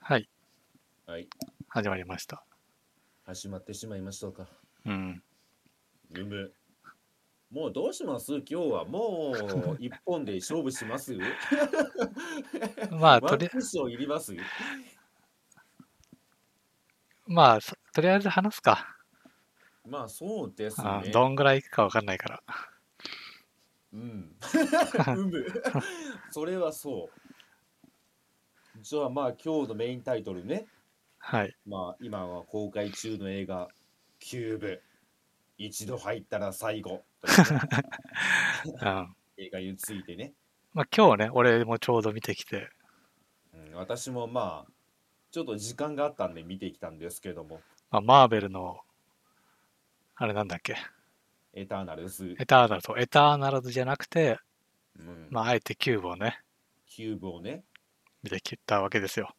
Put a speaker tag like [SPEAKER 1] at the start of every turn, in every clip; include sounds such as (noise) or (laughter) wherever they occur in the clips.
[SPEAKER 1] はい、
[SPEAKER 2] はい、
[SPEAKER 1] 始まりました。
[SPEAKER 2] 始まってしまいましたか。 (laughs)
[SPEAKER 1] うん。
[SPEAKER 2] うむ。もうどうします今日はもう一本で勝負します
[SPEAKER 1] ま (laughs) あ、
[SPEAKER 2] ワ
[SPEAKER 1] と
[SPEAKER 2] ン
[SPEAKER 1] り
[SPEAKER 2] ク、ッションいります
[SPEAKER 1] まあ、そとりあえず話すか。
[SPEAKER 2] まあそうです
[SPEAKER 1] あ
[SPEAKER 2] ね。
[SPEAKER 1] どんぐらいいくかわかんないから。
[SPEAKER 2] うん。 (laughs) うむ。 (laughs) それはそう。じゃあまあ今日のメインタイトルね。
[SPEAKER 1] はい。
[SPEAKER 2] まあ今は公開中の映画キューブ。一度入ったら最後というね。
[SPEAKER 1] うん。ま
[SPEAKER 2] 映画についてね。 (laughs)
[SPEAKER 1] あ、今日ね、俺もちょうど見てきて、
[SPEAKER 2] うん、私もまあちょっと時間があったんで見てきたんですけども
[SPEAKER 1] まあ、マーベルの、あれなんだっけ、
[SPEAKER 2] エターナルズ、
[SPEAKER 1] エターナルズ、エターナルズじゃなくて、
[SPEAKER 2] うん
[SPEAKER 1] まあ、あえてキューブをね、
[SPEAKER 2] キューブをね
[SPEAKER 1] 見てきたわけですよ。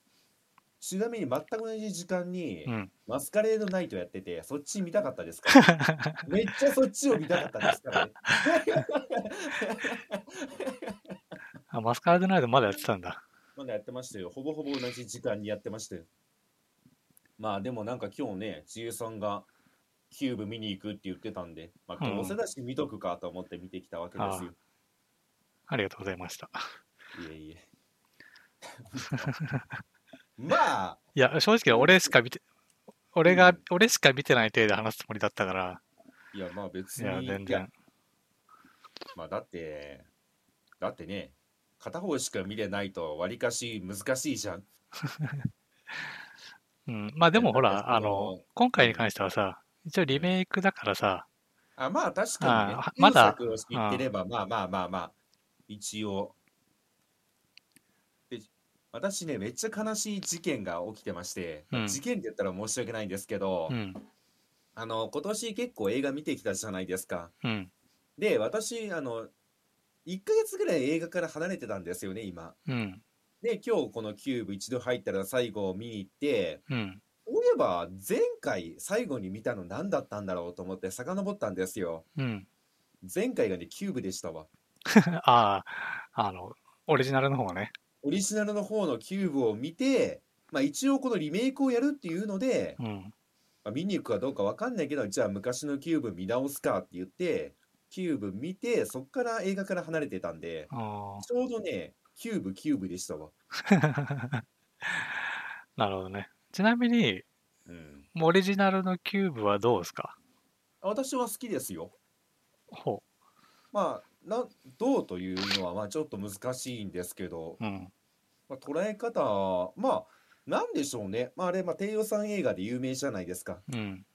[SPEAKER 2] ちなみに全く同じ時間に、
[SPEAKER 1] うん。
[SPEAKER 2] マスカレードナイトやっててそっち見たかっ
[SPEAKER 1] (laughs)
[SPEAKER 2] たですからめっちゃそっちを見たかったですからね
[SPEAKER 1] あマスカラドナイトまだやってたんだ。
[SPEAKER 2] まだやってましたよほぼほぼ同じ時間にやってましたよまあでもなんか今日ね自由さんがキューブ見に行くって言ってたんで、まあ、
[SPEAKER 1] うん
[SPEAKER 2] どうせだし見とくかと思って見てきたわけですよ、
[SPEAKER 1] ありがとうございました。
[SPEAKER 2] いえいえ。 (laughs) まあ、 (laughs)
[SPEAKER 1] いや、正直俺しか見て、俺が、俺しか見てない体で話すつもりだったから、
[SPEAKER 2] いや、まあ別
[SPEAKER 1] い
[SPEAKER 2] に。
[SPEAKER 1] や、全
[SPEAKER 2] いや
[SPEAKER 1] 然。
[SPEAKER 2] まあだって、だってね、片方しか見れないと、わりかし難しいじゃん。
[SPEAKER 1] うん、まあでもほ
[SPEAKER 2] いや
[SPEAKER 1] ら、あ
[SPEAKER 2] なんかその
[SPEAKER 1] の、今回に関してはさ、一応リメイクだからさ、
[SPEAKER 2] あまあ確かにね
[SPEAKER 1] ああ、
[SPEAKER 2] ま
[SPEAKER 1] ま
[SPEAKER 2] だ
[SPEAKER 1] だ
[SPEAKER 2] を知ってれば、まあまあまあまあ、一応。で私ね、めっちゃ悲しい事件が起きてまして、
[SPEAKER 1] うん
[SPEAKER 2] 事件って言ったら申し訳ないんですけど、
[SPEAKER 1] うん、
[SPEAKER 2] あの、今年結構映画見てきたじゃないですか。
[SPEAKER 1] うん、
[SPEAKER 2] で、私、あの、1ヶ月ぐらい映画から離れてたんですよね、今。
[SPEAKER 1] うん、
[SPEAKER 2] で、今日このキューブ一度入ったら最後を見に行って、
[SPEAKER 1] うん、
[SPEAKER 2] そういえば前回最後に見たの何だったんだろうと思って遡ったんですよ。
[SPEAKER 1] うん。
[SPEAKER 2] 前回がね、キューブでしたわ。
[SPEAKER 1] ああ、あの、オリジナルの方ね。
[SPEAKER 2] オリジナルの方のキューブを見て、まあ一応このリメイクをやるっていうので、
[SPEAKER 1] うん、
[SPEAKER 2] まあ見に行くかどうかわかんないけど、じゃあ昔のキューブ見直すかって言って、キューブ見て、そっから映画から離れてたんで、
[SPEAKER 1] あ
[SPEAKER 2] ちょうどね、キューブキューブでしたわ。
[SPEAKER 1] あ。なるほどね。ちなみに、
[SPEAKER 2] うん。
[SPEAKER 1] オリジナルのキューブはどうですか
[SPEAKER 2] 私は好きですよ。
[SPEAKER 1] ほ
[SPEAKER 2] まあ、などうというのはまあちょっと難しいんですけど、
[SPEAKER 1] う。うん、
[SPEAKER 2] まあ、捉え方まあなんでしょうね、まあ、あれ、まあ、低予算映画で有名じゃないですか
[SPEAKER 1] うん、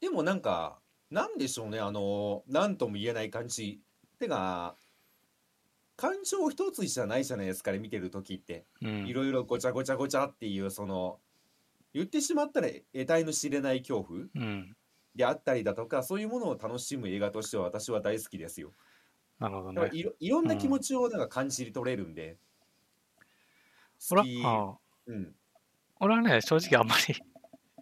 [SPEAKER 2] でもなんかなんでしょうねあの何とも言えない感じてか感情一つじゃないじゃないですかね見てる時って
[SPEAKER 1] う
[SPEAKER 2] い
[SPEAKER 1] ん。
[SPEAKER 2] ろいろごちゃごちゃごちゃっていうその言ってしまったら得体の知れない恐怖
[SPEAKER 1] うん、
[SPEAKER 2] であったりだとかそういうものを楽しむ映画としては私は大好きですよ。
[SPEAKER 1] なるほど
[SPEAKER 2] だから
[SPEAKER 1] ね。
[SPEAKER 2] いろいろんな気持ちをなんか感じ取れるんで。
[SPEAKER 1] 俺
[SPEAKER 2] 好き
[SPEAKER 1] は、あ
[SPEAKER 2] うん。
[SPEAKER 1] 俺はね、正直あんま
[SPEAKER 2] (laughs)
[SPEAKER 1] り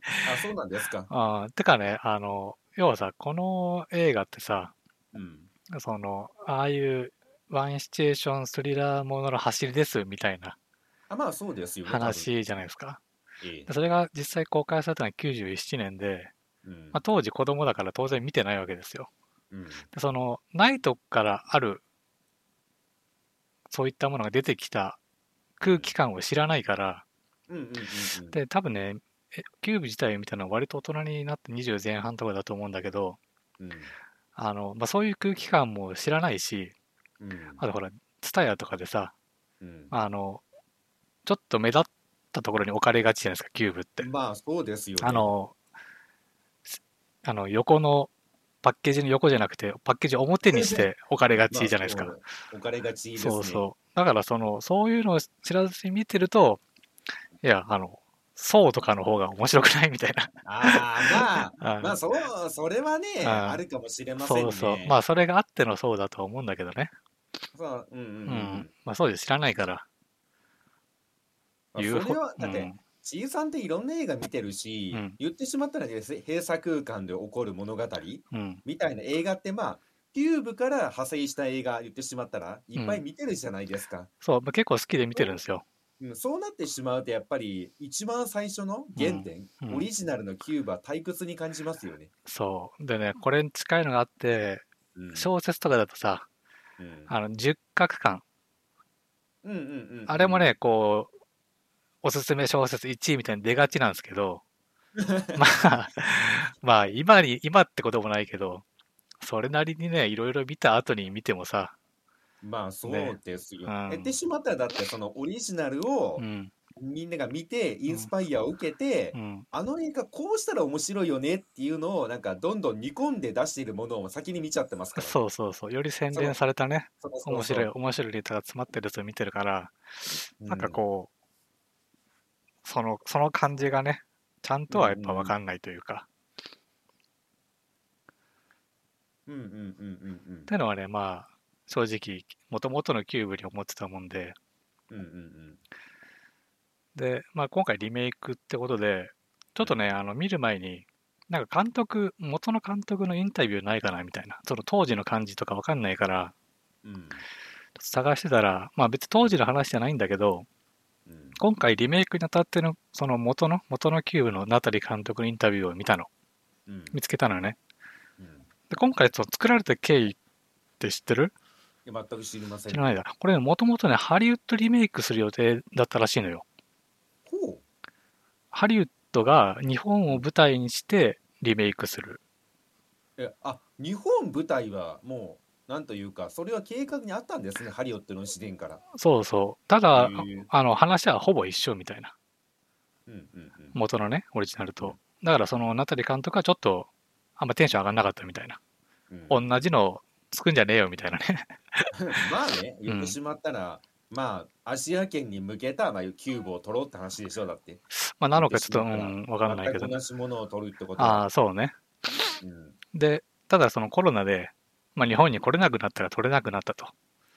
[SPEAKER 2] あ、そうなんですか。
[SPEAKER 1] ああ、てかね、あの、要はさ、この映画ってさ、
[SPEAKER 2] うん。
[SPEAKER 1] その、ああいうワンシチュエーションスリラーものの走りですみたいな
[SPEAKER 2] あ、まあそうですよね。多分。
[SPEAKER 1] 話じゃないですか。
[SPEAKER 2] ええ
[SPEAKER 1] でそれが実際公開されたのは97年で、
[SPEAKER 2] うん
[SPEAKER 1] まあ、当時子供だから当然見てないわけですよ。
[SPEAKER 2] うん
[SPEAKER 1] でそのないとこからあるそういったものが出てきた空気感を知らないから
[SPEAKER 2] うんうんうんうん
[SPEAKER 1] で多分ねえキューブ自体を見たのは割と大人になって20前半とかだと思うんだけど
[SPEAKER 2] うん
[SPEAKER 1] あの、まあ、そういう空気感も知らないし
[SPEAKER 2] うん
[SPEAKER 1] あとほら TSUTAYA とかでさ
[SPEAKER 2] うん
[SPEAKER 1] あのちょっと目立ったところに置かれがちじゃないですかキューブって。
[SPEAKER 2] まあそうですよね。
[SPEAKER 1] あの、すあの横の、パッケージの横じゃなくて、パッケージを表にして置かれが
[SPEAKER 2] まあ、
[SPEAKER 1] ちじゃないですか。
[SPEAKER 2] そう。お金がちですね。
[SPEAKER 1] そうそう。だから、その、そういうのを知らずに見てると、いや、あの、そうとかの方が面白くないみたいな。
[SPEAKER 2] ああ、ま
[SPEAKER 1] あ
[SPEAKER 2] あ、まあそう、それはね、
[SPEAKER 1] あ
[SPEAKER 2] あるかもしれませんね。
[SPEAKER 1] そうそう。まあ、それがあってのそうだとは思うんだけどね。
[SPEAKER 2] そううんうん
[SPEAKER 1] う。
[SPEAKER 2] うんんうん
[SPEAKER 1] まあ、そうです。知らないから。
[SPEAKER 2] まあ。
[SPEAKER 1] 言う
[SPEAKER 2] そ
[SPEAKER 1] ほ
[SPEAKER 2] れは、だって、
[SPEAKER 1] うん
[SPEAKER 2] ちいさんっていろんな映画見てるし、
[SPEAKER 1] うん
[SPEAKER 2] 言ってしまったら、ね、せ閉鎖空間で起こる物語
[SPEAKER 1] うん。
[SPEAKER 2] みたいな映画ってまあキューブから派生した映画言ってしまったらいっぱい見てるじゃないですか。
[SPEAKER 1] そう、まあ、結構好きで見てるんですよ。
[SPEAKER 2] うんそうなってしまうとやっぱり一番最初の原点、
[SPEAKER 1] うんうん
[SPEAKER 2] オリジナルのキューバ退屈に感じますよね。
[SPEAKER 1] そう。でね、これに近いのがあって、
[SPEAKER 2] うん
[SPEAKER 1] 小説とかだとさ、
[SPEAKER 2] うん
[SPEAKER 1] あの、十角館。
[SPEAKER 2] うんうんうんうん
[SPEAKER 1] あれもね、こう、おすすめ小説1位みたいに出がちなんですけ (laughs) ど、まあ、まあ、今に、今ってこともないけど、それなりにね、いろいろ見た後に見てもさ、
[SPEAKER 2] まあそうですよ。
[SPEAKER 1] ねうん
[SPEAKER 2] やってしまったらだってそのオリジナルを
[SPEAKER 1] うん、
[SPEAKER 2] みんなが見てインスパイアを受けて、
[SPEAKER 1] うん、
[SPEAKER 2] あの映画こうしたら面白いよねっていうのをなんかどんどん煮込んで出しているものを先に見ちゃってますから。
[SPEAKER 1] そうそうそう、より洗練されたね、
[SPEAKER 2] そうそうそう
[SPEAKER 1] 面白い、面白いネタが詰まってるやつを見てるから、なんかこう、その、その感じがね、ちゃんとはやっぱわかんないというか、
[SPEAKER 2] うん。うんうんうんうんう
[SPEAKER 1] っ
[SPEAKER 2] ん
[SPEAKER 1] てのはね、まあ、正直、もともとのキューブに思ってたもんで、
[SPEAKER 2] うんうん
[SPEAKER 1] で、まあ、今回リメイクってことで、ちょっとね、あの見る前に、なんか監督、元の監督のインタビューないかなみたいな、その当時の感じとかわかんないから、
[SPEAKER 2] うんうん
[SPEAKER 1] ちょっと探してたら、まあ別に当時の話じゃないんだけど、
[SPEAKER 2] うん
[SPEAKER 1] 今回リメイクにあたっての、その元の、元のキューブのナタリ監督のインタビューを見たの、
[SPEAKER 2] うん
[SPEAKER 1] 見つけたのよね。
[SPEAKER 2] うん
[SPEAKER 1] で、今回その作られた経緯って知ってる
[SPEAKER 2] いや全く知りません
[SPEAKER 1] 知。らないだ。これね、もともとね、ハリウッドリメイクする予定だったらしいのよ。
[SPEAKER 2] ほ
[SPEAKER 1] ハリウッドが日本を舞台にしてリメイクする。
[SPEAKER 2] う。えあ日本舞台はもうなんというかそれは計画にあったんですねハリウッドの自然から。
[SPEAKER 1] そうそう。ただ
[SPEAKER 2] へー、
[SPEAKER 1] あの、話はほぼ一緒みたいな。
[SPEAKER 2] うんうんうん。
[SPEAKER 1] 元のね、オリジナルと。だから、その、ナタリ監督はちょっと、あんまテンション上がんなかったみたいな。
[SPEAKER 2] (laughs) うん
[SPEAKER 1] 同じの作んじゃねえよみたいなね。 (laughs)
[SPEAKER 2] まあね、言っ
[SPEAKER 1] うん
[SPEAKER 2] てしまったら、まあ、アジア圏に向けた、まあ、キューブを取ろうって話でしょ、だって。
[SPEAKER 1] まあ、なのかちょっと、う
[SPEAKER 2] そうですね
[SPEAKER 1] ん、わかんないけど
[SPEAKER 2] 全く。同じものを取るってことは
[SPEAKER 1] ああ、そうね。
[SPEAKER 2] うん
[SPEAKER 1] で、ただ、そのコロナで、まあ、日本に来れなくなったら取れなくなったと。ま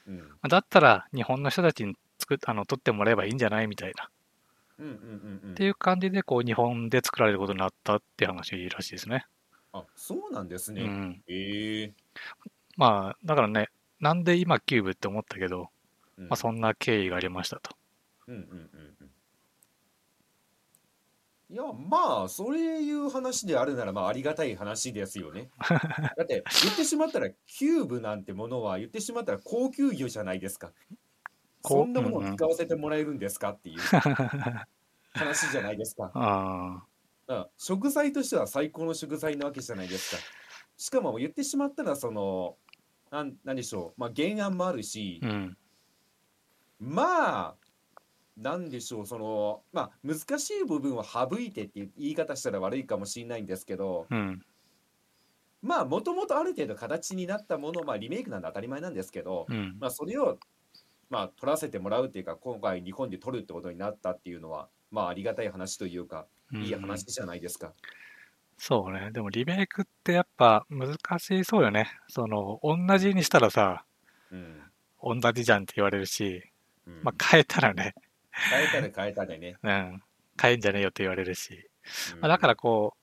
[SPEAKER 2] うん
[SPEAKER 1] あだったら、日本の人たちに作っあの、取ってもらえばいいんじゃないみたいな。
[SPEAKER 2] うんうんうんうん
[SPEAKER 1] っていう感じで、こう、日本で作られることになったっていう話らしいですね。
[SPEAKER 2] あそうなんです
[SPEAKER 1] う
[SPEAKER 2] ね。
[SPEAKER 1] ん。
[SPEAKER 2] ええ
[SPEAKER 1] まあ、だからね、なんで今キューブって思ったけど、
[SPEAKER 2] うん
[SPEAKER 1] まあ、そんな経緯がありましたと。
[SPEAKER 2] うんうんうんうんいやまあそういう話であるならまあありがたい話ですよ (laughs) ね。だって言ってしまったらキューブなんてものは言ってしまったら高級魚じゃないですか。
[SPEAKER 1] こう
[SPEAKER 2] そんなもの
[SPEAKER 1] うんう
[SPEAKER 2] を
[SPEAKER 1] ん
[SPEAKER 2] 使わせてもらえるんですかって (laughs) いう話じゃないですか。
[SPEAKER 1] あ
[SPEAKER 2] うん食材としては最高の食材なわけじゃないですか。しかも言ってしまったらそのなんなんでしょう、まあ、原案もあるし
[SPEAKER 1] ー、うん、
[SPEAKER 2] まあなんでしょうそのまあ難しい部分を省いてっていう言い方したら悪いかもしれないんですけど
[SPEAKER 1] うん、
[SPEAKER 2] まあもともとある程度形になったものを、まあ、リメイクなんで当たり前なんですけど、
[SPEAKER 1] うん、
[SPEAKER 2] まあ、それを、まあ、取らせてもらうっていうか今回日本で取るってことになったっていうのはまあありがたい話というか
[SPEAKER 1] うん
[SPEAKER 2] いい話じゃないですか。
[SPEAKER 1] そうね。でもリメイクってやっぱ難しそうよね。その、同じにしたらさ、
[SPEAKER 2] うん
[SPEAKER 1] 同じじゃんって言われるし、
[SPEAKER 2] うん
[SPEAKER 1] まあ、変えたらね、
[SPEAKER 2] 変えたら変えたでね。
[SPEAKER 1] うん、変えんじゃねえよって言われるし、
[SPEAKER 2] うん
[SPEAKER 1] まあ、だからこ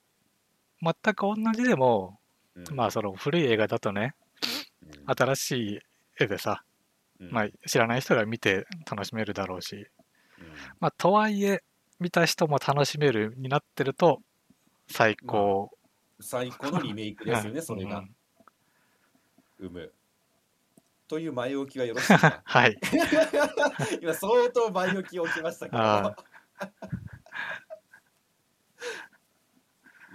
[SPEAKER 1] う、全く同じでも、
[SPEAKER 2] うん
[SPEAKER 1] まあ、その古い映画だとね、
[SPEAKER 2] うん
[SPEAKER 1] 新しい絵でさ、
[SPEAKER 2] うん
[SPEAKER 1] まあ、知らない人が見て楽しめるだろうし、
[SPEAKER 2] うん
[SPEAKER 1] まあ、とはいえ、見た人も楽しめるになってると、最高。
[SPEAKER 2] 最高のリメイクです
[SPEAKER 1] (laughs)
[SPEAKER 2] よね、それ
[SPEAKER 1] う
[SPEAKER 2] が
[SPEAKER 1] ん。
[SPEAKER 2] 生む。という前置きはよろしいか
[SPEAKER 1] はい。
[SPEAKER 2] (laughs) 今、相当前置きを置きましたけど。
[SPEAKER 1] あ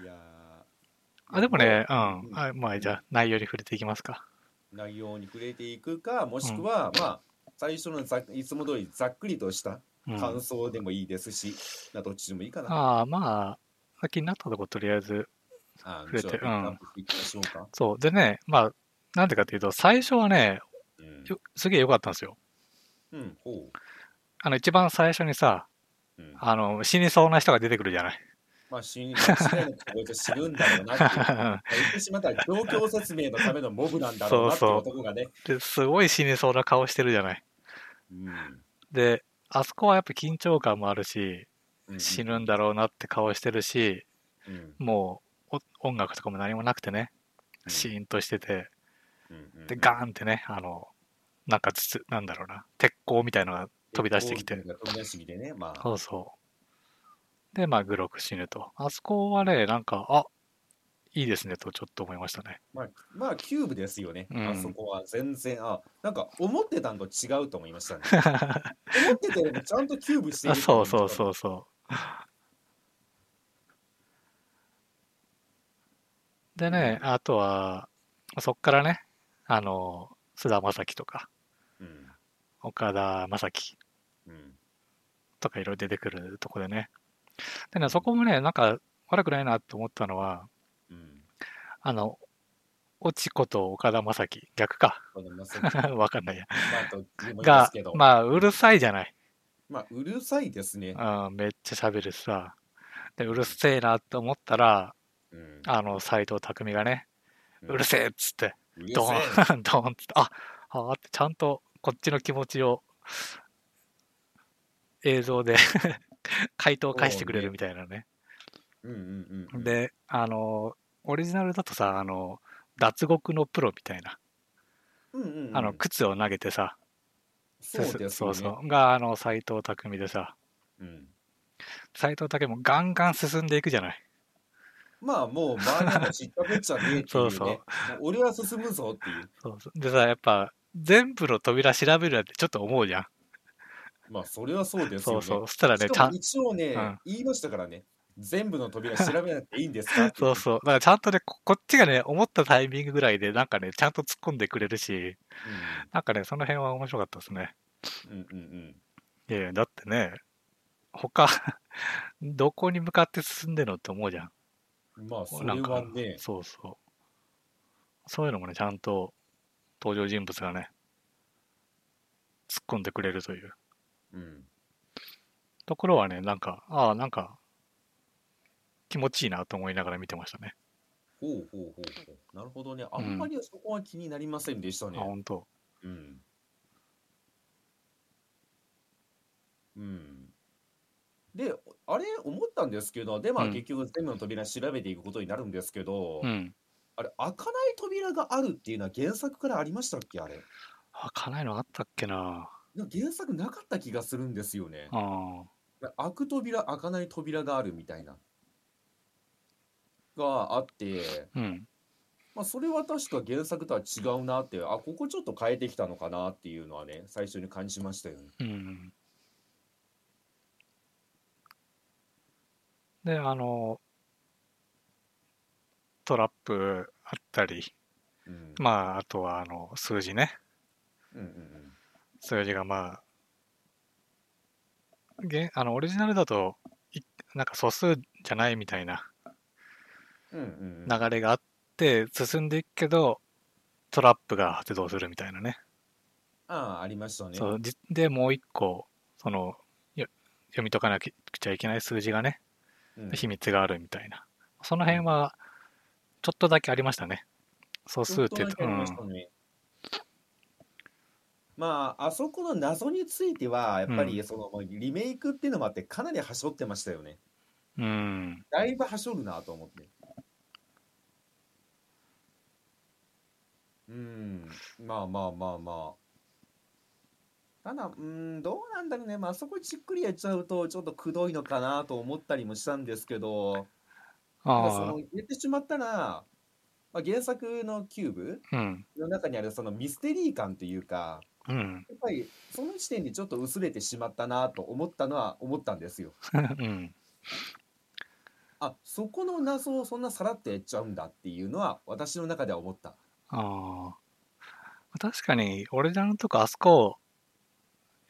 [SPEAKER 2] いやー
[SPEAKER 1] あでもね、うん。
[SPEAKER 2] うん
[SPEAKER 1] あまあ、じゃあ、内容に触れていきますか。
[SPEAKER 2] 内容に触れていくか、もしくは、まあ、最初のざいつも通りざっくりとした
[SPEAKER 1] うん、
[SPEAKER 2] 感想でもいいですし、まあどっちでもいいかな。
[SPEAKER 1] ああ、まあ、気になったとこ、とりあえず。
[SPEAKER 2] あ
[SPEAKER 1] 触れて
[SPEAKER 2] じゃあ
[SPEAKER 1] うん
[SPEAKER 2] ピックアップしていきましょうか。
[SPEAKER 1] そう。でね、まあ、なんでかというと、最初はね、
[SPEAKER 2] うん
[SPEAKER 1] よすげえ良かったんですよ。
[SPEAKER 2] うん、ほ
[SPEAKER 1] あの、一番最初にさ、
[SPEAKER 2] う。うん
[SPEAKER 1] あの、死にそうな人が出てくるじゃない。
[SPEAKER 2] まあ、死に、間違いなくこいつは死ぬんだろうなって
[SPEAKER 1] (laughs)
[SPEAKER 2] いう。言ってしまったら状況説明のためのモブなんだろうなっていう男がね。
[SPEAKER 1] (laughs) ですごい死にそうな顔してるじゃない。で、あそこはやっぱ緊張感もあるし、死ぬんだろうなって顔してるし、
[SPEAKER 2] うん。うん
[SPEAKER 1] もうお音楽とかも何もなくてね、シーンとしてて、
[SPEAKER 2] うんうんうん
[SPEAKER 1] で、ガーンってね、あの、なんかつつ、なんだろうな、鉄鋼みたいのが飛び出してきて
[SPEAKER 2] エッグホルデンが飛び出してきてね、まあ、
[SPEAKER 1] そうそう。で、まあ、グロック死ぬと。あそこはね、なんか、あいいですねとちょっと思いましたね。
[SPEAKER 2] まあ、まあ、キューブですよね、
[SPEAKER 1] うん
[SPEAKER 2] あそこは全然、あ、なんか思ってたんと違うと思い
[SPEAKER 1] (laughs)
[SPEAKER 2] ましたね。思ってたよりもちゃんとキューブしてい
[SPEAKER 1] あ
[SPEAKER 2] ると
[SPEAKER 1] そ
[SPEAKER 2] 思
[SPEAKER 1] う
[SPEAKER 2] いました
[SPEAKER 1] そうそうそう。でね、あとは、そっからね、あの、菅田将暉とか、
[SPEAKER 2] うん。
[SPEAKER 1] 岡田将暉
[SPEAKER 2] うん。
[SPEAKER 1] とかいろいろ出てくるとこでね。でね、そこもね、なんか悪くないなと思ったのは、
[SPEAKER 2] うん。
[SPEAKER 1] あの、落ちこと岡田将暉、逆か。 (laughs)
[SPEAKER 2] このまさきま
[SPEAKER 1] わかんないや。
[SPEAKER 2] あ、と言い
[SPEAKER 1] (laughs)
[SPEAKER 2] ま
[SPEAKER 1] が
[SPEAKER 2] すけど、、ま
[SPEAKER 1] ま
[SPEAKER 2] あ、
[SPEAKER 1] あ、うるさいじゃない。
[SPEAKER 2] うるさいですね。
[SPEAKER 1] うん、めっちゃ喋るしさ。で、うるせえなと思ったら、
[SPEAKER 2] うん
[SPEAKER 1] あの、斎藤匠がね、うるせえっつって、
[SPEAKER 2] うるせ
[SPEAKER 1] ド
[SPEAKER 2] え
[SPEAKER 1] ーン、 (laughs) ドーンっつって、ああーって、ちゃんとこっちの気持ちを映像で (laughs) 回答返してくれるみたいなね。
[SPEAKER 2] うんうんうんうん。
[SPEAKER 1] で、あの、オリジナルだとさ、あの、脱獄のプロみたいな、
[SPEAKER 2] うんうんうん、
[SPEAKER 1] あの、靴を投げてさ、
[SPEAKER 2] そうですよね、
[SPEAKER 1] そうそう、が、あの、斎藤匠でさ、
[SPEAKER 2] うん。
[SPEAKER 1] 斎藤匠もガンガン進んでいくじゃない。
[SPEAKER 2] まあもう周りが知ったこっちゃねえっていう、ね、
[SPEAKER 1] (laughs) そうそう
[SPEAKER 2] もう俺は進むぞっていう。
[SPEAKER 1] そうそうでさ、やっぱ、全部の扉調べるなんてちょっと思うじゃん。
[SPEAKER 2] まあそれはそうです
[SPEAKER 1] そ
[SPEAKER 2] よね。
[SPEAKER 1] うそう。そしたらね、
[SPEAKER 2] し
[SPEAKER 1] ちゃ
[SPEAKER 2] かも
[SPEAKER 1] ん、
[SPEAKER 2] 一応ね、
[SPEAKER 1] うん
[SPEAKER 2] 言いましたからね、全部の
[SPEAKER 1] (laughs)
[SPEAKER 2] 扉調べなくていいんですかって
[SPEAKER 1] そうそう。だからちゃんとね、ここっちがね、思ったタイミングぐらいで、なんかね、ちゃんと突っ込んでくれるし、なんかね、その辺は面白かったですね。
[SPEAKER 2] うんうんうん
[SPEAKER 1] いやいや、だってね、他、 (laughs) どこに向かって進んでるのって思うじゃん。
[SPEAKER 2] うん。まあそれ
[SPEAKER 1] なんか
[SPEAKER 2] はね、
[SPEAKER 1] そうそう。そういうのもね、ちゃんと登場人物がね、突っ込んでくれるという
[SPEAKER 2] うん、
[SPEAKER 1] ところはね、なんか、ああ、なんか、気持ちいいなと思いながら見てましたね。
[SPEAKER 2] ほうほうほうほう。なるほどね。あんまりそこは気になりませんでしたね
[SPEAKER 1] あ、。本当。
[SPEAKER 2] うん。うん。で、あれ思ったんですけど、で、まあ
[SPEAKER 1] うん
[SPEAKER 2] 結局全部の扉調べていくことになるんですけど、
[SPEAKER 1] うん。
[SPEAKER 2] あれ、開かない扉があるっていうのは原作からありましたっけ、あれ。
[SPEAKER 1] あ、かないのあったっけな。
[SPEAKER 2] なんか原作なかった気がするんですよね。
[SPEAKER 1] あ
[SPEAKER 2] 開く扉、開かない扉があるみたいな。があって、
[SPEAKER 1] あ。うん。
[SPEAKER 2] まあ、それは確か原作とは違うなって、あ、ここちょっと変えてきたのかなっていうのはね、最初に感じましたよね。
[SPEAKER 1] うん。で、あの、トラップあったり、
[SPEAKER 2] うん。
[SPEAKER 1] まあ、あとは、あの、数字ね。
[SPEAKER 2] うんうんうん。
[SPEAKER 1] 数字がまあ、げあの、オリジナルだと、いなんか素数じゃないみたいな
[SPEAKER 2] うんうんうん、
[SPEAKER 1] 流れがあって、進んでいくけど、トラップが発動するみたいなね。
[SPEAKER 2] ああありましたね。
[SPEAKER 1] そうじでもう一個そのよ読み解かなくちゃいけない数字がね
[SPEAKER 2] うん
[SPEAKER 1] 秘密があるみたいなその辺はちょっとだけありましたね素数って
[SPEAKER 2] ち
[SPEAKER 1] い
[SPEAKER 2] ょ
[SPEAKER 1] う
[SPEAKER 2] っ
[SPEAKER 1] と
[SPEAKER 2] とだけありましたねまああそこの謎についてはやっぱりその、リメイクっていうのもあってかなりはしょってましたよね。
[SPEAKER 1] うん、うん
[SPEAKER 2] だいぶはしょるなと思って。うんまあまあまあまあ。ただうんどうなんだろうね、まああそこじっくりやっちゃうとちょっとくどいのかなと思ったりもしたんですけど。ただそ
[SPEAKER 1] あ
[SPEAKER 2] の言ってしまったら、まあ、原作のキューブ
[SPEAKER 1] あうん
[SPEAKER 2] の中にあるそのミステリー感というか
[SPEAKER 1] うん
[SPEAKER 2] やっぱりその時点でちょっと薄れてしまったなと思ったのは思ったんですよ。
[SPEAKER 1] うん
[SPEAKER 2] あそこの謎をそんなさらっとやっちゃうんだっていうのは私の中では思った。
[SPEAKER 1] ああ確かに俺らのとこあそこ、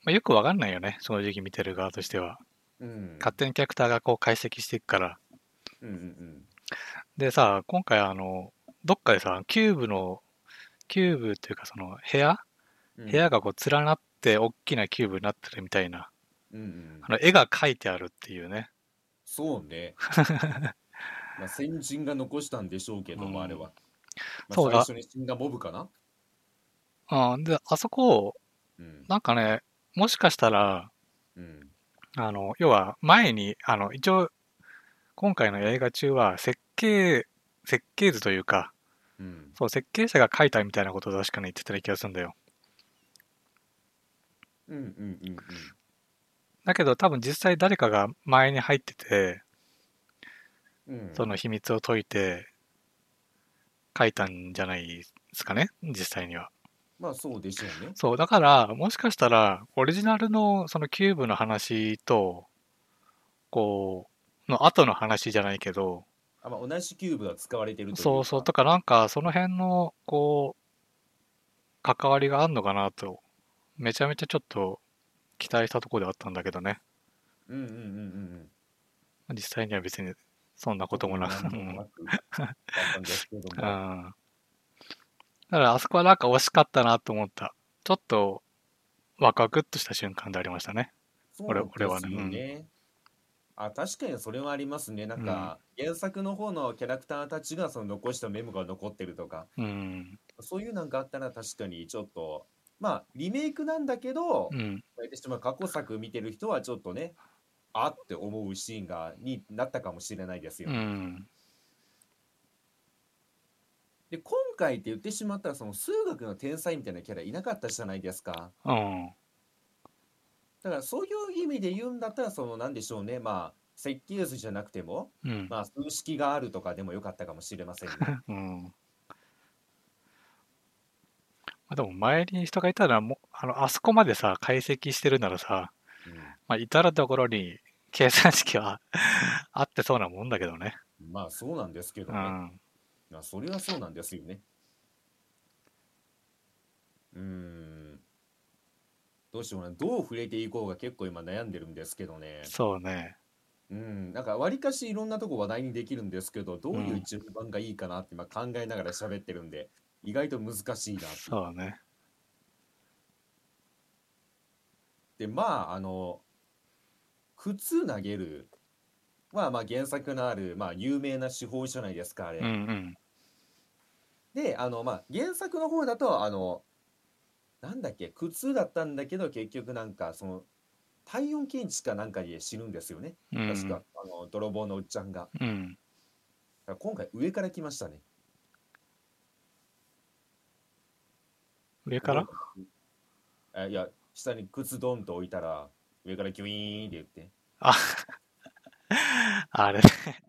[SPEAKER 1] まあ、よくわかんないよね正直見てる側としては
[SPEAKER 2] うん、
[SPEAKER 1] 勝手にキャラクターがこう解析していくから
[SPEAKER 2] うんうん
[SPEAKER 1] でさ、今回あの、どっかでさ、キューブの、キューブというかその部屋
[SPEAKER 2] うん、
[SPEAKER 1] 部屋がこう連なって大きなキューブになってるみたいな、
[SPEAKER 2] うんうん
[SPEAKER 1] あの絵が描いてあるっていうね。
[SPEAKER 2] そう
[SPEAKER 1] (laughs)
[SPEAKER 2] ね。まあ先人が残したんでしょうけども、
[SPEAKER 1] うん
[SPEAKER 2] あれは。まあ
[SPEAKER 1] そうだ
[SPEAKER 2] 最初に死んだモブかな。
[SPEAKER 1] うん、で、あそこを、
[SPEAKER 2] うん
[SPEAKER 1] なんかね、もしかしたら、
[SPEAKER 2] うん
[SPEAKER 1] あの、要は前に、あの、一応、今回の映画中は設計、設計図というか、
[SPEAKER 2] うん、
[SPEAKER 1] そう、設計者が描いたみたいなことを確かに言ってた気がするんだよ。
[SPEAKER 2] ううんうんうんうん。
[SPEAKER 1] だけど多分実際誰かが前に入ってて、
[SPEAKER 2] うん、
[SPEAKER 1] その秘密を解いて書いたんじゃないですかね、実際には。
[SPEAKER 2] まあそうでしょうね。
[SPEAKER 1] そう、だから、もしかしたら、オリジナルのそのキューブの話と、こう、の後の話じゃないけど、
[SPEAKER 2] あまあ、同じキューブが使われてるというか
[SPEAKER 1] そうそう、とかなんか、その辺の、こう、関わりがあんのかなと、めちゃめちゃちょっと期待したところではあったんだけどね。
[SPEAKER 2] うんうんうんうん
[SPEAKER 1] 実際には別にそんな
[SPEAKER 2] う
[SPEAKER 1] こ
[SPEAKER 2] ん。
[SPEAKER 1] ともなく。
[SPEAKER 2] 特に
[SPEAKER 1] (laughs)
[SPEAKER 2] なくだったんですけど
[SPEAKER 1] うん。だ
[SPEAKER 2] も。
[SPEAKER 1] から、あそこはなんか惜しかったなと思った。ちょっと、ワクワクっとした瞬間でありましたね。
[SPEAKER 2] そう
[SPEAKER 1] 俺俺はね
[SPEAKER 2] ですよね。あ確かにそれはありますね。なんか、原作の方のキャラクターたちがその残したメモが残ってるとか、
[SPEAKER 1] うん。
[SPEAKER 2] そういうなんかあったら確かにちょっと、まあリメイクなんだけど、
[SPEAKER 1] うん。
[SPEAKER 2] 言ってしまう過去作見てる人はちょっとね、あって思うシーンがになったかもしれないですよ。
[SPEAKER 1] うん。
[SPEAKER 2] で今回って言ってしまったらその数学の天才みたいなキャラいなかったじゃないですか。
[SPEAKER 1] うん。
[SPEAKER 2] だからそういう意味で言うんだったらそのなんでしょうねまあ設計図じゃなくても
[SPEAKER 1] うん。
[SPEAKER 2] まあ数式があるとかでもよかったかもしれませ
[SPEAKER 1] (laughs)
[SPEAKER 2] んね。
[SPEAKER 1] うん。まあ、でも周りに人がいたらもうあのあそこまでさ解析してるならさ、まあ、至る所に計算式は (laughs) あってそうなもんだけどね。
[SPEAKER 2] うんまあそうなんですけど
[SPEAKER 1] う
[SPEAKER 2] ね。
[SPEAKER 1] ん。
[SPEAKER 2] まあそれはそうなんですよね。うーん。どうしようかなどう触れていこうが結構今悩んでるんですけどね。
[SPEAKER 1] そうね。
[SPEAKER 2] うん、なんかわりかしいろんなとこ話題にできるんですけど、どういう順番がいいかなって今考えながら喋ってるんで、意外と難しいなって
[SPEAKER 1] そうね。
[SPEAKER 2] でまああの靴投げるは、まあ、原作のある、まあ、有名な手法じゃないですかあれ。
[SPEAKER 1] うんうん。
[SPEAKER 2] であの、まあ、原作の方だとあのなんだっけ靴だったんだけど結局なんかその体温検知かなんかで死ぬんですよね
[SPEAKER 1] うん
[SPEAKER 2] 確か、あの泥棒のおっちゃんが。
[SPEAKER 1] う
[SPEAKER 2] だ
[SPEAKER 1] ん。
[SPEAKER 2] から今回上から来ましたね。
[SPEAKER 1] 上から
[SPEAKER 2] あいや下に靴ドンと置いたら上からギュイーンって言って
[SPEAKER 1] ああれね。 (laughs)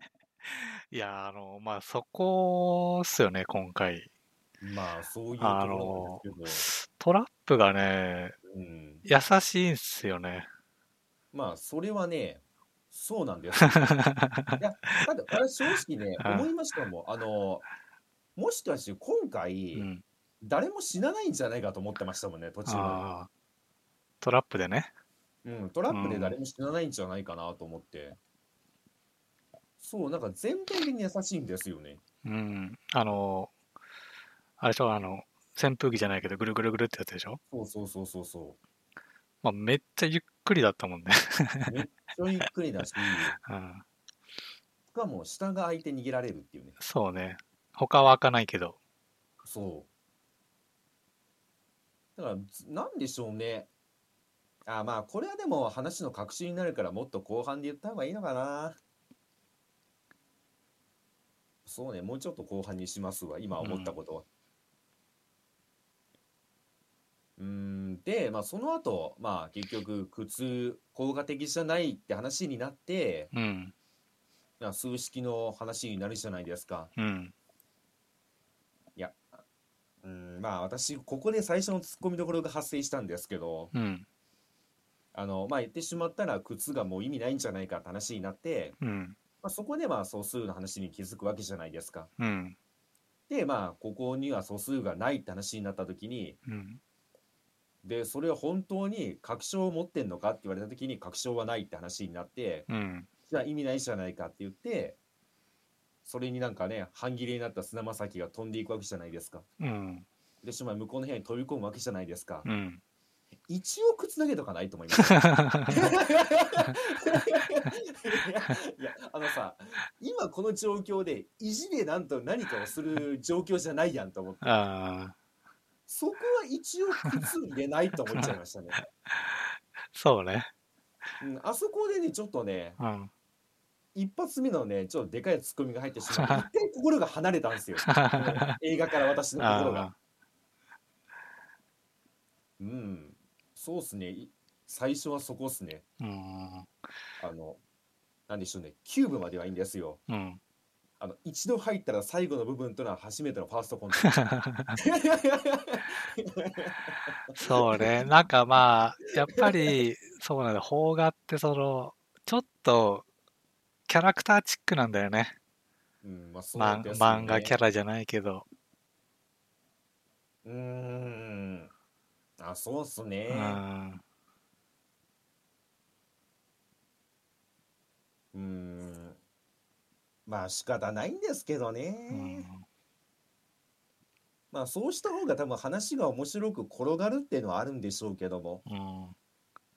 [SPEAKER 1] いや、あの、まあ、そこっすよね、今回。
[SPEAKER 2] まあそういうところなんです
[SPEAKER 1] トラップがね、
[SPEAKER 2] けど、うん、
[SPEAKER 1] 優しいんすよね。
[SPEAKER 2] まあそれはねそうなん
[SPEAKER 1] (laughs)
[SPEAKER 2] ですよいやただ私正直ね
[SPEAKER 1] うん
[SPEAKER 2] 思いましたもんあのもしかして今回、
[SPEAKER 1] うん。
[SPEAKER 2] 誰も死なないんじゃないかと思ってましたもんね途中ま
[SPEAKER 1] ああ。トラップでね。
[SPEAKER 2] で、うん、トラップで誰も死なないんじゃないかなと思って、そうなんか全体的に優しいんですよね
[SPEAKER 1] うん。あの、あれでしょ、あの、扇風機じゃないけど、ぐるぐるぐるってやつでしょ。
[SPEAKER 2] そうそうそうそうそ
[SPEAKER 1] まあ、めっちゃゆっくりだったもんね。 (laughs)
[SPEAKER 2] うめっちゃゆっくりだし
[SPEAKER 1] うん。
[SPEAKER 2] しかも下が開いて逃げられるっていうね
[SPEAKER 1] そうね。他は開かないけど。
[SPEAKER 2] そうだからずなんでしょうねあまあこれはでも話の核心になるからもっと後半で言った方がいいのかなそうねもうちょっと後半にしますわ今思ったことはうーんでまあその後まあ結局苦痛効果的じゃないって話になって
[SPEAKER 1] うん。
[SPEAKER 2] まあ数式の話になるじゃないですか
[SPEAKER 1] うん。
[SPEAKER 2] うんまあ私ここで最初のツッコミどころが発生したんですけど
[SPEAKER 1] うん。
[SPEAKER 2] あのまあ言ってしまったら靴がもう意味ないんじゃないかって話になって、
[SPEAKER 1] うん。
[SPEAKER 2] まあ、そこでまあ素数の話に気づくわけじゃないですか。
[SPEAKER 1] うん。
[SPEAKER 2] でまあここには素数がないって話になった時に
[SPEAKER 1] うん。
[SPEAKER 2] でそれは本当に確証を持ってんのかって言われた時に確証はないって話になって
[SPEAKER 1] うん。
[SPEAKER 2] じゃあ意味ないじゃないかって言ってそれになんかね半切れになった砂まさきが飛んでいくわけじゃないですか。
[SPEAKER 1] うん。
[SPEAKER 2] でしまい向こうの部屋に飛び込むわけじゃないですか。
[SPEAKER 1] うん。
[SPEAKER 2] 一応靴投げとかないと思います。いやいやあのさ今この状況で意地でなんと何かをする状況じゃないやんと思って
[SPEAKER 1] ああ。
[SPEAKER 2] そこは一応靴入れないと思っちゃいましたね、
[SPEAKER 1] そうね。
[SPEAKER 2] うん、あそこでねちょっとね
[SPEAKER 1] うん。 (laughs)
[SPEAKER 2] 一発目のねちょっとでかいツッコミが入ってしまって一回心が離れたんですよ映画から私の心が
[SPEAKER 1] ああ。
[SPEAKER 2] うんそうっすねい最初はそこっすね。
[SPEAKER 1] うん。
[SPEAKER 2] あの、なんでしょうね、9部まではいいんですよ。
[SPEAKER 1] うん。
[SPEAKER 2] あの、一度入ったら最後の部分というのは初めてのファーストコンタク
[SPEAKER 1] (laughs)
[SPEAKER 2] ト。
[SPEAKER 1] そうね。なんかまあ、やっぱり、そうなんだ。邦画ってその、ちょっと、キャラクターチックなんだよね。
[SPEAKER 2] うん、まあ、そう
[SPEAKER 1] まん
[SPEAKER 2] ですね
[SPEAKER 1] 漫画キャラじゃないけど。
[SPEAKER 2] うーん。あ、そうっすね。
[SPEAKER 1] うん。
[SPEAKER 2] うーん。まあ仕方ないんですけど
[SPEAKER 1] う
[SPEAKER 2] ね。
[SPEAKER 1] ん
[SPEAKER 2] まあそうした方が多分話が面白く転がるっていうのはあるんでしょうけども。
[SPEAKER 1] うん。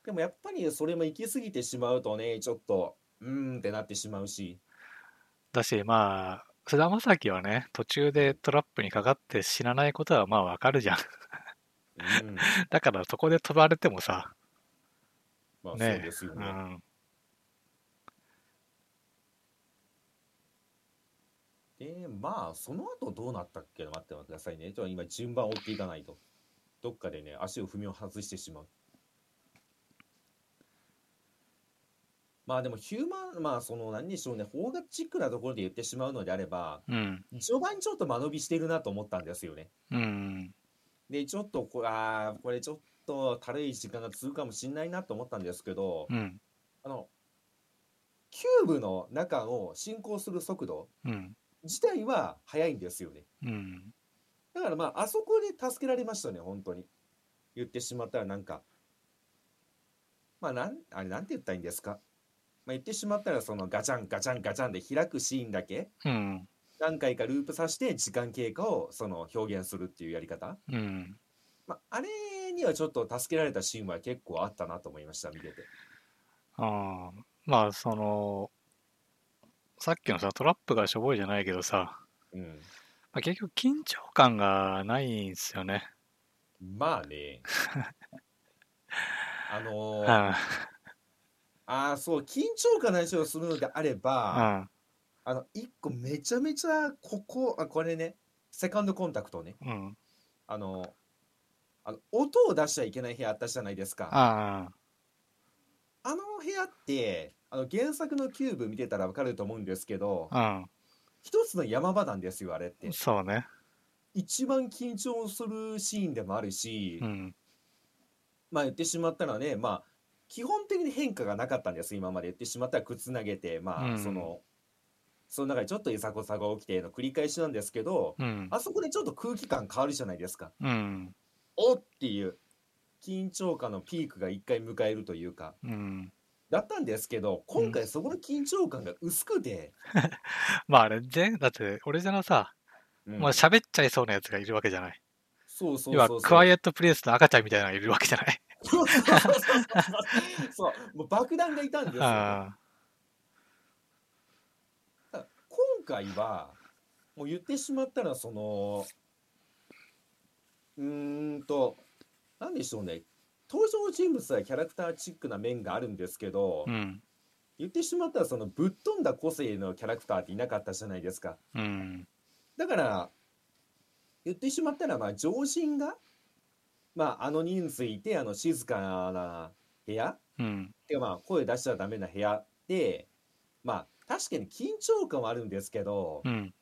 [SPEAKER 2] でもやっぱりそれも行き過ぎてしまうとね、ちょっと、うーんってなってしまうし。
[SPEAKER 1] だし、まあ、菅田将暉はね、途中でトラップにかかって死なないことはまあわかるじゃん。
[SPEAKER 2] うん。
[SPEAKER 1] だからそこで飛ばれてもさ、
[SPEAKER 2] まあそう
[SPEAKER 1] ねえ
[SPEAKER 2] ですよ
[SPEAKER 1] う
[SPEAKER 2] ね。
[SPEAKER 1] ん。
[SPEAKER 2] で、まあその後どうなったっけ待ってくださいね。ちょっと今順番を追っていかないと。どっかでね、足を踏みを外してしまう。まあでもヒューマン、まあその何でしょうね、邦画チックなところで言ってしまうのであれば、
[SPEAKER 1] うん。
[SPEAKER 2] 序盤ちょっと間延びしてるなと思ったんですよね。
[SPEAKER 1] うん。
[SPEAKER 2] で、ちょっとこれ、あーこれちょっと軽い時間が続くかもしれないなと思ったんですけど、
[SPEAKER 1] うん。
[SPEAKER 2] あの、キューブの中を進行する速度
[SPEAKER 1] うん。
[SPEAKER 2] 自体は速いんですよね。
[SPEAKER 1] うん。
[SPEAKER 2] だからまあ、あそこで助けられましたね、本当に。言ってしまったらなんか、まあ、なん、あれ、なんて言ったらいいんですか。まあ、言ってしまったら、そのガチャンガチャンガチャンで開くシーンだけ、
[SPEAKER 1] うん。
[SPEAKER 2] 何回かループさせて時間経過をその表現するっていうやり方。
[SPEAKER 1] うん。
[SPEAKER 2] まあ、あれにはちょっと助けられたシーンは結構あったなと思いました、見てて。
[SPEAKER 1] ああ、まあそのさっきのさトラップがしょぼいじゃないけどさ、
[SPEAKER 2] うん。
[SPEAKER 1] まあ、結局緊張感がないんですよね。
[SPEAKER 2] まあね。あの
[SPEAKER 1] う
[SPEAKER 2] ー、
[SPEAKER 1] ん
[SPEAKER 2] ああ、そう、緊張感の話をするのであれば、あの、一個めちゃめちゃ、ここ、あ、これね、セカンドコンタクトね。
[SPEAKER 1] うんうん
[SPEAKER 2] あのー、あの音を出しちゃいけない部屋あったじゃないですか。
[SPEAKER 1] あ
[SPEAKER 2] あの部屋って、あの原作のキューブ見てたらわかると思うんですけど、
[SPEAKER 1] あ
[SPEAKER 2] 一つの山場なんですよ、あれっ
[SPEAKER 1] う
[SPEAKER 2] て
[SPEAKER 1] ん。そうね。
[SPEAKER 2] 一番緊張するシーンでもあるし
[SPEAKER 1] う、ん
[SPEAKER 2] まあ言ってしまったらね、まあ、基本的に変化がなかったんです今まで言ってしまったら靴投げてま
[SPEAKER 1] う
[SPEAKER 2] あ
[SPEAKER 1] ん
[SPEAKER 2] その、その中でちょっといざこざが起きての繰り返しなんですけど
[SPEAKER 1] うん
[SPEAKER 2] あそこでちょっと空気感変わるじゃないですか
[SPEAKER 1] うん
[SPEAKER 2] おっていう緊張感のピークが一回迎えるというか
[SPEAKER 1] うん。
[SPEAKER 2] だったんですけど今回そこの緊張感が薄くて、
[SPEAKER 1] まああれ全だって俺じゃのさ、
[SPEAKER 2] うん
[SPEAKER 1] まあ喋っちゃいそうなやつがいるわけじゃない。
[SPEAKER 2] そうそう
[SPEAKER 1] 要は
[SPEAKER 2] そうそう
[SPEAKER 1] クワイエットプレイスの赤ちゃんみたいなのがいるわけじゃない。
[SPEAKER 2] そうそうそうそう (laughs) そうもう爆弾がいたんですよ、
[SPEAKER 1] あ
[SPEAKER 2] 今回はもう言ってしまったらそのうーんと何でしょうね登場人物はキャラクターチックな面があるんですけど、
[SPEAKER 1] あうん
[SPEAKER 2] 言ってしまったらそのぶっ飛んだ個性のキャラクターっていなかったじゃないですか
[SPEAKER 1] うん
[SPEAKER 2] だから言ってしまったらまあ常人が、まあ、あの人数いてあの静かな部屋
[SPEAKER 1] うん
[SPEAKER 2] でまあ声出しちゃダメな部屋でまあ確かに緊張感はあるんですけど、
[SPEAKER 1] うん。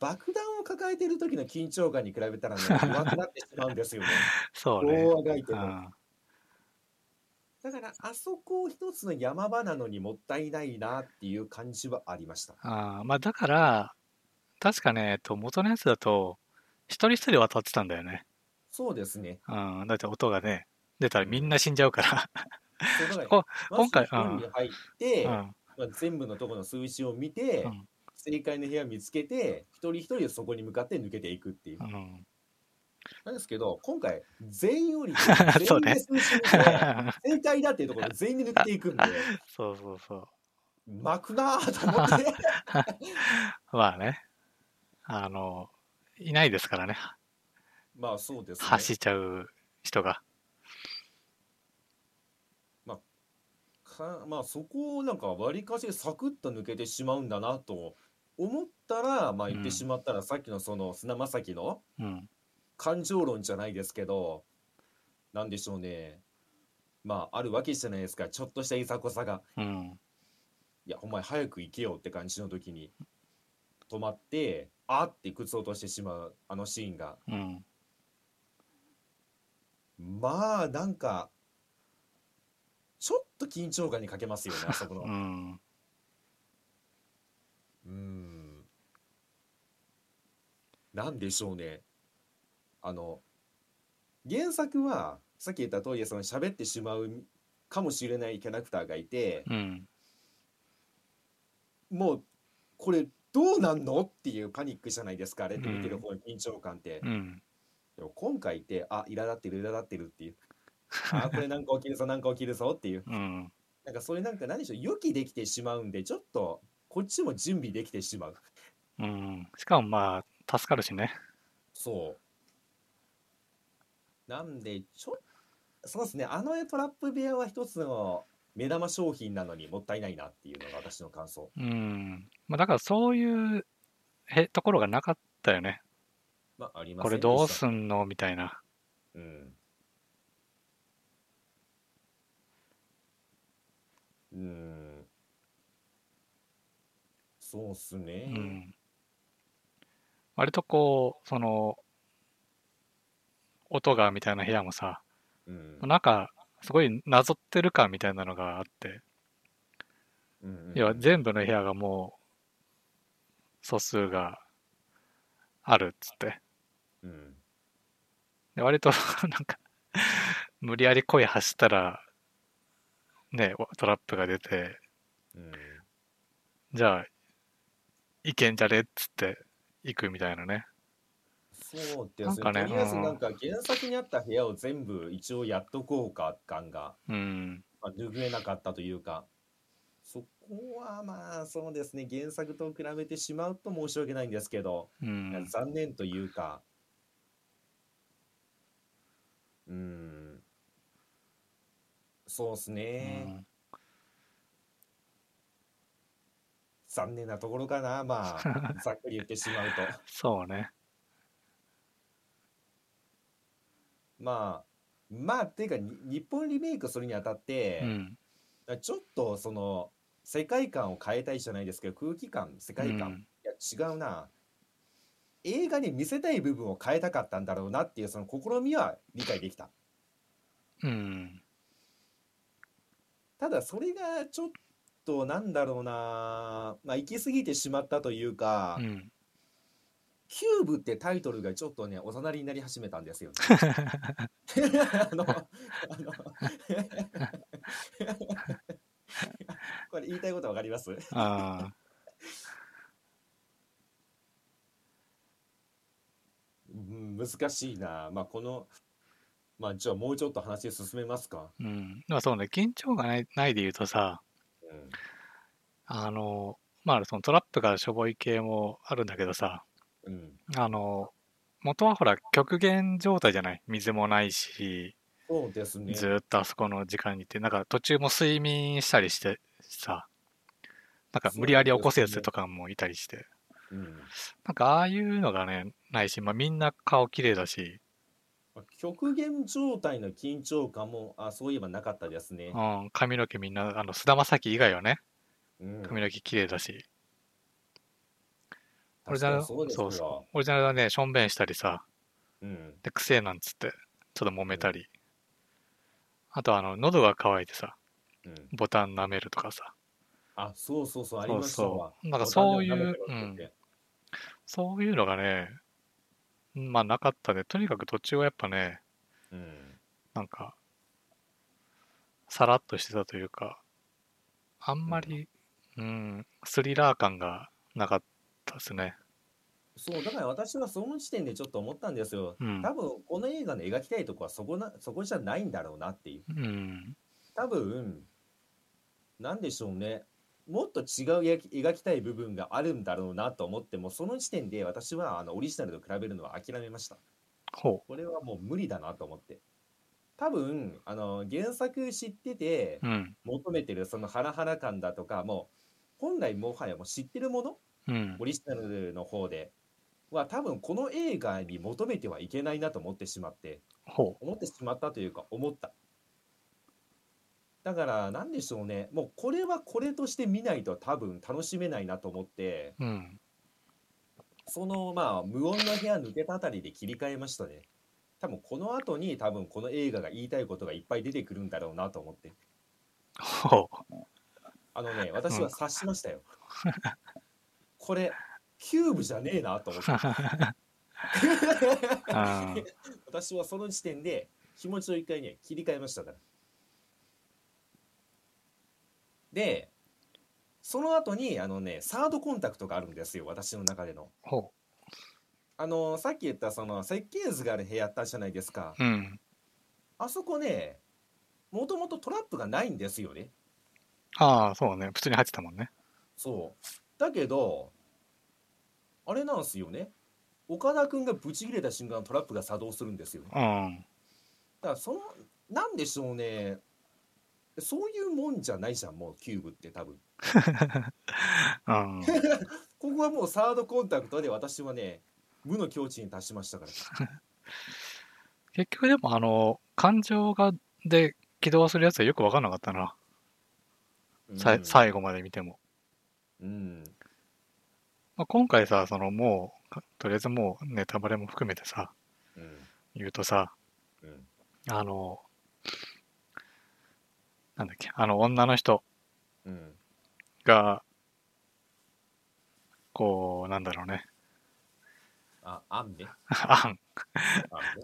[SPEAKER 2] 爆弾を抱えてる時の緊張感に比べたらね、弱くなってしまうんですよね。
[SPEAKER 1] (laughs) そうね。
[SPEAKER 2] どうあがいて
[SPEAKER 1] う
[SPEAKER 2] も。
[SPEAKER 1] ん
[SPEAKER 2] だから、あそこを一つの山場なのにもったいないなっていう感じはありました。
[SPEAKER 1] ああ、まあだから、確かね、えっと、元のやつだと、一人一人渡ってたんだよね。
[SPEAKER 2] そうですね。
[SPEAKER 1] うん、だって音がね、出たらみんな死んじゃうから。
[SPEAKER 2] そうだ
[SPEAKER 1] こ
[SPEAKER 2] から
[SPEAKER 1] 今回
[SPEAKER 2] まず一人に入って、
[SPEAKER 1] うん、
[SPEAKER 2] まあ、全部のところの数字を見て、
[SPEAKER 1] うん
[SPEAKER 2] 正解の部屋見つけて、一人一人そこに向かって抜けていくっていう。
[SPEAKER 1] うん。
[SPEAKER 2] なんですけど、今回、全員降り
[SPEAKER 1] (laughs)
[SPEAKER 2] て、
[SPEAKER 1] そう
[SPEAKER 2] 全員
[SPEAKER 1] ね
[SPEAKER 2] で数字見て、正解だっていうところで全員で抜けていくんで、
[SPEAKER 1] (laughs) そうそうそう
[SPEAKER 2] 巻くなーと思って。。 (laughs)
[SPEAKER 1] まあね、あの、いないですからね、
[SPEAKER 2] まあそうですね。
[SPEAKER 1] 走っちゃう人が。
[SPEAKER 2] かまあそこをなんかわりかしサクッと抜けてしまうんだなと思ったらまあ言ってしまったらさっきのその砂正樹の
[SPEAKER 1] うん。
[SPEAKER 2] 感情論じゃないですけどなんでしょうねまああるわけじゃないですかちょっとしたいざこざが
[SPEAKER 1] うん。
[SPEAKER 2] いやお前早く行けよって感じの時に止まってあーって靴を落としてしまうあのシーンが
[SPEAKER 1] うん。
[SPEAKER 2] まあなんかちょっと緊張感に欠けますよねあそこの
[SPEAKER 1] うん。
[SPEAKER 2] うーんなんでしょうね。あの、原作は、さっき言った通り、その喋ってしまうかもしれないキャラクターがいて、
[SPEAKER 1] うん。
[SPEAKER 2] もう、これどうなんのっていうパニックじゃないですか、あれって見てる方の緊張感って。
[SPEAKER 1] うん。
[SPEAKER 2] でも今回って、あ、苛立ってる、苛立ってるっていう。あ、これなんか起きるぞ、なんか起きるぞっていう。
[SPEAKER 1] うん。
[SPEAKER 2] なんかそれなんか何でしょう、予期できてしまうんで、ちょっと、こっちも準備できてしまう。
[SPEAKER 1] うん。しかもまあ、助かるしね。
[SPEAKER 2] そう。なんで、ちょ、そうですね、あのトラップ部屋は一つの目玉商品なのにもったいないなっていうのが私の感想。
[SPEAKER 1] うん。まあ、だからそういうへところがなかったよね。
[SPEAKER 2] まあ、ありま
[SPEAKER 1] こ
[SPEAKER 2] せん
[SPEAKER 1] れ
[SPEAKER 2] でした
[SPEAKER 1] どうすんのみたいな。
[SPEAKER 2] うん。うん。そうっす
[SPEAKER 1] う
[SPEAKER 2] ね。
[SPEAKER 1] ん。割とこう、その、音がみたいな部屋もさ、
[SPEAKER 2] うん。
[SPEAKER 1] なんか、すごいなぞってる感みたいなのがあって、
[SPEAKER 2] うんうん
[SPEAKER 1] 要は全部の部屋がもう、素数があるっつって。
[SPEAKER 2] うん。
[SPEAKER 1] で割と、 (laughs) なんか、無理やり声走ったら、ね、トラップが出て、
[SPEAKER 2] うん。
[SPEAKER 1] じゃあ、いけんじゃねっつって、行くみたいなね。
[SPEAKER 2] そうで
[SPEAKER 1] なん
[SPEAKER 2] す
[SPEAKER 1] か
[SPEAKER 2] ね。
[SPEAKER 1] ね
[SPEAKER 2] とりあえず
[SPEAKER 1] うん
[SPEAKER 2] なんか原作にあった部屋を全部一応やっとこうか感が、
[SPEAKER 1] うん。
[SPEAKER 2] まあ、拭えなかったというか、そこはまあそうですね、原作と比べてしまうと申し訳ないんですけど、
[SPEAKER 1] うん。
[SPEAKER 2] 残念というか、うん、そうですね、
[SPEAKER 1] うん
[SPEAKER 2] 残念なところかな、
[SPEAKER 1] (laughs)
[SPEAKER 2] まあ、ざっくり言ってしまうと。
[SPEAKER 1] そうね。
[SPEAKER 2] まあ、まあ、っていうか、に日本リメイクするにあたって、
[SPEAKER 1] うん。
[SPEAKER 2] だからちょっとその世界観を変えたいじゃないですけど空気感世界観、
[SPEAKER 1] うん
[SPEAKER 2] いや違うな映画に見せたい部分を変えたかったんだろうなっていうその試みは理解できた
[SPEAKER 1] うん。
[SPEAKER 2] ただそれがちょっとなんだろうなまあ行き過ぎてしまったというか、
[SPEAKER 1] うん。
[SPEAKER 2] キューブってタイトルがちょっとねおざなりになり始めたんですよ、ね、
[SPEAKER 1] (laughs)
[SPEAKER 2] (laughs) あのあの (laughs) これ言いたいことわかります
[SPEAKER 1] あ
[SPEAKER 2] うん難しいな、まあ、この、まあ、じゃあもうちょっと話進めますか。
[SPEAKER 1] ーうん。まあそうね、緊張がないないで言うとさ、
[SPEAKER 2] うん
[SPEAKER 1] あの、まあ、そのトラップがしょぼい系もあるんだけどさ、
[SPEAKER 2] うん、
[SPEAKER 1] あの、元はほら極限状態じゃない水もないし、
[SPEAKER 2] そうですね。
[SPEAKER 1] ずーっとあそこの時間にいて、なんか途中も睡眠したりしてさ、なんか無理やり起こすやつとかもいたりして、
[SPEAKER 2] うん
[SPEAKER 1] なんかああいうのがね、ないし、まあみんな顔綺麗だし、
[SPEAKER 2] まあ極限状態の緊張感もあそういえばなかったですね
[SPEAKER 1] う。ん、髪の毛みんな、あの、菅田将暉以外はね、
[SPEAKER 2] うん、
[SPEAKER 1] 髪の毛綺麗だし、俺
[SPEAKER 2] 確
[SPEAKER 1] じゃ
[SPEAKER 2] か
[SPEAKER 1] な
[SPEAKER 2] にそうです
[SPEAKER 1] そう
[SPEAKER 2] よ。
[SPEAKER 1] オリジナルはね、しょんべんしたりさ、
[SPEAKER 2] うん、
[SPEAKER 1] で、くせえなんつって、ちょっと揉めたり、あとあの、喉が渇いてさ、
[SPEAKER 2] うん、
[SPEAKER 1] ボタン舐めるとかさ、
[SPEAKER 2] あそうそうそうあり
[SPEAKER 1] そ
[SPEAKER 2] ま
[SPEAKER 1] う
[SPEAKER 2] したわ
[SPEAKER 1] そ。う。なんかそうい
[SPEAKER 2] ボタン
[SPEAKER 1] う
[SPEAKER 2] でも、
[SPEAKER 1] う
[SPEAKER 2] 舐め
[SPEAKER 1] ん
[SPEAKER 2] て、る
[SPEAKER 1] そういうのがね、まあなかったね。とにかく途中はやっぱね、
[SPEAKER 2] うん
[SPEAKER 1] なんか、さらっとしてたというか、あんまり、うん、スリラー感がなかったですね。
[SPEAKER 2] そうだから私はその時点でちょっと思ったんですよ。
[SPEAKER 1] うん
[SPEAKER 2] 多。分この映画の描きたいとこはそこなそこじゃないんだろうなっていう。
[SPEAKER 1] うん。
[SPEAKER 2] 多分なんでしょうねもっと違うやき描きたい部分があるんだろうなと思ってもその時点で私はあのオリジナルと比べるのは諦めました
[SPEAKER 1] ほ
[SPEAKER 2] これはもう無理だなと思って多分あの原作知ってて
[SPEAKER 1] う。うん。
[SPEAKER 2] 求めてるそのハラハラ感だとかもう本来もはやもう知ってるもの
[SPEAKER 1] うん
[SPEAKER 2] オ。リジナルの方では多分この映画に求めてはいけないなと思ってしまって
[SPEAKER 1] ほ
[SPEAKER 2] 思ってしまったというか思っただからなんでしょうねもうこれはこれとして見ないと多分楽しめないなと思って
[SPEAKER 1] うん。
[SPEAKER 2] そのまあ無音の部屋抜けたあたりで切り替えましたね多分この後に多分この映画が言いたいことがいっぱい出てくるんだろうなと思って
[SPEAKER 1] ほう。
[SPEAKER 2] あのね私は察しましたよ、これキューブじゃねえなと思って
[SPEAKER 1] あー
[SPEAKER 2] 私はその時点で気持ちを一回ね切り替えましたからでその後にあのねサードコンタクトがあるんですよ私の中での
[SPEAKER 1] ほ
[SPEAKER 2] あのさっき言ったその設計図がある部屋あったじゃないですか
[SPEAKER 1] う。うん。
[SPEAKER 2] あそこねもともとトラップがないんですよね
[SPEAKER 1] ああ、そうね。普通に入ってたもんね。
[SPEAKER 2] そうだけどあれなんすよね岡田君がブチ切れた瞬間トラップが作動するんですよね
[SPEAKER 1] うん。
[SPEAKER 2] だからそのなんでしょうねそういうもんじゃないじゃんもうキューブって多分
[SPEAKER 1] (laughs) うん。
[SPEAKER 2] ここはもうサードコンタクトで私はね無の境地に達しましたから
[SPEAKER 1] 結局でもあの、感情が、で起動するやつはよく分かんなかったな。さい
[SPEAKER 2] うん
[SPEAKER 1] 最後まで見ても。
[SPEAKER 2] うん
[SPEAKER 1] まあ、今回さ、そのもう、かとりあえずもうネタバレも含めてさ、
[SPEAKER 2] うん
[SPEAKER 1] 言うとさ、
[SPEAKER 2] うん
[SPEAKER 1] あの、なんだっけ、あの女の人
[SPEAKER 2] うん
[SPEAKER 1] が、こう、なんだろうね、
[SPEAKER 2] あアンね
[SPEAKER 1] あん、
[SPEAKER 2] アンね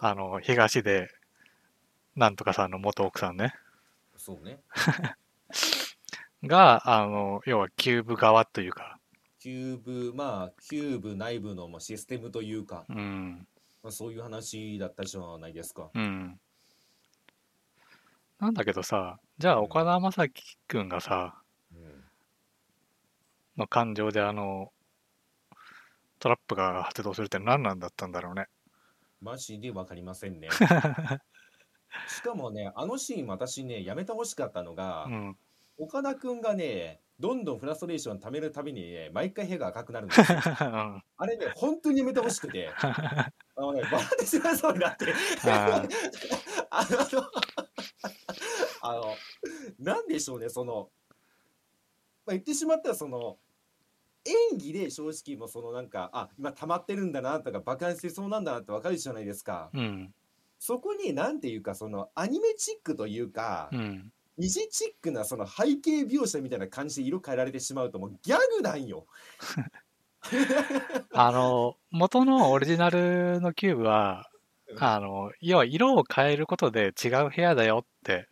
[SPEAKER 1] あの、東で、なんとかさんの元奥さんね、
[SPEAKER 2] そうね
[SPEAKER 1] が、あの、要はキューブ側というか、
[SPEAKER 2] キューブまあキューブ内部のまあシステムというか、
[SPEAKER 1] うん、
[SPEAKER 2] まあ、そういう話だったじゃないですか
[SPEAKER 1] うん。なんだけどさ、じゃあ岡田将生くんがさ、
[SPEAKER 2] うん
[SPEAKER 1] の感情であのトラップが発動するって何なんだったんだろうね。
[SPEAKER 2] マジでわかりませんねしかもねあのシーン私ねやめてほしかったのが、
[SPEAKER 1] うん、
[SPEAKER 2] 岡田君がねどんどんフラストレーション貯めるたびに、ね、毎回部が赤くなるんです
[SPEAKER 1] (laughs)
[SPEAKER 2] よ
[SPEAKER 1] うん
[SPEAKER 2] あれね本当にやめてほし
[SPEAKER 1] (laughs)
[SPEAKER 2] くてあのねバーってしまいそうになって
[SPEAKER 1] あー
[SPEAKER 2] (laughs) あのあのなんでしょうねその、まあ、言ってしまったらその演技で正直もうそのなんかあ今溜まってるんだなとか爆発してそうなんだなってわかるじゃないですか
[SPEAKER 1] うん、
[SPEAKER 2] そこになんていうかそのアニメチックというか、
[SPEAKER 1] うん、
[SPEAKER 2] 二次チックなその背景描写みたいな感じで色変えられてしまうともうギャグなんよ。
[SPEAKER 1] あの元のオリジナルのキューブはあの要は色を変えることで違う部屋だよって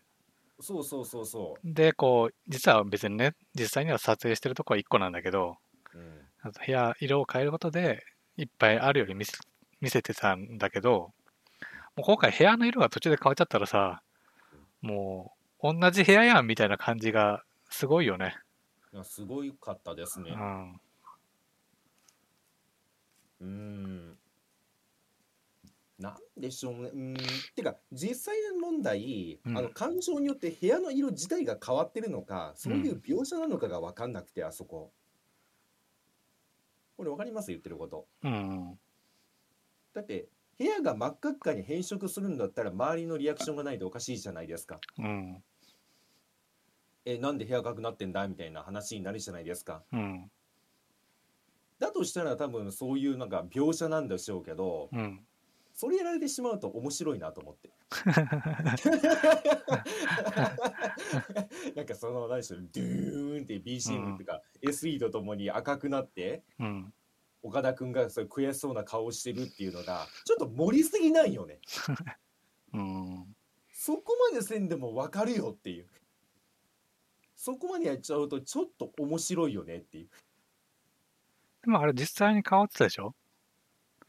[SPEAKER 2] そうそうそうそ
[SPEAKER 1] でこう実は別にね実際には撮影してるとこは1個なんだけど
[SPEAKER 2] う。うん
[SPEAKER 1] あと部屋色を変えることでいっぱいあるように見せ見せてたんだけどもう今回部屋の色が途中で変わっちゃったらさもう同じ部屋やんみたいな感じがすごいよね。
[SPEAKER 2] いや、すごいかったです
[SPEAKER 1] う
[SPEAKER 2] ね。
[SPEAKER 1] ん、
[SPEAKER 2] うん。なんでしょうね。うん。てか実際の問題、
[SPEAKER 1] うん
[SPEAKER 2] あの感情によって部屋の色自体が変わってるのかそういう描写なのかが分かんなくてあそこ。これ分かります言ってること。
[SPEAKER 1] うん、
[SPEAKER 2] だって部屋が真っ赤っかに変色するんだったら周りのリアクションがないとおかしいじゃないですか。
[SPEAKER 1] うん、
[SPEAKER 2] えなんで部屋赤くなってんだみたいな話になるじゃないですか
[SPEAKER 1] うん、
[SPEAKER 2] だとしたら多分そういうなんか描写なんでしょうけど
[SPEAKER 1] うん。
[SPEAKER 2] それやられてしまうと面白いなと思って
[SPEAKER 1] (laughs)
[SPEAKER 2] なんかその何でしょうドゥーンって BGM っていうか、SE とともに赤くなって
[SPEAKER 1] うん、
[SPEAKER 2] 岡田君がそれ悔しそうな顔をしてるっていうのがちょっと盛りすぎないよね
[SPEAKER 1] うん、
[SPEAKER 2] そこまでせんでも分かるよっていうそこまでやっちゃうとちょっと面白いよねっていう
[SPEAKER 1] でもあれ実際に変わってたでしょ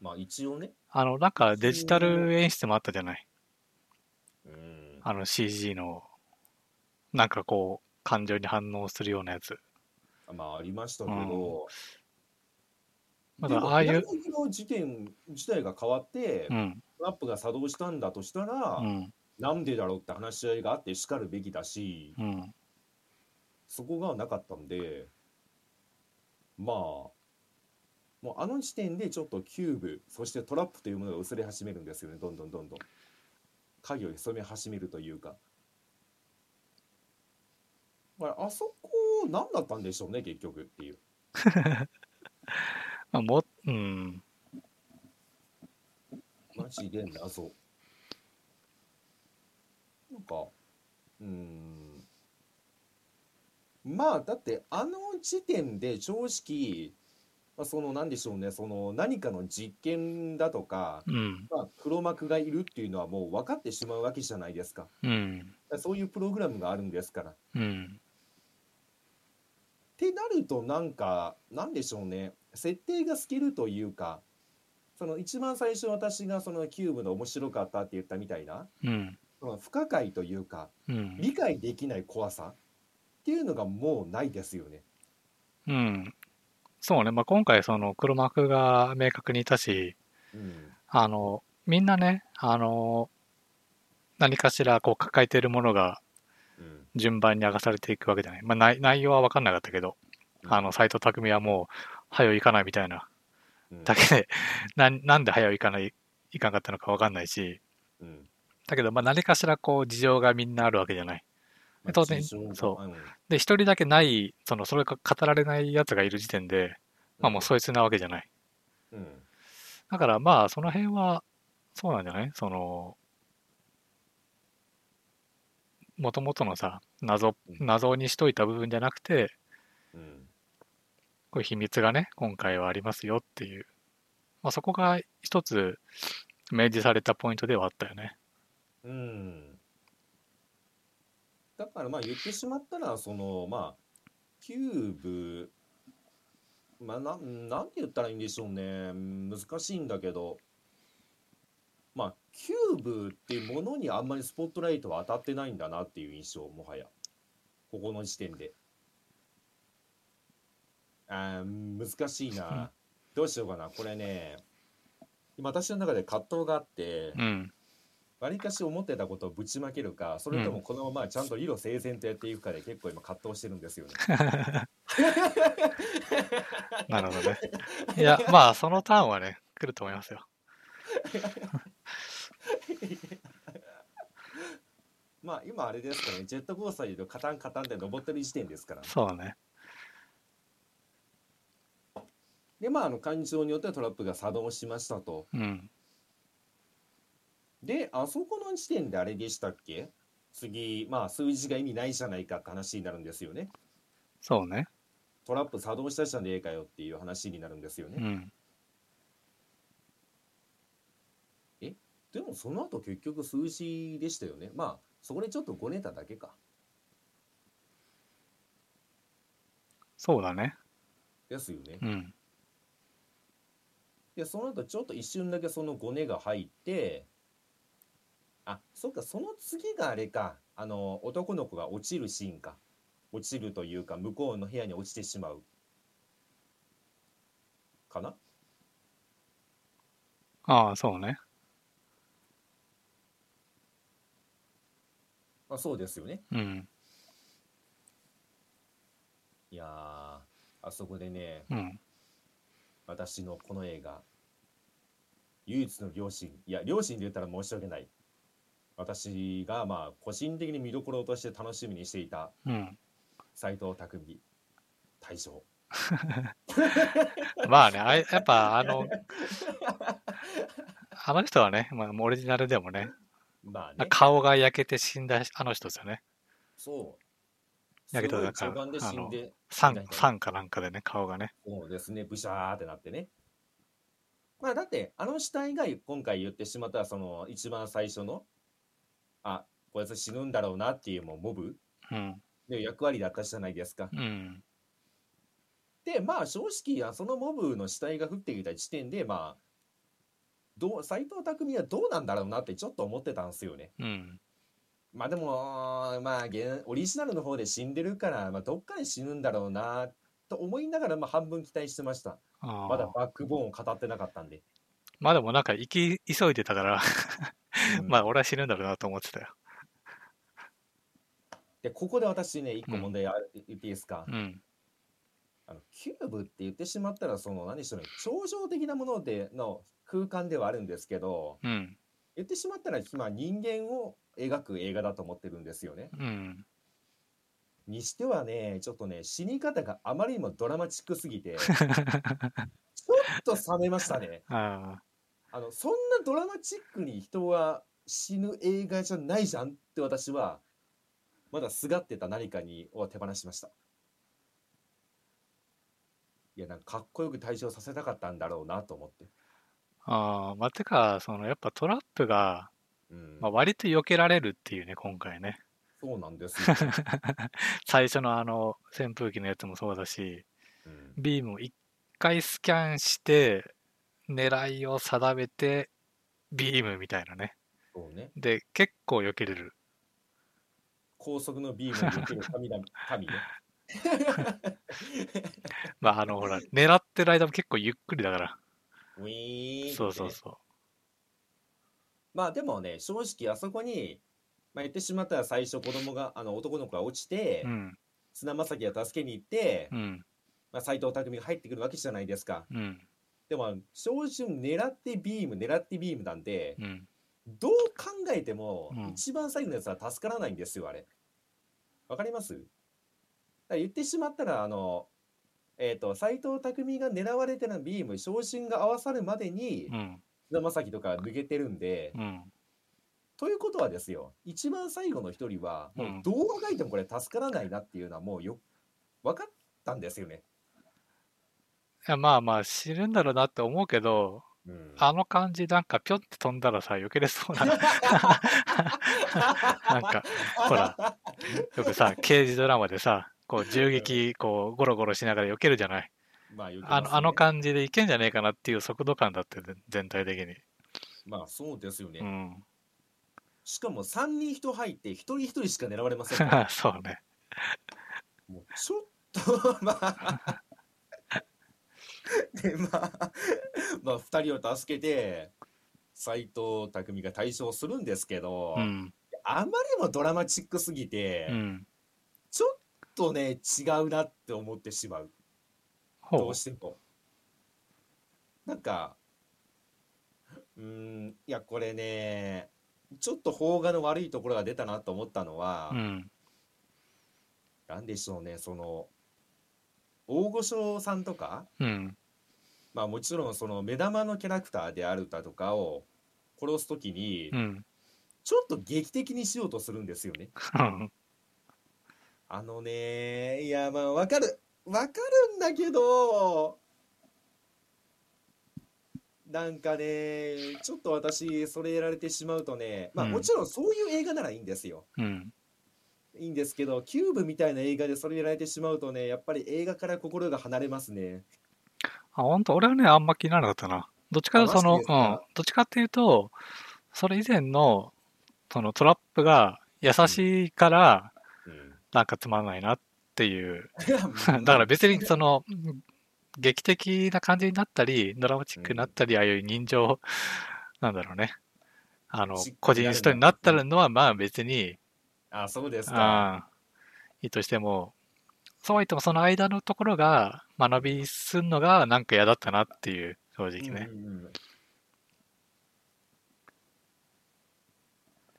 [SPEAKER 2] まあ一応ね
[SPEAKER 1] あのなんかデジタル演出もあったじゃない
[SPEAKER 2] うん
[SPEAKER 1] あの CG のなんかこう感情に反応するようなやつ
[SPEAKER 2] まあありましたけど、
[SPEAKER 1] ま
[SPEAKER 2] で
[SPEAKER 1] だ
[SPEAKER 2] も
[SPEAKER 1] ああい
[SPEAKER 2] 平
[SPEAKER 1] う
[SPEAKER 2] 野紫耀事件自体が変わって、
[SPEAKER 1] うん
[SPEAKER 2] トラップが作動したんだとしたら、
[SPEAKER 1] うん
[SPEAKER 2] なんでだろうって話し合いがあってしかるべきだし、
[SPEAKER 1] うん
[SPEAKER 2] そこがなかったんで、まあ、もうあの時点でちょっとキューブ、そしてトラップというものが薄れ始めるんですよね、どんどんどんどん。影を潜め始めるというか。だからあそこ何だったんでしょうね結局っていう
[SPEAKER 1] まあ、も、うん。
[SPEAKER 2] マジで謎なんかうーんまあだってあの時点で正直まあその何でしょうねその何かの実験だとか、
[SPEAKER 1] うん。
[SPEAKER 2] まあ、黒幕がいるっていうのはもう分かってしまうわけじゃないですか
[SPEAKER 1] うん。
[SPEAKER 2] そういうプログラムがあるんですから。っ
[SPEAKER 1] うん。
[SPEAKER 2] てなるとなんかなんでしょうね設定が透けるというかその一番最初私がそのキューブの面白かったって言ったみたいな
[SPEAKER 1] うん。
[SPEAKER 2] その不可解というか
[SPEAKER 1] うん。
[SPEAKER 2] 理解できない怖さっていうのがもうないですよね。
[SPEAKER 1] うん。そうね。まあ、今回、その、黒幕が明確にいたし、
[SPEAKER 2] うん
[SPEAKER 1] あの、みんなね、あの、何かしら、こう、抱えているものが
[SPEAKER 2] うん
[SPEAKER 1] 順番に明かされていくわけじゃない。まあ、内内容は分かんなかったけど、
[SPEAKER 2] うん
[SPEAKER 1] あの、斎藤匠はもう、早う行かないみたいな
[SPEAKER 2] うん
[SPEAKER 1] だけで、 (laughs) なんなんで早う行かない、行かんかったのか分かんないし、
[SPEAKER 2] うん
[SPEAKER 1] だけど、まあ、何かしら、こう、事情がみんなあるわけじゃない。
[SPEAKER 2] まあ
[SPEAKER 1] 当然
[SPEAKER 2] 事情が
[SPEAKER 1] そ
[SPEAKER 2] うん
[SPEAKER 1] で、一人だけない、その、それが語られないやつがいる時点で、まあもうそいつなわけじゃない。
[SPEAKER 2] うん
[SPEAKER 1] だからまあ、その辺は、そうなんじゃないその、もともとのさ、謎、謎にしといた部分じゃなくて、
[SPEAKER 2] うん
[SPEAKER 1] こういう秘密がね、今回はありますよっていう。まあそこが一つ、明示されたポイントではあったよね。
[SPEAKER 2] うんだからまあ言ってしまったらそのまあキューブまあなんなんて言ったらいいんでしょうね難しいんだけどまあキューブっていうものにあんまりスポットライトは当たってないんだなっていう印象もはやここの時点であー難しいなどうしようかなこれね今私の中で葛藤があって
[SPEAKER 1] うん。
[SPEAKER 2] わりかし思ってたことをぶちまけるかそれともこのままちゃんと理路整然とやっていくかで結構今葛藤してるんですよね。
[SPEAKER 1] なるほどね。いや、まあそのターンはね、来ると思いますよ。
[SPEAKER 2] まあ今あれですかねジェットコースターで言うとカタンカタンで登ってる時点ですから、
[SPEAKER 1] そうだね。
[SPEAKER 2] でまああの感情によってはトラップが作動しましたと
[SPEAKER 1] うん。
[SPEAKER 2] であそこの時点であれでしたっけ次まあ数字が意味ないじゃないかって話になるんですよね
[SPEAKER 1] そうね。
[SPEAKER 2] トラップ作動したじゃねえかよっていう話になるんですよ
[SPEAKER 1] う
[SPEAKER 2] ね、
[SPEAKER 1] ん。
[SPEAKER 2] でもその後結局数字でしたよねまあそこでちょっとごねただけか
[SPEAKER 1] そうだね。
[SPEAKER 2] ですよね
[SPEAKER 1] うん。
[SPEAKER 2] でその後ちょっと一瞬だけそのごねが入ってあそっかその次があれかあの男の子が落ちるシーンか落ちるというか向こうの部屋に落ちてしまうかな
[SPEAKER 1] ああ、そうね。
[SPEAKER 2] あそうですよね
[SPEAKER 1] うん。
[SPEAKER 2] いやーあそこでね
[SPEAKER 1] うん。
[SPEAKER 2] 私のこの映画唯一の両親いや両親で言ったら申し訳ない私がまあ個人的に見どころとして楽しみにしていた
[SPEAKER 1] うん。
[SPEAKER 2] 斎藤匠大将
[SPEAKER 1] まあね、あいやっぱあの、あの人はね、まあ、オリジナルでもね、
[SPEAKER 2] まあね
[SPEAKER 1] 顔が焼けて死んだあの人ですよね。
[SPEAKER 2] そう。
[SPEAKER 1] だけど
[SPEAKER 2] すごい
[SPEAKER 1] だから
[SPEAKER 2] 序盤で死んで、
[SPEAKER 1] 酸酸かなんかでね、顔がね。
[SPEAKER 2] そうですね、ブシャーってなってね。まあだって、あの死体が今回言ってしまった、その一番最初の、あ、こいつ死ぬんだろうなっていうもうモブ
[SPEAKER 1] うん。
[SPEAKER 2] の役割だったじゃないですか。
[SPEAKER 1] うん。
[SPEAKER 2] で、まあ正直、あそのモブの死体が降ってきた時点で、まあ、どう斎藤匠はどうなんだろうなってちょっと思ってたんですよね。
[SPEAKER 1] うん。
[SPEAKER 2] まあでも、まあ、現オリジナルの方で死んでるから、まあ、どっかで死ぬんだろうなと思いながら、まあ、半分期待してました。
[SPEAKER 1] あ
[SPEAKER 2] まだ
[SPEAKER 1] あ
[SPEAKER 2] バックボーンを語ってなかったんで。
[SPEAKER 1] まあでもなんか行き急いでたから、
[SPEAKER 2] う
[SPEAKER 1] (laughs)
[SPEAKER 2] ん
[SPEAKER 1] まあ俺は死ぬんだろうなと思ってたよ。
[SPEAKER 2] で、ここで私ね、一
[SPEAKER 1] う
[SPEAKER 2] 個
[SPEAKER 1] ん
[SPEAKER 2] 問題ある言っていいですか、
[SPEAKER 1] うん。
[SPEAKER 2] あのキューブって言ってしまったら、その、何でしょうね、超常的なものでの空間ではあるんですけど、
[SPEAKER 1] うん。
[SPEAKER 2] 言ってしまったら、まあ、人間を描く映画だと思ってるんですよね。
[SPEAKER 1] うん。
[SPEAKER 2] にしてはねちょっとね死に方があまりにもドラマチックす
[SPEAKER 1] (laughs)
[SPEAKER 2] ぎてちょっと冷めましたね
[SPEAKER 1] あ
[SPEAKER 2] あのそんなドラマチックに人は死ぬ映画じゃないじゃんって私はまだすがってた何かにを手放しましたいやなんかかっこよく退場させたかったんだろうなと思って、
[SPEAKER 1] あーまあてかそのやっぱトラップが、
[SPEAKER 2] うん
[SPEAKER 1] まあ、割と避けられるっていうね今回ね
[SPEAKER 2] そうなん
[SPEAKER 1] (laughs)
[SPEAKER 2] ですよ、
[SPEAKER 1] 最初のあの扇風機のやつもそうだし
[SPEAKER 2] うん
[SPEAKER 1] ビームを一回スキャンして狙いを定めてビームみたいなね
[SPEAKER 2] そうね
[SPEAKER 1] で結構避けれる
[SPEAKER 2] 高速のビームに受ける神だ神
[SPEAKER 1] (laughs)
[SPEAKER 2] ね
[SPEAKER 1] まああのほら狙ってる間も結構ゆっくりだから
[SPEAKER 2] ウィーンってね
[SPEAKER 1] そうそうそ
[SPEAKER 2] まあでもね正直あそこに、まあ、言ってしまったら最初子供があの男の子が落ちて、
[SPEAKER 1] ううん
[SPEAKER 2] 砂まさきが助けに行って、
[SPEAKER 1] うん
[SPEAKER 2] まあ、斎藤匠が入ってくるわけじゃないですか
[SPEAKER 1] うん
[SPEAKER 2] でも正直狙ってビーム狙ってビームなんで
[SPEAKER 1] うん
[SPEAKER 2] どう考えても
[SPEAKER 1] うん
[SPEAKER 2] 一番最後のやつは助からないんですよあれわかりますだから言ってしまったらあのえっ、と斎藤匠が狙われてるビーム昇進が合わさるまでに
[SPEAKER 1] うん
[SPEAKER 2] 菅田将暉とか抜けてるんで、
[SPEAKER 1] うん
[SPEAKER 2] ということはですよ一番最後の一人はもううんどう考えてもこれ助からないなっていうのはもうよ分かったんですよね。
[SPEAKER 1] いやまあまあ死ぬんだろうなって思うけど
[SPEAKER 2] うん
[SPEAKER 1] あの感じなんかぴょんって飛んだらさ避けれそうな (laughs) なんかほらよくさ刑事ドラマでさこう銃撃こうゴロゴロしながら避けるじゃない
[SPEAKER 2] まあ言ってます
[SPEAKER 1] あ
[SPEAKER 2] ね
[SPEAKER 1] のあの感じでいけんじゃねえかなっていう速度感だってね全体的に
[SPEAKER 2] まあそうですよね、
[SPEAKER 1] うん
[SPEAKER 2] しかも3人人入って一人一人しか狙われませんから
[SPEAKER 1] (laughs) そうね
[SPEAKER 2] もうちょっと (laughs) まあ
[SPEAKER 1] (laughs)
[SPEAKER 2] でまあまあ2人を助けて斎藤匠が対象するんですけど、
[SPEAKER 1] うん
[SPEAKER 2] あまりにもドラマチックすぎて、
[SPEAKER 1] うん
[SPEAKER 2] ちょっとね違うなって思ってしまうど
[SPEAKER 1] ほ
[SPEAKER 2] うしてもなんかうーんいやこれねちょっと邦画の悪いところが出たなと思ったのは、
[SPEAKER 1] ううん
[SPEAKER 2] なんでしょうねその大御所さんとか
[SPEAKER 1] うん
[SPEAKER 2] まあもちろんその目玉のキャラクターであるだとかを殺す時に
[SPEAKER 1] うん
[SPEAKER 2] ちょっと劇的にしようとするんですよね。
[SPEAKER 1] うん
[SPEAKER 2] あのねいやまあわかるわかるんだけどなんかねちょっと私それやられてしまうとねまあ
[SPEAKER 1] うん
[SPEAKER 2] もちろんそういう映画ならいいんですよ
[SPEAKER 1] (laughs) うん
[SPEAKER 2] いいんですけどキューブみたいな映画でそれやられてしまうとねやっぱり映画から心が離れますね
[SPEAKER 1] あ本当俺はねあんま気にならなかったなどっちかというとそ
[SPEAKER 2] あ
[SPEAKER 1] のうん
[SPEAKER 2] マジですか
[SPEAKER 1] どっちかっていうとそれ以前のそのトラップが優しいから、
[SPEAKER 2] (laughs)
[SPEAKER 1] なんかつまんないなっていう。 (laughs) だから別にその、劇的な感じになったり、ドラマチックになったり、ああいう人情、なんだろうね。あの
[SPEAKER 2] しっ、
[SPEAKER 1] 個
[SPEAKER 2] かり
[SPEAKER 1] 人
[SPEAKER 2] やる
[SPEAKER 1] ストになったのは、まあ別に、
[SPEAKER 2] あそうです
[SPEAKER 1] あ
[SPEAKER 2] か
[SPEAKER 1] いいとしても、そうは言ってもその間のところが学びすんのがなんか嫌だったなっていう、正直ね。
[SPEAKER 2] うんうん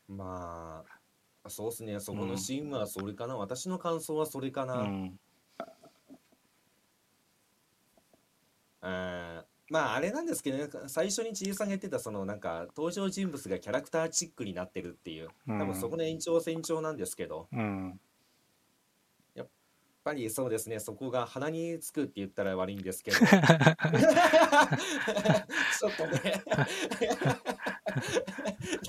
[SPEAKER 2] うんまあそうですねそこのシーンはそれかな、私の感想はそれか
[SPEAKER 1] う
[SPEAKER 2] な、
[SPEAKER 1] ん。
[SPEAKER 2] えーまああれなんですけどね最初に千里さんが言ってたそのなんか登場人物がキャラクターチックになってるっていう
[SPEAKER 1] う
[SPEAKER 2] 多
[SPEAKER 1] ん
[SPEAKER 2] 分そこの延長線上なんですけど、や
[SPEAKER 1] う
[SPEAKER 2] っ
[SPEAKER 1] ん。
[SPEAKER 2] ぱりそうですねそこが鼻につくって言ったら悪い
[SPEAKER 1] (laughs)
[SPEAKER 2] んですけど (laughs) ちょっとね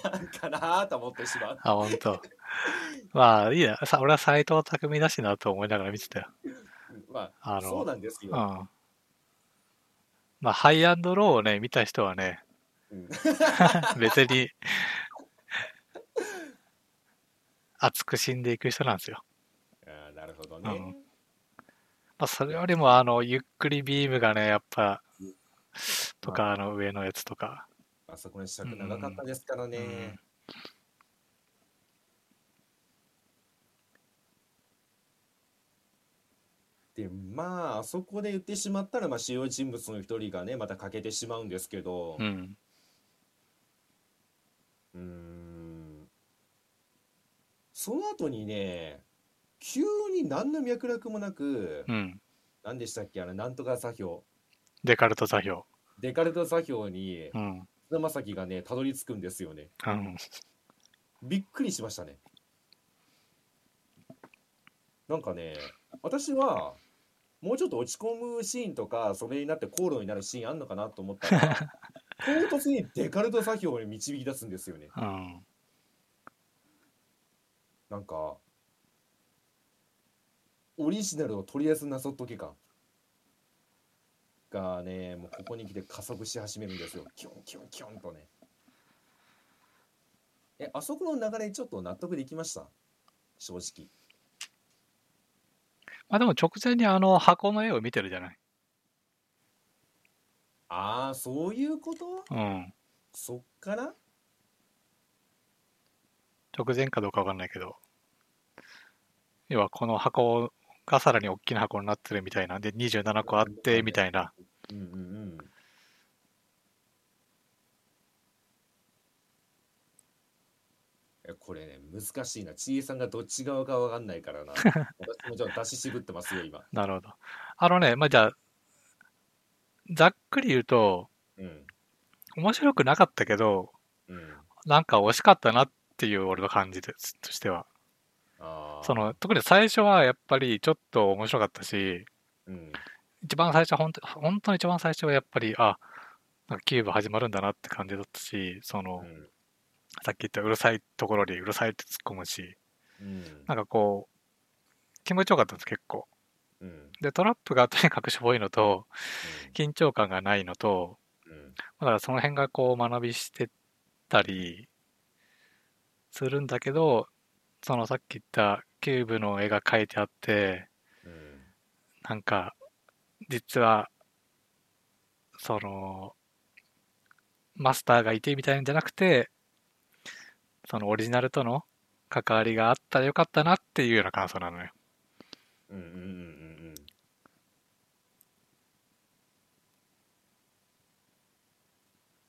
[SPEAKER 2] (laughs) なんかなと思ってしまう
[SPEAKER 1] あ、本当。 (laughs) まあいいや、さ俺は斎藤匠だしなと思いながら見てたよ。
[SPEAKER 2] まあ
[SPEAKER 1] あの、
[SPEAKER 2] そうなんですよ。
[SPEAKER 1] うんまあ、ハイアンドローをね、見た人はね、
[SPEAKER 2] うん
[SPEAKER 1] (laughs) 別に、熱く死んでいく人なんですよ。
[SPEAKER 2] あーなるほど
[SPEAKER 1] う
[SPEAKER 2] ね
[SPEAKER 1] ん。まあ、それよりも、あの、ゆっくりビームがね、やっぱ、とか、あの、上のやつとか。
[SPEAKER 2] あそこの尺長かったですからね。でまああそこで言ってしまったら、まあ、主要人物の一人がねまた欠けてしまうんですけど
[SPEAKER 1] う、ん。
[SPEAKER 2] うーんその後にね急に何の脈絡もなく、
[SPEAKER 1] うん。
[SPEAKER 2] 何でしたっけあのなんとか作業
[SPEAKER 1] デカルト座標。
[SPEAKER 2] デカルト作業に
[SPEAKER 1] うん。
[SPEAKER 2] 菅田将暉がねたどり着くんですよね
[SPEAKER 1] うん。
[SPEAKER 2] びっくりしましたねなんかね私はもうちょっと落ち込むシーンとかそれになって口論になるシーンあんのかなと思ったら唐突にデカルト作業に導き出すんですよね
[SPEAKER 1] うん。
[SPEAKER 2] なんかオリジナルをとりあえずなぞっとけ感がねもうここに来て加速し始めるんですよキュンキュンキュンとねえあそこの流れちょっと納得できました正直
[SPEAKER 1] まあでも直前にあの箱の絵を見てるじゃない。
[SPEAKER 2] ああそういうこと
[SPEAKER 1] うん。
[SPEAKER 2] そっから
[SPEAKER 1] 直前かどうかわかんないけど。要はこの箱がさらに大きな箱になってるみたいなんで、27個あってみたいな。
[SPEAKER 2] うんうんうんえこれね難しいなちえさんがどっち側かわかんないか
[SPEAKER 1] (laughs)
[SPEAKER 2] らな私もちょっと出し渋ってますよ今
[SPEAKER 1] なるほど。あのね、まあじゃあ、ざっくり言うと、
[SPEAKER 2] うん
[SPEAKER 1] 面白くなかったけど、
[SPEAKER 2] うん
[SPEAKER 1] なんか惜しかったなっていう俺の感じですとしては。
[SPEAKER 2] あー
[SPEAKER 1] その、特に最初はやっぱりちょっと面白かったし、
[SPEAKER 2] うん
[SPEAKER 1] 一番最初は本当、本当に一番最初はやっぱり、あ、なんかキューブ始まるんだなって感じだったし、その、
[SPEAKER 2] うん
[SPEAKER 1] さっき言ったうるさいところにうるさいって突っ込むし、
[SPEAKER 2] うん
[SPEAKER 1] なんかこう、気持ちよかったんです、結構。
[SPEAKER 2] うん
[SPEAKER 1] で、トラップがとにかくしょぼいのと、緊張感がないのと、
[SPEAKER 2] うん
[SPEAKER 1] だからその辺がこう学びしてたりするんだけど、そのさっき言ったキューブの絵が描いてあって、
[SPEAKER 2] うん
[SPEAKER 1] なんか、実は、その、マスターがいてみたいんじゃなくて、そのオリジナルとの関わりがあったらよかったなっていうような感想なのよ。
[SPEAKER 2] うんうんうんうんうん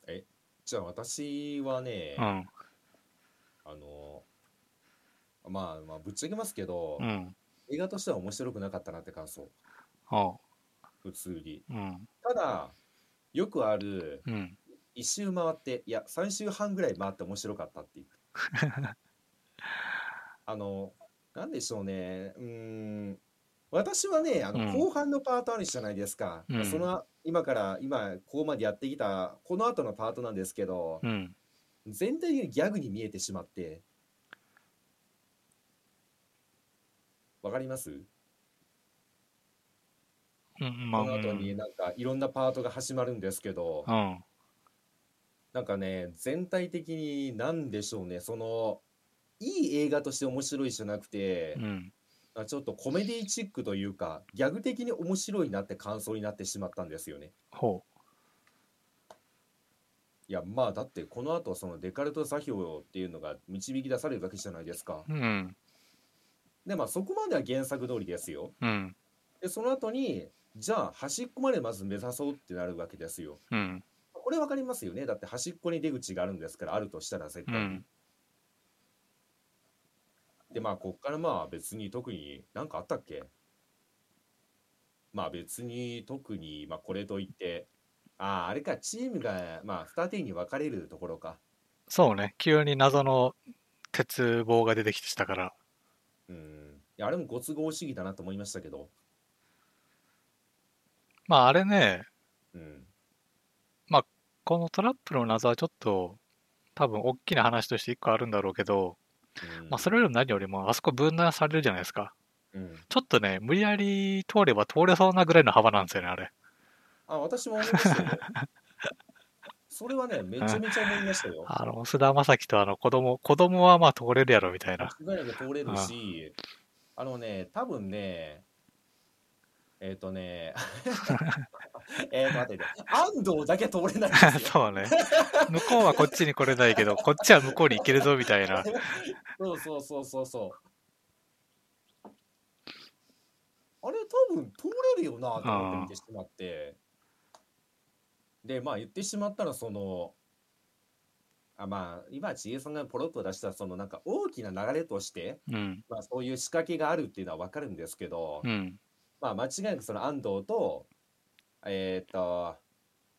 [SPEAKER 2] えじゃあ私はね、
[SPEAKER 1] うん、
[SPEAKER 2] あのまあまあぶっちゃけますけど、
[SPEAKER 1] うん、
[SPEAKER 2] 映画としては面白くなかったなって感想
[SPEAKER 1] おう、
[SPEAKER 2] 普通に
[SPEAKER 1] うん、
[SPEAKER 2] ただよくある
[SPEAKER 1] うん、
[SPEAKER 2] 1周回っていや3周半ぐらい回って面白かったっ
[SPEAKER 1] (laughs)
[SPEAKER 2] ていうあのなんでしょうねうーん私はねあ
[SPEAKER 1] う
[SPEAKER 2] の
[SPEAKER 1] ん
[SPEAKER 2] 後半のパートあるじゃないですか、
[SPEAKER 1] うん
[SPEAKER 2] その今から今ここまでやってきたこの後のパートなんですけど、
[SPEAKER 1] うん。
[SPEAKER 2] 全体的にギャグに見えてしまってわかります
[SPEAKER 1] うん、まあ、
[SPEAKER 2] こ
[SPEAKER 1] う
[SPEAKER 2] の後
[SPEAKER 1] ん
[SPEAKER 2] に、なんかいろんなパートが始まるんですけど
[SPEAKER 1] うん、
[SPEAKER 2] なんかね全体的に何でしょうねそのいい映画として面白いじゃなくて
[SPEAKER 1] うん、
[SPEAKER 2] あちょっとコメディチックというかギャグ的に面白いなって感想になってしまったんですよね。
[SPEAKER 1] ほ
[SPEAKER 2] いやまあだってこの後そのデカルト作業っていうのが導き出されるわけじゃないですか。
[SPEAKER 1] う、うん、
[SPEAKER 2] でまあそこまでは原作通りですよ。
[SPEAKER 1] うん、
[SPEAKER 2] でその後にじゃあ端っこまでまず目指そうってなるわけですよ。
[SPEAKER 1] うん、
[SPEAKER 2] これ分かりますよねだって端っこに出口があるんですからあるとしたら絶
[SPEAKER 1] う
[SPEAKER 2] 対に。
[SPEAKER 1] ん、
[SPEAKER 2] でまあこっからまあ別に特に何かあったっけまあ別に特にまあこれといってあああれかチームがまあ二手に分かれるところか
[SPEAKER 1] そうね、急に謎の鉄棒が出てきてしたから、
[SPEAKER 2] うんいやあれもご都合主義だなと思いましたけど
[SPEAKER 1] まあ、あれね、
[SPEAKER 2] うん
[SPEAKER 1] このトラップの謎はちょっと多分大きな話として一個あるんだろうけど、
[SPEAKER 2] うん
[SPEAKER 1] まあ、それよりも何よりもあそこ分断されるじゃないですか
[SPEAKER 2] うん
[SPEAKER 1] ちょっとね無理やり通れば通れそうなぐらいの幅なんですよねあれ
[SPEAKER 2] あ私も思いましたよそれはねめちゃめちゃ思いましたよ
[SPEAKER 1] あの菅田将暉とあの子供子供はまあ通れるやろみたいな
[SPEAKER 2] 間違いなく通れるし、あのね、多分ね、えっ、とね、えっと待ってね、安藤だけ通れないんですよ。
[SPEAKER 1] (laughs) そうね向こうはこっちに来れないけどこっちは向こうに行けるぞみたいな
[SPEAKER 2] そうそうそうそうそう。あれ多分通れるよなと思って見てしまって。で、まあ言ってしまったらその、あまあ今知恵さんがポロッと出したそのなんか大きな流れとして、
[SPEAKER 1] うん、
[SPEAKER 2] まあ、そういう仕掛けがあるっていうのは分かるんですけど、
[SPEAKER 1] うん、
[SPEAKER 2] まあ間違いなくその安藤とえーっと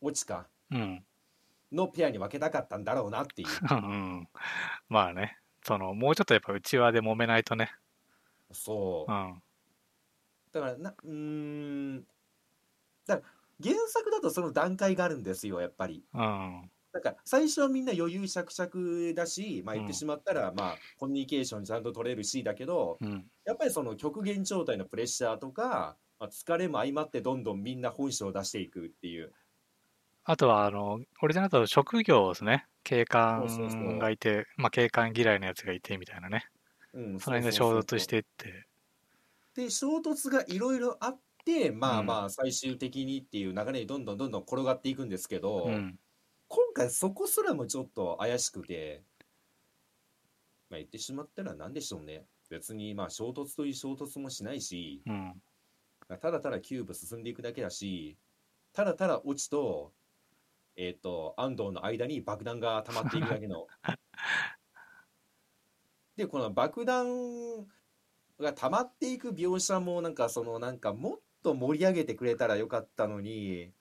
[SPEAKER 2] 落ちか
[SPEAKER 1] うん、
[SPEAKER 2] のペアに分けたかったんだろうな
[SPEAKER 1] (laughs)
[SPEAKER 2] っていう
[SPEAKER 1] うん。まあね、その、もうちょっとやっぱ内輪で揉めないとね、
[SPEAKER 2] そう
[SPEAKER 1] うん、
[SPEAKER 2] だからなうーんだから原作だとその段階があるんですよやっぱり
[SPEAKER 1] うん、
[SPEAKER 2] だから最初はみんな余裕しゃくしゃくだし、まあ、
[SPEAKER 1] うん
[SPEAKER 2] 言ってしまったら、まあコミュニケーションちゃんと取れるしだけど
[SPEAKER 1] うん、
[SPEAKER 2] やっぱりその極限状態のプレッシャーとか、まあ、疲れも相まってどんどんみんな本性を出していくっていう
[SPEAKER 1] あとは、あの、これじゃなくて職業ですね。警
[SPEAKER 2] そうそうそう
[SPEAKER 1] 官がいて、まあ警官嫌いのやつがいてみたいなね。
[SPEAKER 2] うん
[SPEAKER 1] その辺で
[SPEAKER 2] う
[SPEAKER 1] 衝
[SPEAKER 2] うう
[SPEAKER 1] 突していって。
[SPEAKER 2] で衝突がいろいろあってまあ
[SPEAKER 1] うん
[SPEAKER 2] まあ最終的にっていう流れにどんどんどんどん転がっていくんですけど、
[SPEAKER 1] うん。
[SPEAKER 2] 今回そこすらもちょっと怪しくて、まあ、言ってしまったら何でしょうね別にまあ衝突という衝突もしないし
[SPEAKER 1] うん。
[SPEAKER 2] まあただただキューブ進んでいくだけだしただただ落ちと,、えっと安藤の間に爆弾が溜まっていくだけのでこの爆弾が溜まっていく描写もなんかそのなんかもっと盛り上げてくれたらよかったのに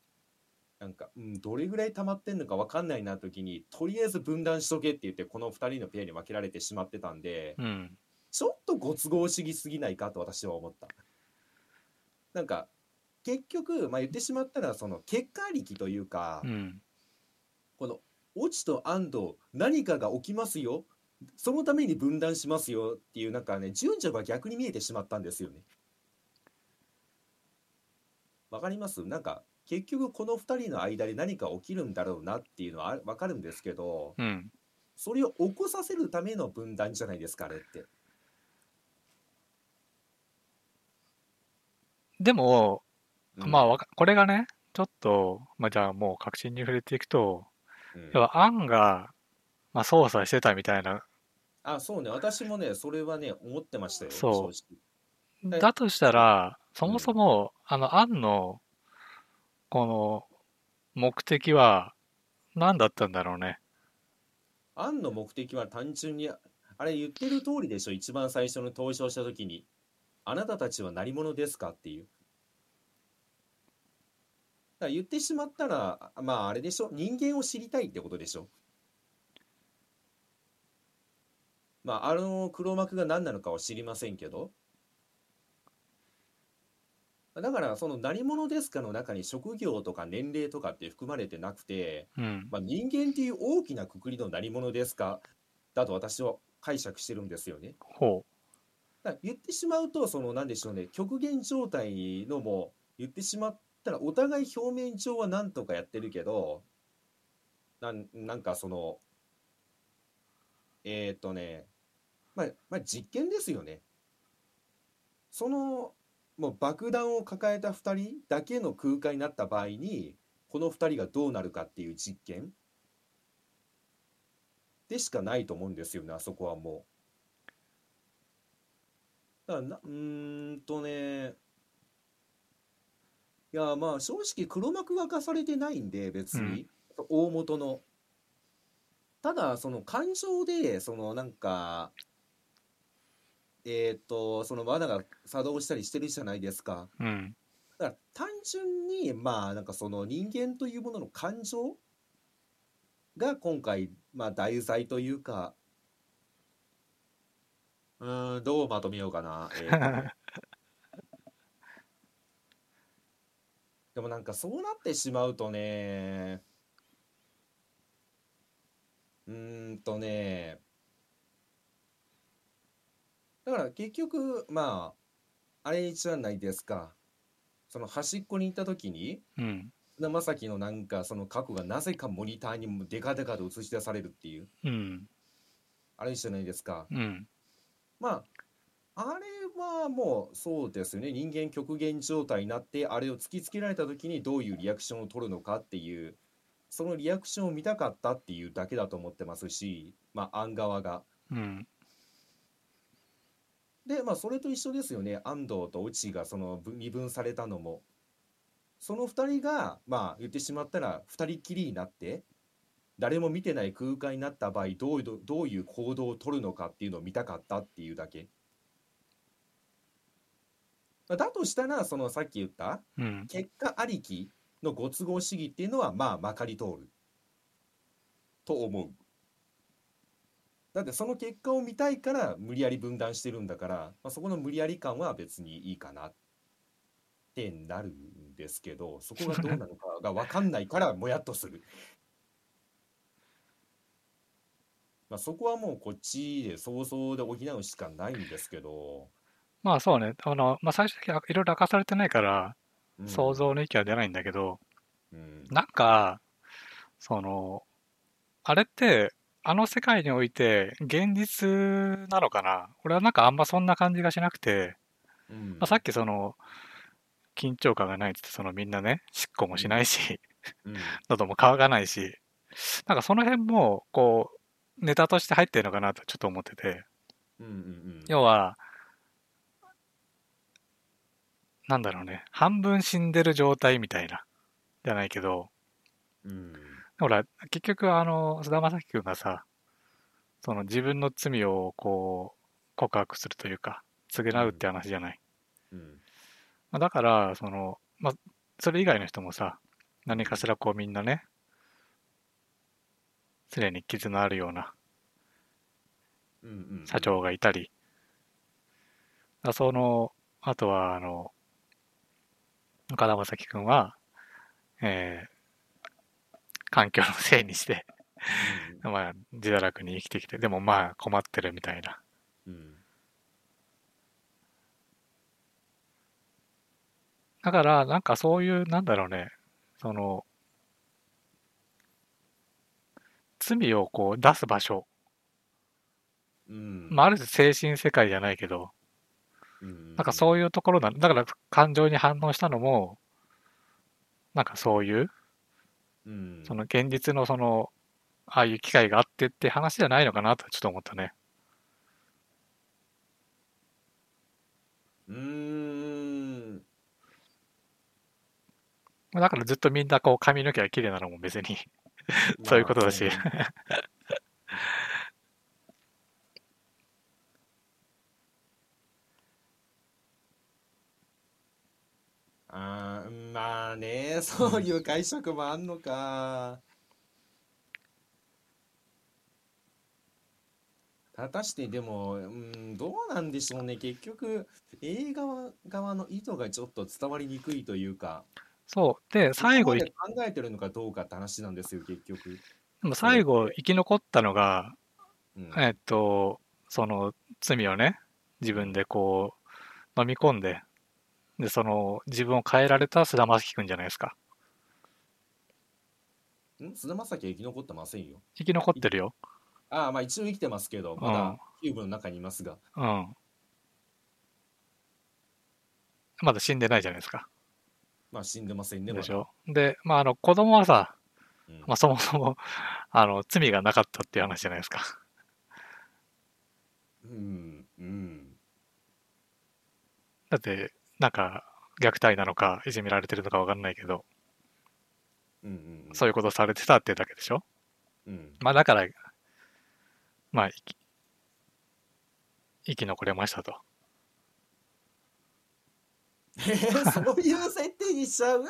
[SPEAKER 2] なんか、うん、どれぐらい溜まってんのか分かんないな時にとりあえず分断しとけって言ってこの2人のペアに分けられてしまってたんで。
[SPEAKER 1] うん。
[SPEAKER 2] ちょっとご都合主義すぎないかと私は思った。なんか結局、まあ、言ってしまったらその結果力というか、
[SPEAKER 1] うん。
[SPEAKER 2] この落ちと安藤何かが起きますよそのために分断しますよっていうなんかね順序が逆に見えてしまったんですよね。わかりますなんか結局この2人の間で何か起きるんだろうなっていうのはあわかるんですけど
[SPEAKER 1] うん。
[SPEAKER 2] それを起こさせるための分断じゃないですかあれって。
[SPEAKER 1] でも、
[SPEAKER 2] うん
[SPEAKER 1] まあ、わかこれがね、ちょっと、まあじゃあもう確信に触れていくと、
[SPEAKER 2] うん
[SPEAKER 1] 要はアンが、まあ操作してたみたいな。
[SPEAKER 2] あ、そうね。私もね、それはね、思ってましたよ。
[SPEAKER 1] そう
[SPEAKER 2] 正え
[SPEAKER 1] だとしたら、そもそも、あの、アンの、この、目的は、何だったんだろうね。
[SPEAKER 2] 直。アンの目的は単純に、あれ言ってる通りでしょ。一番最初の登場した時に。あなたたちは何者ですかっていう。だから言ってしまったら、あまああれでしょ。人間を知りたいってことでしょ。まあ、あの黒幕が何なのかは知りませんけど。だから、その何者ですかの中に職業とか年齢とかって含まれてなくて、
[SPEAKER 1] うん。
[SPEAKER 2] まあ、人間っていう大きな括りの何者ですかだと私は解釈してるんですよね。
[SPEAKER 1] ほ
[SPEAKER 2] だから言ってしまうとその何でしょうね極限状態のも言ってしまったらお互い表面上は何とかやってるけどなんなんかそのえーっ、とねまあまあ実験ですよね。そのもう爆弾を抱えた2人だけの空間になった場合にこの2人がどうなるかっていう実験でしかないと思うんですよねあそこはもう。だからなうーんとねいやまあ正直黒幕が明かされてないんで別に、大元のただその感情でそのなんかえっ、とその罠が作動したりしてるじゃないですか
[SPEAKER 1] う。うん。 (laughs)
[SPEAKER 2] だから単純にまあなんかその人間というものの感情が今回まあ題材というかうーんどうまとめようかな、えー (laughs) でもなんかそうなってしまうとねうーんとねだから結局まああれじゃないですかその端っこに行った時に
[SPEAKER 1] うん。
[SPEAKER 2] 菅田将暉のなんかその過去がなぜかモニターにもデカデカと映し出されるっていう
[SPEAKER 1] うん。
[SPEAKER 2] あれじゃないですか
[SPEAKER 1] うん。
[SPEAKER 2] まああれはもうそうですよね人間極限状態になってあれを突きつけられた時にどういうリアクションを取るのかっていうそのリアクションを見たかったっていうだけだと思ってますしまあ案側が
[SPEAKER 1] うん。
[SPEAKER 2] でまあそれと一緒ですよね安藤と内がその分二分されたのもその2人がまあ言ってしまったら2人きりになって誰も見てない空間になった場合どういうどういう行動を取るのかっていうのを見たかったっていうだけまあだとしたらそのさっき言った
[SPEAKER 1] うん。
[SPEAKER 2] 結果ありきのご都合主義っていうのはまあまかり通ると思うだってその結果を見たいから無理やり分断してるんだから、まあ、そこの無理やり感は別にいいかなってなるんですけどそこがどうなのかが分かんないからもやっとする。まあ、そこはもうこっちで早々で補うしかないんですけど、
[SPEAKER 1] まあそうね。あの、まあ最終的にいろいろ明かされてないから、
[SPEAKER 2] うん
[SPEAKER 1] 想像の域は出ないんだけど、
[SPEAKER 2] うん
[SPEAKER 1] なんか、その、あれって、あの世界において現実なのかな俺はなんかあんまそんな感じがしなくて、
[SPEAKER 2] うん
[SPEAKER 1] まあ、さっきその、緊張感がないって言って、そのみんなね、しっこもしないし、
[SPEAKER 2] うん
[SPEAKER 1] 喉も乾かないし、なんかその辺も、こう、ネタとして入ってるのかなとちょっと思ってて、
[SPEAKER 2] うんうん
[SPEAKER 1] 要は、なんだろうね、半分死んでる状態みたいな、じゃないけど、
[SPEAKER 2] うん
[SPEAKER 1] ほら、結局、あの、菅田将暉君がさ、その自分の罪をこう、告白するというか、償うって話じゃない。
[SPEAKER 2] うん
[SPEAKER 1] まあだから、その、まあ、それ以外の人もさ、何かしらこうみんなね、常に傷のあるような
[SPEAKER 2] うんうんうん
[SPEAKER 1] 社長がいたり、あその、あとは、あの、岡田将生君は、えー環境のせいにして、まあ、自堕落に生きてきて、でもまあ困ってるみたいな。
[SPEAKER 2] うんうん
[SPEAKER 1] だから、なんかそういう、なんだろうね、その、罪をこう出す場所。
[SPEAKER 2] うん
[SPEAKER 1] まあ、ある種精神世界じゃないけど、
[SPEAKER 2] うん
[SPEAKER 1] なんかそういうところなんだから感情に反応したのも、なんかそういう、
[SPEAKER 2] うん
[SPEAKER 1] その現実のその、ああいう機会があってって話じゃないのかなとちょっと思ったね。
[SPEAKER 2] うーん
[SPEAKER 1] まあだからずっとみんなこう髪の毛が綺麗なのも別にそういうことだし
[SPEAKER 2] まあね (laughs) あーまあねそういう解釈もあんのか果たしてでも、うん、どうなんでしょうね結局映画は側の意図がちょっと伝わりにくいというか
[SPEAKER 1] (laughs) そう。で、最後
[SPEAKER 2] そこま
[SPEAKER 1] い
[SPEAKER 2] で考えてるのかどうかって話なんですよ結局、
[SPEAKER 1] でも最後生き残ったのが、
[SPEAKER 2] うん
[SPEAKER 1] えっと、その罪をね、自分でこう飲み込んで、で、その自分を変えられた菅田将暉くんじゃないですか。
[SPEAKER 2] ん菅田将暉は生き残ってませんよ
[SPEAKER 1] 生き残ってるよ。
[SPEAKER 2] ああまあ一応生きてますけどま
[SPEAKER 1] うん
[SPEAKER 2] だキューブの中にいますが
[SPEAKER 1] うん。まだ死んでないじゃないですか。
[SPEAKER 2] まあ死んでませんね
[SPEAKER 1] でし
[SPEAKER 2] まだ
[SPEAKER 1] ょ。で、まあ、あの、子供はさ、
[SPEAKER 2] うん
[SPEAKER 1] まあ、そもそも、あの、罪がなかったっていう話じゃないですか。
[SPEAKER 2] うんうん
[SPEAKER 1] だって、なんか、虐待なのか、いじめられてるのかわかんないけど、
[SPEAKER 2] うんうん
[SPEAKER 1] そういうことされてたってだけでしょ。
[SPEAKER 2] うん (laughs)
[SPEAKER 1] まあだから、まあ生き、生き残れましたと。
[SPEAKER 2] えーそういう設定にしちゃう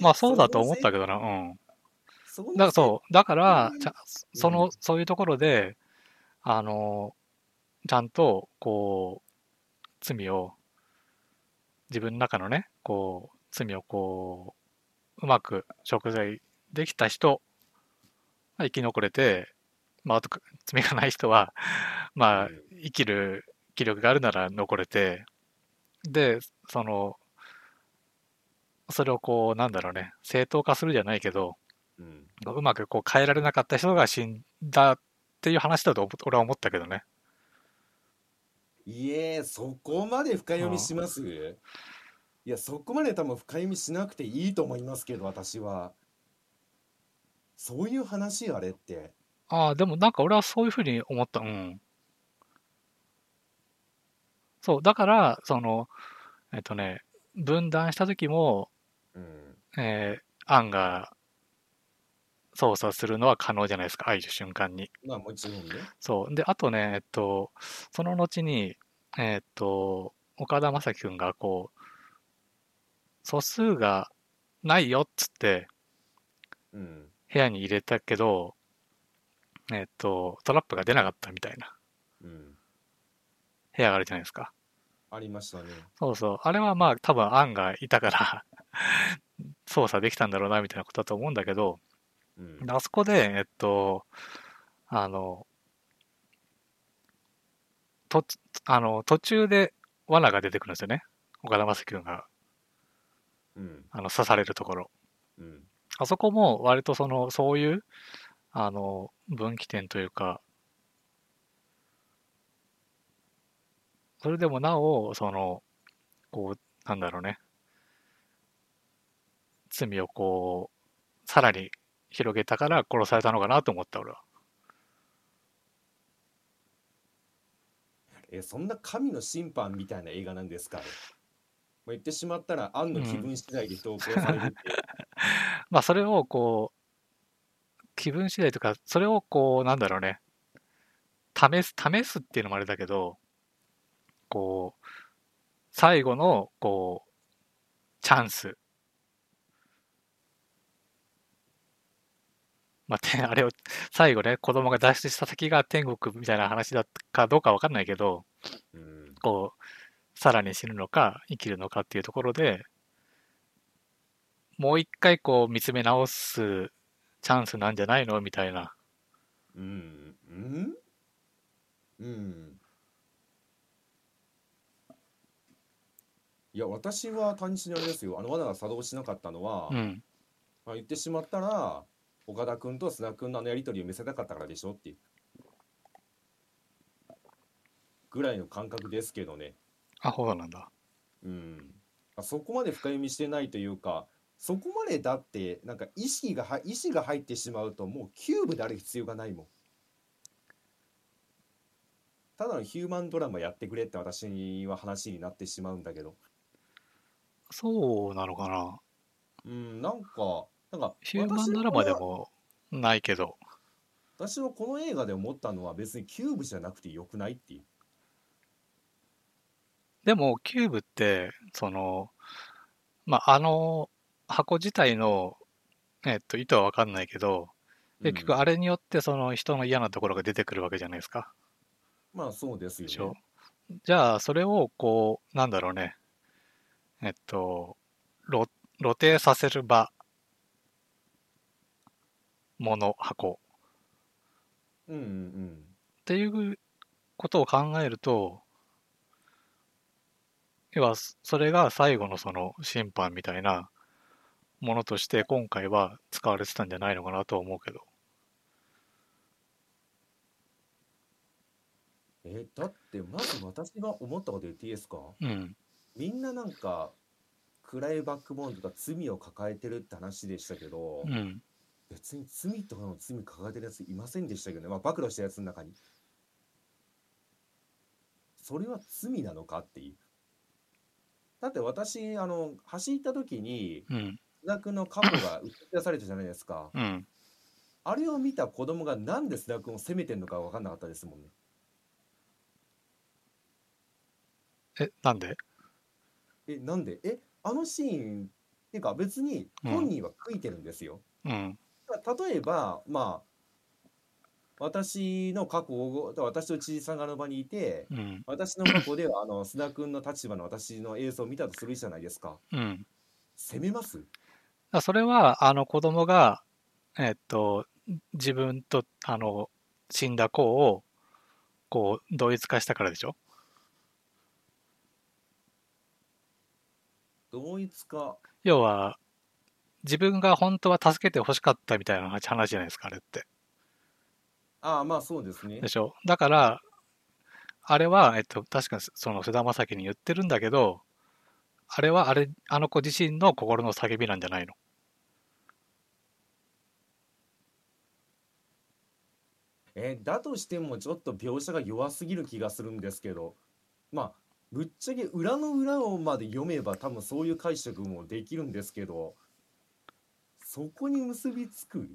[SPEAKER 1] まあそうだと思ったけどな、うん。
[SPEAKER 2] そういう
[SPEAKER 1] だからそう、だから
[SPEAKER 2] うん、
[SPEAKER 1] ちゃその、そういうところで、あの、ちゃんと、こう、罪を、自分の中のね、こう、罪をこう、うまく食材できた人は生き残れて、まあ、あと、罪がない人は、まあ
[SPEAKER 2] うん、
[SPEAKER 1] 生きる気力があるなら残れて、で、その、それをこう、なんだろうね、正当化するじゃないけど、
[SPEAKER 2] うん
[SPEAKER 1] うまくこう変えられなかった人が死んだっていう話だと思俺は思ったけどね。
[SPEAKER 2] いえそこまで深読みしますいやそこまで多分深読みしなくていいと思いますけど私はそういう話あれって
[SPEAKER 1] ああ、でもなんか俺はそういうふうに思った。うん。そう、だから、その、えっとね、分断した時も、
[SPEAKER 2] うん
[SPEAKER 1] えーアンが操作するのは可能じゃないですか、ああいう瞬間に。
[SPEAKER 2] まあもちろんね。
[SPEAKER 1] そう。で、あとね、えっと、その後に、えっと、岡田将生君がこう、素数がないよっつって
[SPEAKER 2] うん。
[SPEAKER 1] 部屋に入れたけど、えっと、トラップが出なかったみたいな
[SPEAKER 2] うん。
[SPEAKER 1] 部屋があるじゃないですか。
[SPEAKER 2] ありましたね。
[SPEAKER 1] そうそう。あれはまあ多分アンがいたから (laughs) 操作できたんだろうなみたいなことだと思うんだけど、
[SPEAKER 2] うん。
[SPEAKER 1] あそこで、えっと、あの、とあの途中で罠が出てくるんですよね。岡田将生君が
[SPEAKER 2] うん。
[SPEAKER 1] あの刺されるところ。
[SPEAKER 2] うん。
[SPEAKER 1] あそこも割とその、そういう、あの、分岐点というか、それでもなお、その、こう、なんだろうね、罪をこう、さらに広げたから殺されたのかなと思った、俺は。
[SPEAKER 2] え、そんな神の審判みたいな映画なんですかあれまあ言ってしまったら、アンの気分次第で人を殺されるっていう。
[SPEAKER 1] まあ、それをこう、気分次第とか、それをこう、なんだろうね、試す、試すっていうのもあれだけど、こう、最後の、こう、チャンス。まあ、てあれを、最後ね、子供が脱出した先が天国みたいな話だったかどうかわかんないけど、
[SPEAKER 2] うん。
[SPEAKER 1] こう、さらに死ぬのか、生きるのかっていうところで、もう一回こう見つめ直すチャンスなんじゃないのみたいな。
[SPEAKER 2] うん。うん。うん。いや、私は単純にあれですよ。あの罠が作動しなかったのは、
[SPEAKER 1] うん。
[SPEAKER 2] まあ、言ってしまったら岡田君と須田君のあのやり取りを見せたかったからでしょっていうぐらいの感覚ですけどね、
[SPEAKER 1] あ、そうなんだ。
[SPEAKER 2] うん、あそこまで深読みしてないというかそこまでだってなんか意識がは意思が入ってしまうともうキューブである必要がないもんただのヒューマンドラマやってくれって私には話になってしまうんだけど
[SPEAKER 1] そうなのかな。
[SPEAKER 2] うんなんかなんか
[SPEAKER 1] ヒューマンドラマでもないけど。
[SPEAKER 2] 私はこの映画で思ったのは別にキューブじゃなくてよくないっていう
[SPEAKER 1] でも、キューブって、その、まあ、あの箱自体の、えっと、意図はわかんないけど、結局あ
[SPEAKER 2] れ、
[SPEAKER 1] れによってその人の嫌なところが出てくるわけじゃないですか。
[SPEAKER 2] まあそうです
[SPEAKER 1] でし
[SPEAKER 2] よ
[SPEAKER 1] ょ
[SPEAKER 2] ね。
[SPEAKER 1] じゃあ、それを、こう、なんだろうね。えっと、露露呈させる場、もの、箱
[SPEAKER 2] うんうん
[SPEAKER 1] っていうことを考えると、要は、そそれが最後のその審判みたいなものとして、今回は使われてたんじゃないのかなとは思うけど。
[SPEAKER 2] うん。えだってまず私が思ったこと言っていいですか
[SPEAKER 1] うん。
[SPEAKER 2] みんななんか暗いバックボーンとか罪を抱えてるって話でしたけど、
[SPEAKER 1] うん。
[SPEAKER 2] 別に罪とかの罪抱えてるやついませんでしたけどね、まあ、暴露したやつの中に。それは罪なのかっていう。だって私あの走った時に
[SPEAKER 1] うん。
[SPEAKER 2] 津田君の過去が打ち出されたじゃないですか。
[SPEAKER 1] うん。
[SPEAKER 2] あれを見た子供がなんで須田君を責めてんのか分かんなかったですもんね。
[SPEAKER 1] え、なんで
[SPEAKER 2] え、なんでえ、あのシーン、っていうか別に本人は悔いてるんですよ。
[SPEAKER 1] うん。
[SPEAKER 2] だから例えば、まあ、私の過去を、私と知事さんがあの場にいて、
[SPEAKER 1] うん。
[SPEAKER 2] 私の過去ではあの須田君の立場の私の映像を見たとするじゃないですか。
[SPEAKER 1] うん。
[SPEAKER 2] 責めます
[SPEAKER 1] だからそれは、あの子供が、えっと、自分と、あの、死んだ子を、こう、同一化したからでしょ
[SPEAKER 2] 同一化。
[SPEAKER 1] 要は、自分が本当は助けて欲しかったみたいな話話じゃないですか、あれって。
[SPEAKER 2] ああ、まあそうですね
[SPEAKER 1] で。しょだから、あれは、えっと、確かにその菅田将暉に言ってるんだけど、あれはあれ、あの子自身の心の叫びなんじゃないの
[SPEAKER 2] えだとしてもちょっと描写が弱すぎる気がするんですけどまあぶっちゃけ裏の裏をまで読めば多分そういう解釈もできるんですけどそこに結びつく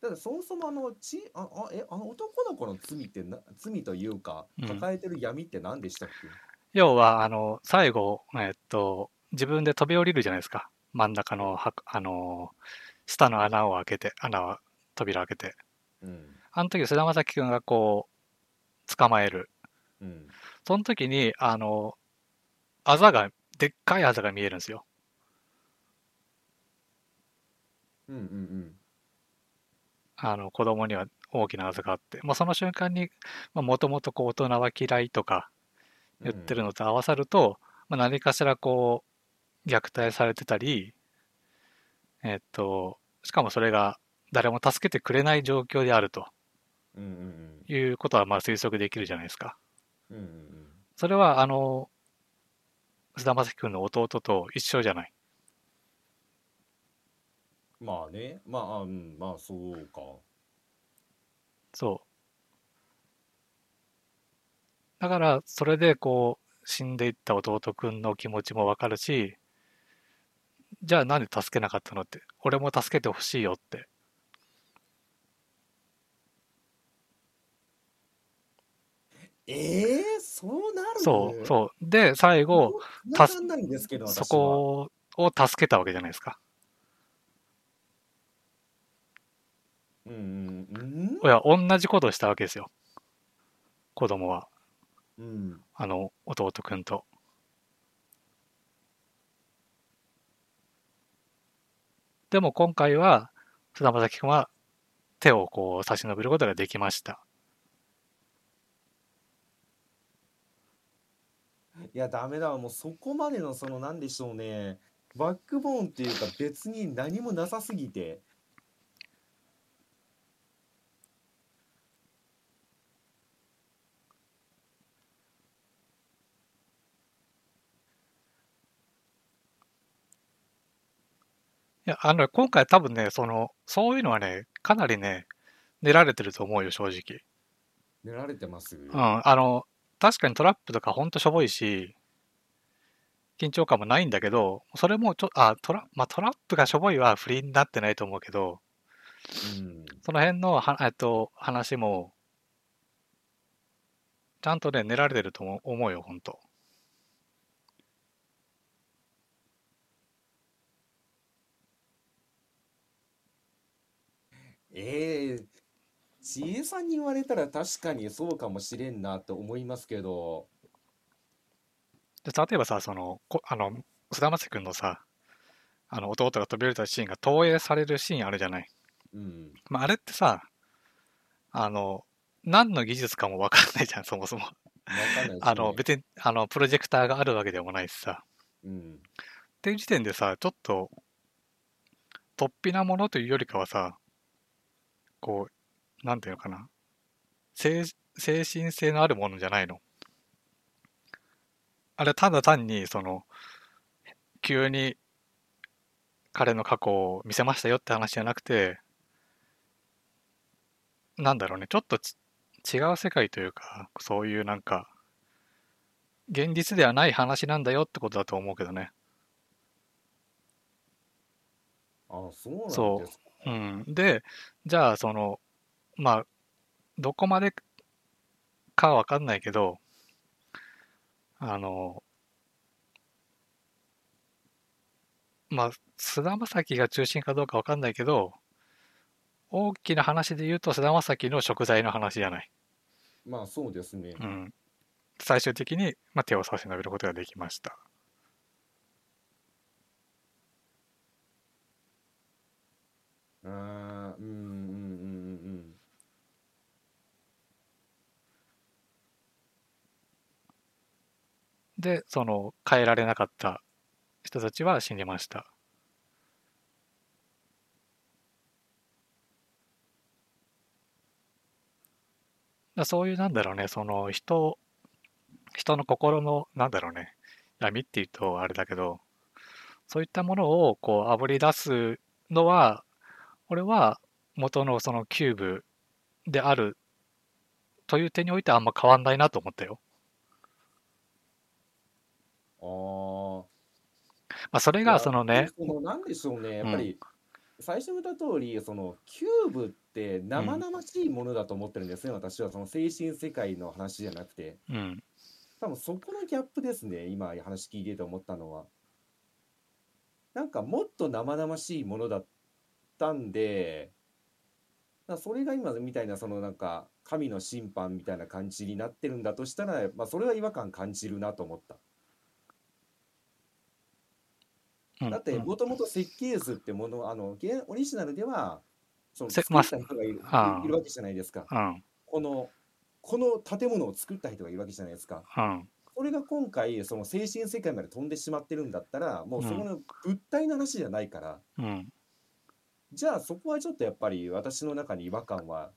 [SPEAKER 2] ただそもそもあのちああえあの男の子の罪ってな罪というか
[SPEAKER 1] うん
[SPEAKER 2] 抱えてる闇って何でしたっけ、
[SPEAKER 1] 要は、あの、最後、えっと、自分で飛び降りるじゃないですか。真ん中のは、あの、下の穴を開けて、穴を、扉を開けて。
[SPEAKER 2] うん
[SPEAKER 1] あの時、菅田将暉君がこう、捕まえる。
[SPEAKER 2] うん
[SPEAKER 1] その時に、あの、あざが、でっかいあざが見えるんですよ。
[SPEAKER 2] うんうん
[SPEAKER 1] あの、子供には大きなあざがあって。まあ、その瞬間に、もともとこう、大人は嫌いとか、
[SPEAKER 2] うん
[SPEAKER 1] 言ってるのと合わさると、まあ、何かしらこう虐待されてたりえっとしかもそれが誰も助けてくれない状況であると
[SPEAKER 2] うんうん
[SPEAKER 1] いうことはまあ推測できるじゃないですか。
[SPEAKER 2] うんうんうん
[SPEAKER 1] それはあの菅田将暉君の弟と一緒じゃない。
[SPEAKER 2] うんまあねまああうんまあそうか
[SPEAKER 1] そう。だからそれでこう死んでいった弟君の気持ちもわかるしじゃあなんで助けなかったのって俺も助けてほしいよって
[SPEAKER 2] ええそうなる
[SPEAKER 1] そうそう。で、最後、
[SPEAKER 2] うわかんないんですけど私
[SPEAKER 1] そ
[SPEAKER 2] は
[SPEAKER 1] こを助けたわけじゃないですか。
[SPEAKER 2] うんうん
[SPEAKER 1] いや、同じことをしたわけですよ。子供は、
[SPEAKER 2] うんうん
[SPEAKER 1] あの、弟くんと。でも今回は、菅田将暉くんは手をこう差し伸べることができました。
[SPEAKER 2] いやダメだわもうそこまでのその何でしょうねバックボーンっていうか別に何もなさすぎて
[SPEAKER 1] いや、あの、今回多分ね、その、そういうのはね、かなりね、練られてると思うよ、正直。
[SPEAKER 2] 寝られてますうん
[SPEAKER 1] うん、あの、確かにトラップとかほんとしょぼいし、緊張感もないんだけど、それもちょ、あ、トラ、まあ、トラップがしょぼいは不倫になってないと思うけど、その辺のは、えっと、話も、ちゃんとね、練られてると思う思うよ、ほんと。
[SPEAKER 2] ええ知恵さんに言われたら確かにそうかもしれんなと思いますけど
[SPEAKER 1] で、例えばさ、その、こあの、菅田将暉君のさ、あの、弟が飛び降りたシーンが投影されるシーンあるじゃない。
[SPEAKER 2] うん
[SPEAKER 1] まあ、あれってさ、あの、何の技術かもわかんないじゃん、そもそも。
[SPEAKER 2] わかんないですね
[SPEAKER 1] あの別にあのプロジェクターがあるわけでもないしさ。
[SPEAKER 2] うん
[SPEAKER 1] っていう時点でさちょっと突飛なものというよりかはさこうなんていうのかな精精神性のあるものじゃないの。あれただ単にその急に彼の過去を見せましたよって話じゃなくてなんだろうねちょっとち違う世界というかそういうなんか現実ではない話なんだよってことだと思うけどね。
[SPEAKER 2] あそうなん
[SPEAKER 1] そう
[SPEAKER 2] ですか
[SPEAKER 1] うん、でじゃあそのまあどこまでかわかんないけどあのまあ菅田将暉が中心かどうかわかんないけど大きな話で言うと菅田将暉の食材の話じゃない、
[SPEAKER 2] まあそうですね
[SPEAKER 1] うん、最終的に、まあ、手を差し伸べることができました
[SPEAKER 2] あーうんうんうんうんうん
[SPEAKER 1] でその変えられなかった人たちは死にましただそういうなんだろうねその人人の心のなんだろうね闇っていうとあれだけどそういったものをこうあぶり出すのは俺は元のそのキューブであるという点においてはあんま変わんないなと思ったよ。
[SPEAKER 2] ああ
[SPEAKER 1] まあ、それ
[SPEAKER 2] いや
[SPEAKER 1] がそのね
[SPEAKER 2] そのなんでしょうねやっぱり、最初も言った通りそのキューブって生々しいものだと思ってるんですね、私はその精神世界の話じゃなくて
[SPEAKER 1] うん。
[SPEAKER 2] 多分そこのギャップですね今話聞いてて思ったのはなんかもっと生々しいものだったんでだからそれが今みたいなそのなんか神の審判みたいな感じになってるんだとしたら、まあ、それは違和感感じるなと思った
[SPEAKER 1] うん
[SPEAKER 2] だって
[SPEAKER 1] うん
[SPEAKER 2] もともと設計図ってものあの現オリジナルではその
[SPEAKER 1] せ
[SPEAKER 2] 作った人がいる,、
[SPEAKER 1] まあ
[SPEAKER 2] いるわけじゃないですか
[SPEAKER 1] うん。
[SPEAKER 2] このこの建物を作った人がいるわけじゃないですか
[SPEAKER 1] うん。
[SPEAKER 2] それが今回その精神世界まで飛んでしまってるんだったらもうそこの物体の話じゃないから、
[SPEAKER 1] うん。
[SPEAKER 2] じゃあそこはちょっとやっぱり私の中に違和感は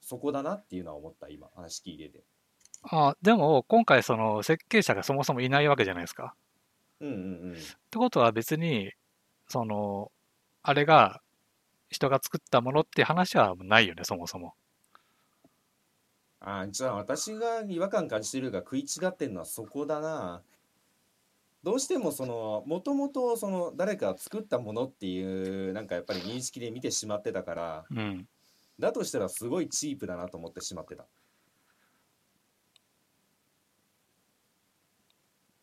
[SPEAKER 2] そこだなっていうのは思った今話聞いてて。
[SPEAKER 1] あでも、今回、その設計者がそもそもいないわけじゃないですか。
[SPEAKER 2] うんうんうん
[SPEAKER 1] ってことは別に、その、あれが人が作ったものって話はないよね、そもそも。
[SPEAKER 2] あじゃあ私が違和感感じてるが食い違ってんのはそこだな。どうしてもそのもともとその誰かが作ったものっていうなんかやっぱり認識で見てしまってたから
[SPEAKER 1] うん。
[SPEAKER 2] だとしたらすごいチープだなと思ってしまってた。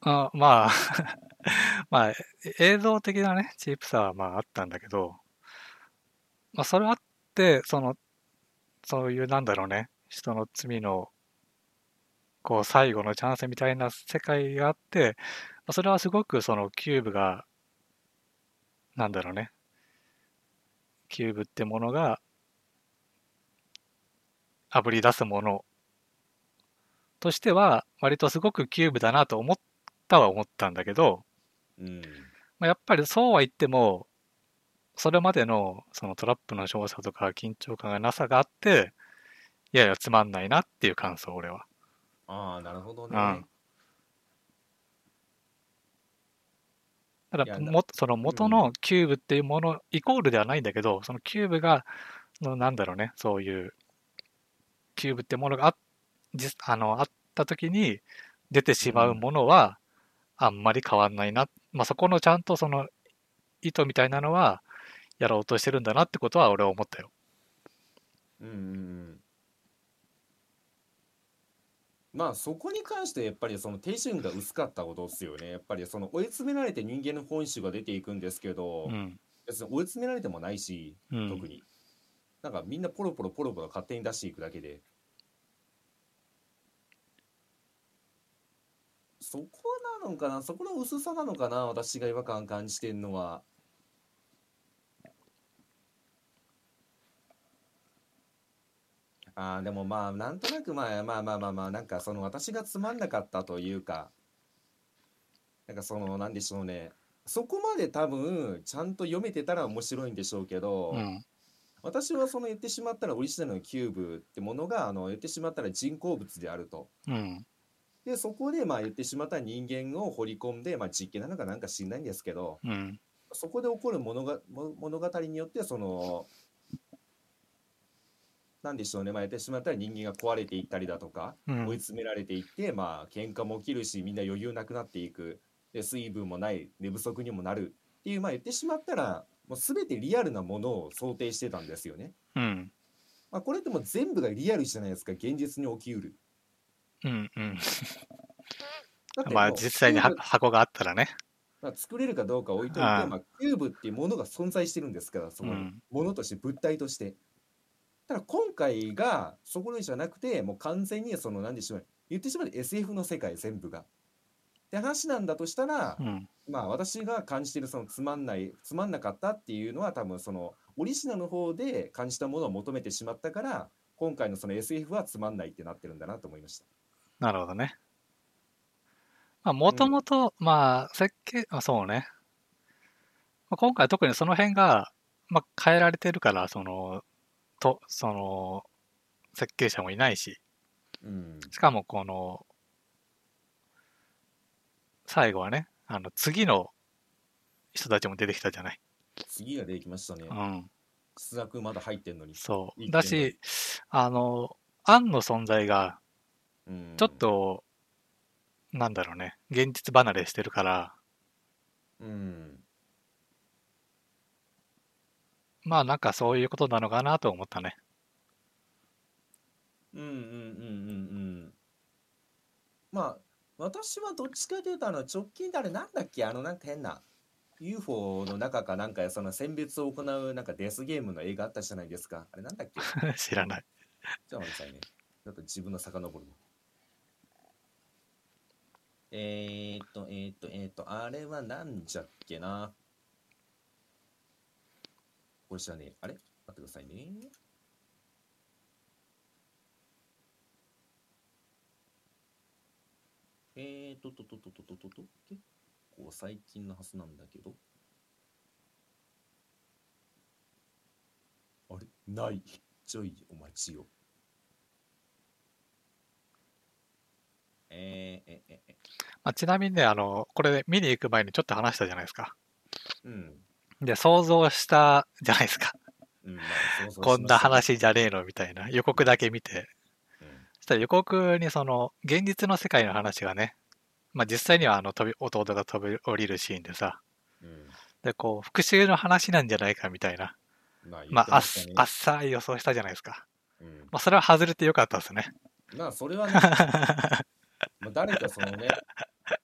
[SPEAKER 1] あまあ、 (laughs) まあ、映像的なね、チープさはまああったんだけど、まあそれあって、その、そういうなんだろうね、人の罪の、こう最後のチャンスみたいな世界があって、まあそれはすごくそのキューブが、なんだろうね、キューブってものが、炙り出すものとしては、割とすごくキューブだなと思ったは思ったんだけど、
[SPEAKER 2] うん
[SPEAKER 1] まあ、やっぱりそうは言ってもそれまでのそのトラップの少佐とか緊張感がなさがあっていやいやつまんないなっていう感想俺は
[SPEAKER 2] ああなるほど
[SPEAKER 1] う
[SPEAKER 2] ね
[SPEAKER 1] ん。た
[SPEAKER 2] い
[SPEAKER 1] だ
[SPEAKER 2] や
[SPEAKER 1] もその元のキューブっていうものイコールではないんだけどそのキューブがのなんだろうねそういうキューブってものがあ実あのあった時に出てしまうものはあんまり変わんないな、まあ、そこのちゃんとその意図みたいなのはやろうとしてるんだなってことは俺は思ったよ。
[SPEAKER 2] うんうんうんまあそこに関してやっぱりその手順が薄かったことですよね。やっぱりその追い詰められて人間の本質が出ていくんですけど
[SPEAKER 1] う、ん
[SPEAKER 2] 別に追い詰められてもないし、
[SPEAKER 1] うん
[SPEAKER 2] 特に。なんかみんなポロポロポロポロ勝手に出していくだけで。そこなのかなそこの薄さなのかな私が違和感感じてんのは。あーでもまあなんとなくまあまあまあまあまあなんかその私がつまんなかったというかなんかそのなんでしょうねそこまで多分ちゃんと読めてたら面白いんでしょうけど、
[SPEAKER 1] うん
[SPEAKER 2] 私はその言ってしまったらオリジナルのキューブってものがあの言ってしまったら人工物であると。
[SPEAKER 1] うん
[SPEAKER 2] でそこでまあ言ってしまったら人間を掘り込んで、まあ、実験なのかなんか知んないんですけど
[SPEAKER 1] うん
[SPEAKER 2] そこで起こる物がも物語によってそのなんでしょうね、まあ、言ってしまったら人間が壊れていったりだとか、
[SPEAKER 1] うん
[SPEAKER 2] 追い詰められていってまあ喧嘩も起きるしみんな余裕なくなっていくで水分もない寝不足にもなるっていうまあ言ってしまったらもう全てリアルなものを想定してたんですよね。
[SPEAKER 1] うん
[SPEAKER 2] まあ、これってもう全部がリアルじゃないですか現実に起きうる
[SPEAKER 1] うんうん
[SPEAKER 2] だってもう
[SPEAKER 1] まあ実際には
[SPEAKER 2] キューブ
[SPEAKER 1] 箱があったらね
[SPEAKER 2] まあ、作れるかどうか置いといて
[SPEAKER 1] ああ
[SPEAKER 2] まあ、キューブっていうものが存在してるんですからその
[SPEAKER 1] うん
[SPEAKER 2] ものとして物体としてただ今回がそこじゃなくてもう完全にその何でしょう言ってしまえば SF の世界全部がって話なんだとしたら、
[SPEAKER 1] うん
[SPEAKER 2] まあ私が感じてるそのつまんないつまんなかったっていうのは多分そのオリジナルの方で感じたものを求めてしまったから今回のその SF はつまんないってなってるんだなと思いました。
[SPEAKER 1] なるほどね。まあ、もともと、まあ、設計、あそうね。まあ、今回特にその辺が、まあ、変えられてるから、その、と、その、設計者もいないし、
[SPEAKER 2] うん
[SPEAKER 1] しかもこの、最後はね、あの、次の人たちも出てきたじゃない。
[SPEAKER 2] 次が出てきましたね
[SPEAKER 1] う。ん。
[SPEAKER 2] 出作まだ入ってんのに。
[SPEAKER 1] そ。
[SPEAKER 2] いいう点
[SPEAKER 1] だし、あの、アンの存在が、
[SPEAKER 2] うん
[SPEAKER 1] ちょっ、と、なんだろうね、現実離れしてるから、
[SPEAKER 2] うん、
[SPEAKER 1] まあなんかそういうことなのかなと思ったね。 (laughs)
[SPEAKER 2] うんうんうんうんうん。まあ、私はどっちかというと、あの、直近であれなんだっけ、あの、なんか変な、UFO の中かなんか、その選別を行う、なんかデスゲームの映画あったじゃないですか。あれなんだっけ。
[SPEAKER 1] 知らない。
[SPEAKER 2] ちょっと待ってくださいね。ちょっと自分の遡るの。えー、っと、えー、っと、えー、っと、あれはなんじゃっけな。これじゃねえ。あれ待ってくださいね。えー、っと、と、と、と、と、と、と、と、結構最近のはずなんだけど。あれない。ちょいお待ちを。えー、え、え、え、
[SPEAKER 1] まあ、ちなみにね、あの、これ見に行く前にちょっと話したじゃないですか。
[SPEAKER 2] うん。
[SPEAKER 1] で、想像したじゃない
[SPEAKER 2] (laughs)
[SPEAKER 1] ですか。
[SPEAKER 2] うん、まあ、想像しま
[SPEAKER 1] こんな
[SPEAKER 2] した
[SPEAKER 1] 話じゃねえのみたいな予告だけ見て。
[SPEAKER 2] うん
[SPEAKER 1] そしたら予告にその現実の世界の話がね、まあ実際にはあの飛び弟が飛び降りるシーンでさ、
[SPEAKER 2] うん。
[SPEAKER 1] でこう復讐の話なんじゃないかみたいな、
[SPEAKER 2] まあ、言
[SPEAKER 1] ま
[SPEAKER 2] って
[SPEAKER 1] ああ
[SPEAKER 2] ま
[SPEAKER 1] っ
[SPEAKER 2] したね
[SPEAKER 1] あっさい予想したじゃないですか。
[SPEAKER 2] うん
[SPEAKER 1] まあそれは外れてよかったですね。
[SPEAKER 2] まあ、そ
[SPEAKER 1] (laughs)
[SPEAKER 2] れはね、まあ誰かそのね、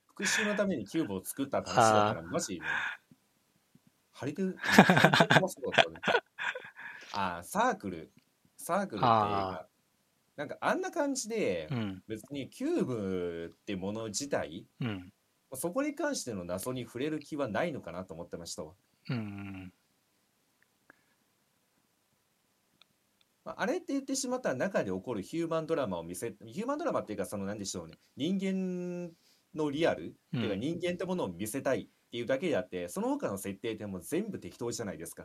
[SPEAKER 2] 復讐のためにキューブを作った話だから、マジ、張り手、張り手飛ばすことだったね。ああ、サークル、サークルっていう
[SPEAKER 1] あ
[SPEAKER 2] か、なんかあんな感じで
[SPEAKER 1] う、ん、
[SPEAKER 2] 別にキューブってもの自体、
[SPEAKER 1] うん、
[SPEAKER 2] そこに関しての謎に触れる気はないのかなと思ってましたわ。
[SPEAKER 1] うん、
[SPEAKER 2] まあ、あれって言ってしまったら中で起こるヒューマンドラマを見せヒューマンドラマっていうかその何でしょうね人間のリアル、
[SPEAKER 1] うん
[SPEAKER 2] っていうか人間ってものを見せたいっていうだけであってその他の設定ってもう全部適当じゃないですか。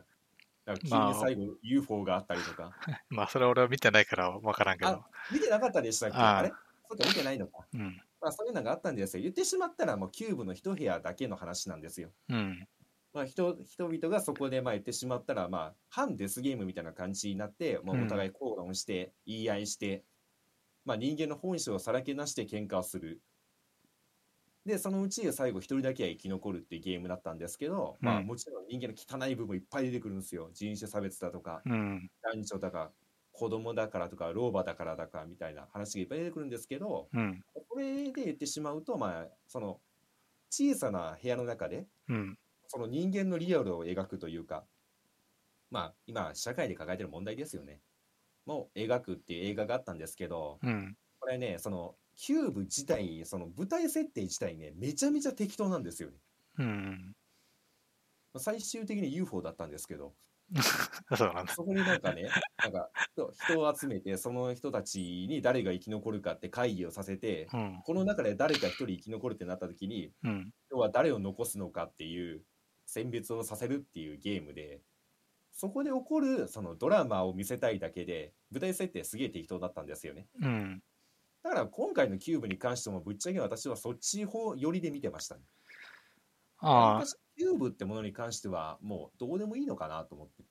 [SPEAKER 2] だから急に最後 UFO があったり
[SPEAKER 1] (laughs)
[SPEAKER 2] とか、
[SPEAKER 1] まあそれ俺は見てないからわからんけど。
[SPEAKER 2] 見てなかったでしたっけ
[SPEAKER 1] ああ
[SPEAKER 2] あれそうか見てないのか、
[SPEAKER 1] うん、
[SPEAKER 2] まあ、そういうのがあったんですよ言ってしまったらもうキューブの一部屋だけの話なんですよ、
[SPEAKER 1] うん、
[SPEAKER 2] まあ、人人々がそこでまあ言ってしまったらまあ反デスゲームみたいな感じになってもうお互い口論して言い合いして、まあ、人間の本性をさらけ出して喧嘩をするでそのうち最後一人だけは生き残るっていうゲームだったんですけど、ま
[SPEAKER 1] う
[SPEAKER 2] あ、
[SPEAKER 1] ん
[SPEAKER 2] もちろん人間の汚い部分いっぱい出てくるんですよ人種差別だとか
[SPEAKER 1] うん、
[SPEAKER 2] 男女だか子供だからとか老婆だからだかみたいな話がいっぱい出てくるんですけど
[SPEAKER 1] うん、
[SPEAKER 2] これで言ってしまうとまあその小さな部屋の中で
[SPEAKER 1] うん、
[SPEAKER 2] その人間のリアルを描くというか、まあ、今、社会で抱えてる問題ですよね。もう描くっていう映画があったんですけど、
[SPEAKER 1] うん、
[SPEAKER 2] これね、そのキューブ自体、その舞台設定自体ね、めちゃめちゃ適当なんですよね。
[SPEAKER 1] うん、
[SPEAKER 2] 最終的に UFO だったんですけど、
[SPEAKER 1] そうなんだ。
[SPEAKER 2] そこになんかね、なんかそう人を集めて、その人たちに誰が生き残るかって会議をさせて、
[SPEAKER 1] うん、
[SPEAKER 2] この中で誰か一人生き残るってなった時に、
[SPEAKER 1] うん、
[SPEAKER 2] 要は誰を残すのかっていう選別をさせるっていうゲームでそこで起こるそのドラマを見せたいだけで舞台設定すげえ適当だったんですよね
[SPEAKER 1] うん。
[SPEAKER 2] だから今回のキューブに関してもぶっちゃけ私はそっち方寄りで見てましたね
[SPEAKER 1] ああ、
[SPEAKER 2] 私キューブってものに関してはもうどうでもいいのかなと思って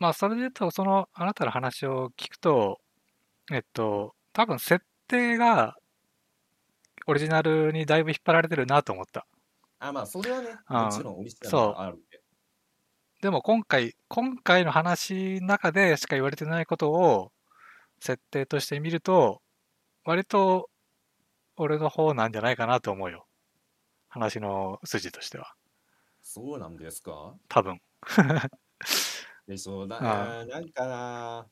[SPEAKER 1] まあそれで言うと、そのあなたの話を聞くと、えっと、多分設定がオリジナルにだいぶ引っ張られてるなと思った。
[SPEAKER 2] あまあそれはね
[SPEAKER 1] あー
[SPEAKER 2] もちろんオリジナルがあるんで
[SPEAKER 1] でも今回、今回の話の中でしか言われてないことを設定として見ると、割と俺の方なんじゃないかなと思うよ。話の筋としては。
[SPEAKER 2] そうなんですか
[SPEAKER 1] 多分。
[SPEAKER 2] でしょうな
[SPEAKER 1] あ
[SPEAKER 2] なんかな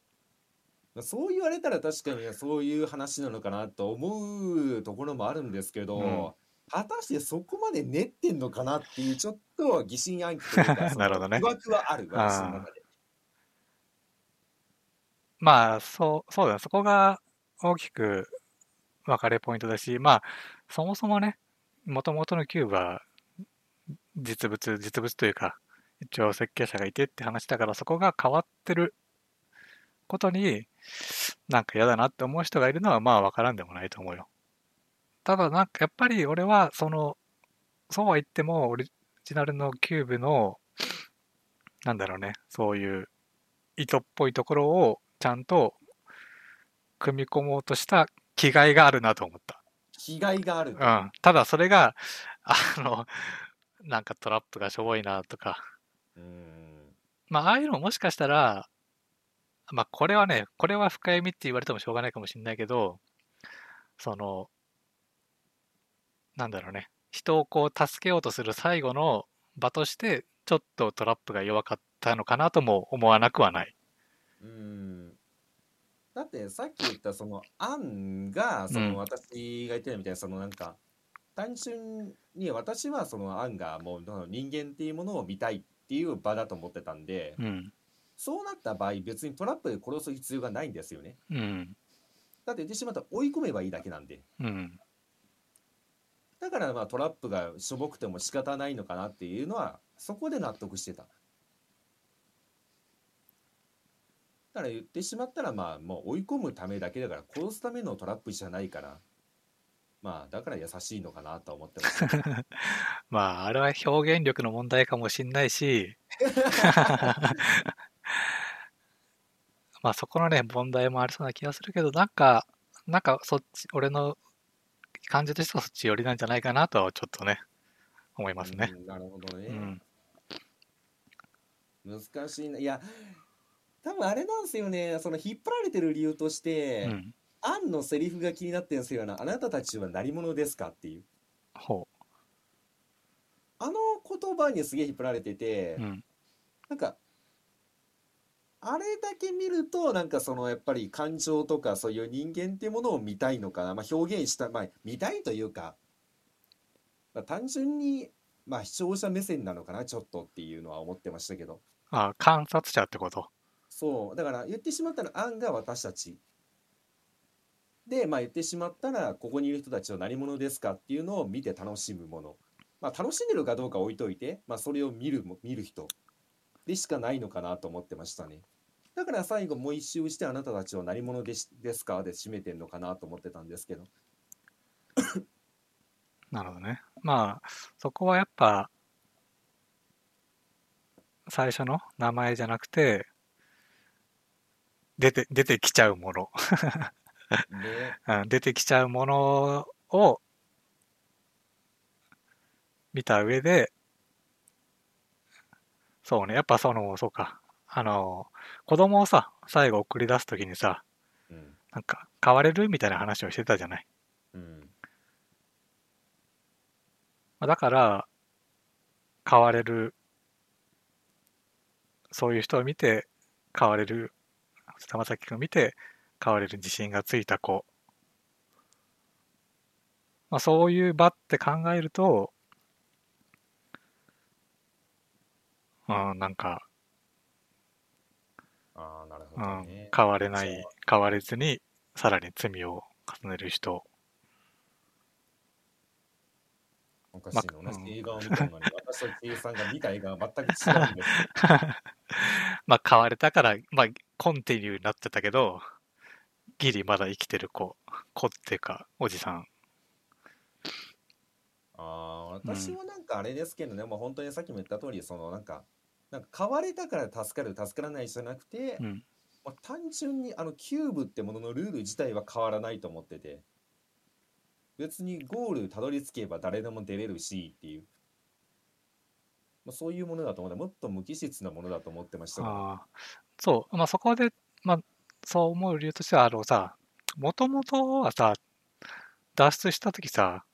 [SPEAKER 2] まあそう言われたら確かにそういう話なのかなと思うところもあるんですけど、
[SPEAKER 1] うん
[SPEAKER 2] 果たしてそこまで練ってんのかなっていうちょっと疑心暗鬼というかその
[SPEAKER 1] (laughs) なるほどね
[SPEAKER 2] 疑惑はある私の中で。
[SPEAKER 1] まあ、そう、そうだね。そこが大きく分かれポイントだし、まあ、そもそもね、もともとのキューブは実物、実物というか、一応設計者がいてって話だから、そこが変わってることに、なんか嫌だなって思う人がいるのは、まあ、分からんでもないと思うよ。ただ、なんか、やっぱり俺は、その、そうは言っても、オリジナルのキューブの、なんだろうね、そういう、糸っぽいところをちゃんと組み込もうとした気概があるなと思った。
[SPEAKER 2] 気概がある。
[SPEAKER 1] うん、ただそれがあのなんかトラップがしょぼいなとか、
[SPEAKER 2] うん
[SPEAKER 1] まあ、ああいうのももしかしたら、まあ、これはね、これは深読みって言われてもしょうがないかもしれないけど、その、なんだろうね、人をこう助けようとする最後の場として、ちょっとトラップが弱かったのかなとも思わなくはない。
[SPEAKER 2] うんだってさっき言ったその案がそ
[SPEAKER 1] うん
[SPEAKER 2] の私が言ってるみたいなそのなんか単純に私はその案がもうその人間っていうものを見たいっていう場だと思ってたんで
[SPEAKER 1] うん。
[SPEAKER 2] そうなった場合別にトラップで殺す必要がないんですよね
[SPEAKER 1] うん。
[SPEAKER 2] だって言ってしまったら追い込めばいいだけなんで
[SPEAKER 1] うん。
[SPEAKER 2] だからまあトラップがしょぼくても仕方ないのかなっていうのはそこで納得してただから言ってしまったらまあもう追い込むためだけだから殺すためのトラップじゃないからまあだから優しいのかなとは思ってます
[SPEAKER 1] まあ、あれは表現力の問題かもしんないし、 (laughs) まあそこのね、問題もありそうな気がするけど、なんか、なんかそっち、俺の感じとしてはそっち寄りなんじゃないかなとはちょっとね、思いますね。
[SPEAKER 2] うんなるほどね
[SPEAKER 1] う、ん。
[SPEAKER 2] 難しいないや多分あれなんですよねその引っ張られてる理由とし
[SPEAKER 1] う
[SPEAKER 2] て、
[SPEAKER 1] ん。
[SPEAKER 2] アンのセリフが気になってるんですよなあなたたちは何者ですかっていう
[SPEAKER 1] ほ
[SPEAKER 2] あの言葉にすげえ引っ張られてて、
[SPEAKER 1] う。うん。
[SPEAKER 2] なんかあれだけ見るとなんかそのやっぱり感情とかそういう人間っていうものを見たいのかな、まあ、表現した、まあ、見たいというか、まあ、単純に、まあ、視聴者目線なのかなちょっとっていうのは思ってましたけど
[SPEAKER 1] あ、観察者ってこと。
[SPEAKER 2] そうだから言ってしまったら案が私たちで、まあ、言ってしまったらここにいる人たちは何者ですかっていうのを見て楽しむもの、まあ、楽しんでるかどうか置いといて、まあ、それを見るも見る人でしかないのかなと思ってましたねだから最後もう一周してあなたたちは何者でしですかで締めてんのかなと思ってたんですけど
[SPEAKER 1] なるほどね。まあ、そこはやっぱ、最初の名前じゃなくて、出て、出てきちゃうもの。
[SPEAKER 2] ね
[SPEAKER 1] うん出てきちゃうものを見た上で、そうね、やっぱその、そうか、あの、子供をさ、最後送り出すときにさ、
[SPEAKER 2] うん
[SPEAKER 1] なんか、変われるみたいな話をしてたじゃない。
[SPEAKER 2] うん
[SPEAKER 1] まあだから、変われる、そういう人を見て、変われる、玉崎君を見て、変われる自信がついた子。まあ、そういう場って考えると、うん、なんか、
[SPEAKER 2] ああなるほ
[SPEAKER 1] う
[SPEAKER 2] ど
[SPEAKER 1] ん
[SPEAKER 2] ね、
[SPEAKER 1] 変われな
[SPEAKER 2] そう
[SPEAKER 1] い、変われずに、さらに罪を重ねる人。
[SPEAKER 2] おかしいの同じ映画を見たのに私と圭さんが見た映画は全く違うんですよ
[SPEAKER 1] (laughs) まあ変われたから、まあコンティニューになってたけど、ギリまだ生きてる子、子っていうか、おじさん。
[SPEAKER 2] あ
[SPEAKER 1] うん
[SPEAKER 2] あ、私はなんかあれですけどね、もう本当にさっきも言った通り、そのなんか、なんか買われたから助かる、助からないじゃなくて、
[SPEAKER 1] うん。
[SPEAKER 2] まあ、単純にあのキューブってもののルール自体は変わらないと思ってて、別にゴールたどり着けば誰でも出れるしっていう、まあ、そういうものだと思って、もっと無機質なものだと思ってましたから。
[SPEAKER 1] ああ。そう、まあそこで、まあそう思う理由としては、あのさ、もともとはさ、脱出した時さ、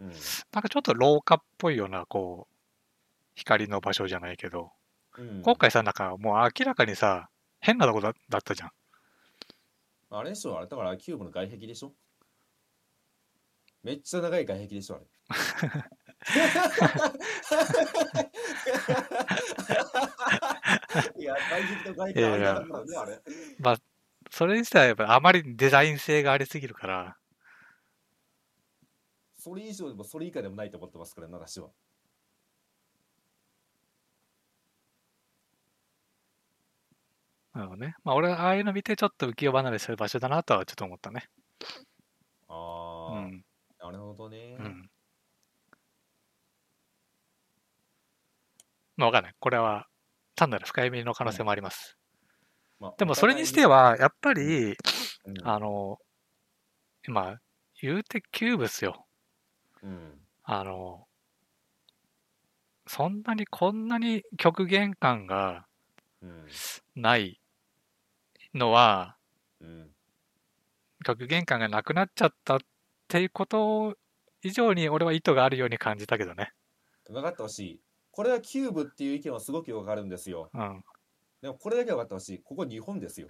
[SPEAKER 2] うん、
[SPEAKER 1] なんかちょっと廊下っぽいような、こう、光の場所じゃないけど、
[SPEAKER 2] うん
[SPEAKER 1] 今回さ、なんかもう明らかにさ、変なとこだだったじゃん。
[SPEAKER 2] あれでしょ、あれだからキューブの外壁でしょめっちゃ長い外壁でしょ、
[SPEAKER 1] (laughs)
[SPEAKER 2] あれ。いや、外壁と外壁はあれだからね、あれ。
[SPEAKER 1] それ自体はやっぱりあまりデザイン性がありすぎるから、
[SPEAKER 2] それ以上でもそれ以下でもないと思ってますから、私は。
[SPEAKER 1] なるほどね。まあ俺はああいうの見てちょっと浮世離れする場所だなとはちょっと思ったね。う
[SPEAKER 2] ああ、
[SPEAKER 1] ん。
[SPEAKER 2] なるほどね。
[SPEAKER 1] うん。まあわかんない。これは単なる深読みの可能性もあります。
[SPEAKER 2] まあ
[SPEAKER 1] でもそれにして、は、やっぱり、あの、まあ、言うてキューブっすよ。
[SPEAKER 2] うんうん
[SPEAKER 1] あの、そんなにこんなに極限感が
[SPEAKER 2] うん
[SPEAKER 1] ないのは、
[SPEAKER 2] うん
[SPEAKER 1] 学芸感がなくなっちゃったっていうこと以上に俺は意図があるように感じたけどね。
[SPEAKER 2] 分かってほしいこれはキューブっていう意見はすごくよくわかるんですよ
[SPEAKER 1] うん。
[SPEAKER 2] でもこれだけは分かってほしいここ日本
[SPEAKER 1] (laughs)
[SPEAKER 2] ですよ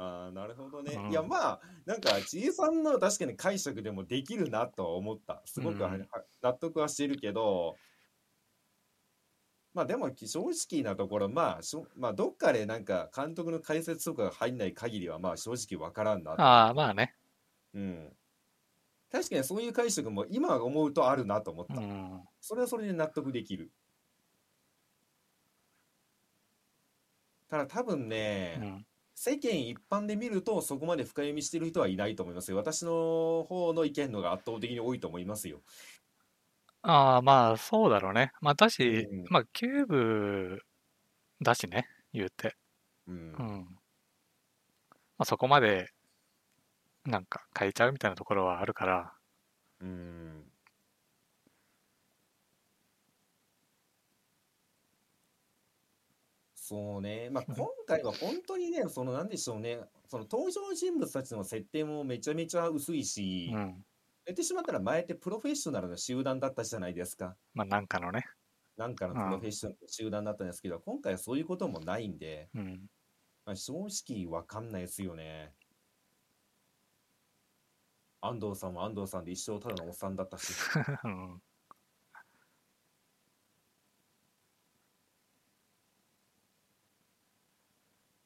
[SPEAKER 2] あーなるほどね、
[SPEAKER 1] うん
[SPEAKER 2] いやまあなんかちいさんの確かに解釈でもできるなとは思ったすごくは、
[SPEAKER 1] うん
[SPEAKER 2] 納得はしているけどまあでも正直なところまあしょ、まあ、どっかでなんか監督の解説とかが入んない限りはまあ正直わからんな
[SPEAKER 1] ああ、まあね。
[SPEAKER 2] うん、確かにそういう解釈も今思うとあるなと思っ
[SPEAKER 1] う
[SPEAKER 2] た、
[SPEAKER 1] ん。
[SPEAKER 2] それはそれで納得できるただ多分ね、
[SPEAKER 1] うん。
[SPEAKER 2] 世間一般で見るとそこまで深読みしてる人はいないと思いますよ私の方の意見のが圧倒的に多いと思いますよ
[SPEAKER 1] ああ、まあそうだろうね。まあだし、
[SPEAKER 2] うん
[SPEAKER 1] まあキューブだしね、言うて。
[SPEAKER 2] うん
[SPEAKER 1] うん。まあそこまで、なんか変えちゃうみたいなところはあるから、
[SPEAKER 2] うんそうね、まあ、
[SPEAKER 1] うん
[SPEAKER 2] 今回は本当にね、そのなんでしょうね、その登場人物たちの設定もめちゃめちゃ薄いし
[SPEAKER 1] う、ん。
[SPEAKER 2] 言ってしまったら前ってプロフェッショナルの集団だったじゃないですか。
[SPEAKER 1] まあなんかのね。
[SPEAKER 2] なんかのプ
[SPEAKER 1] うん
[SPEAKER 2] ロフェッショナルの集団だったんですけど、今回はそういうこともないんで、
[SPEAKER 1] うん。
[SPEAKER 2] まあ、正直わかんないですよね。安藤さんも安藤さんで一生ただのおっさんだったし。
[SPEAKER 1] (laughs) うん。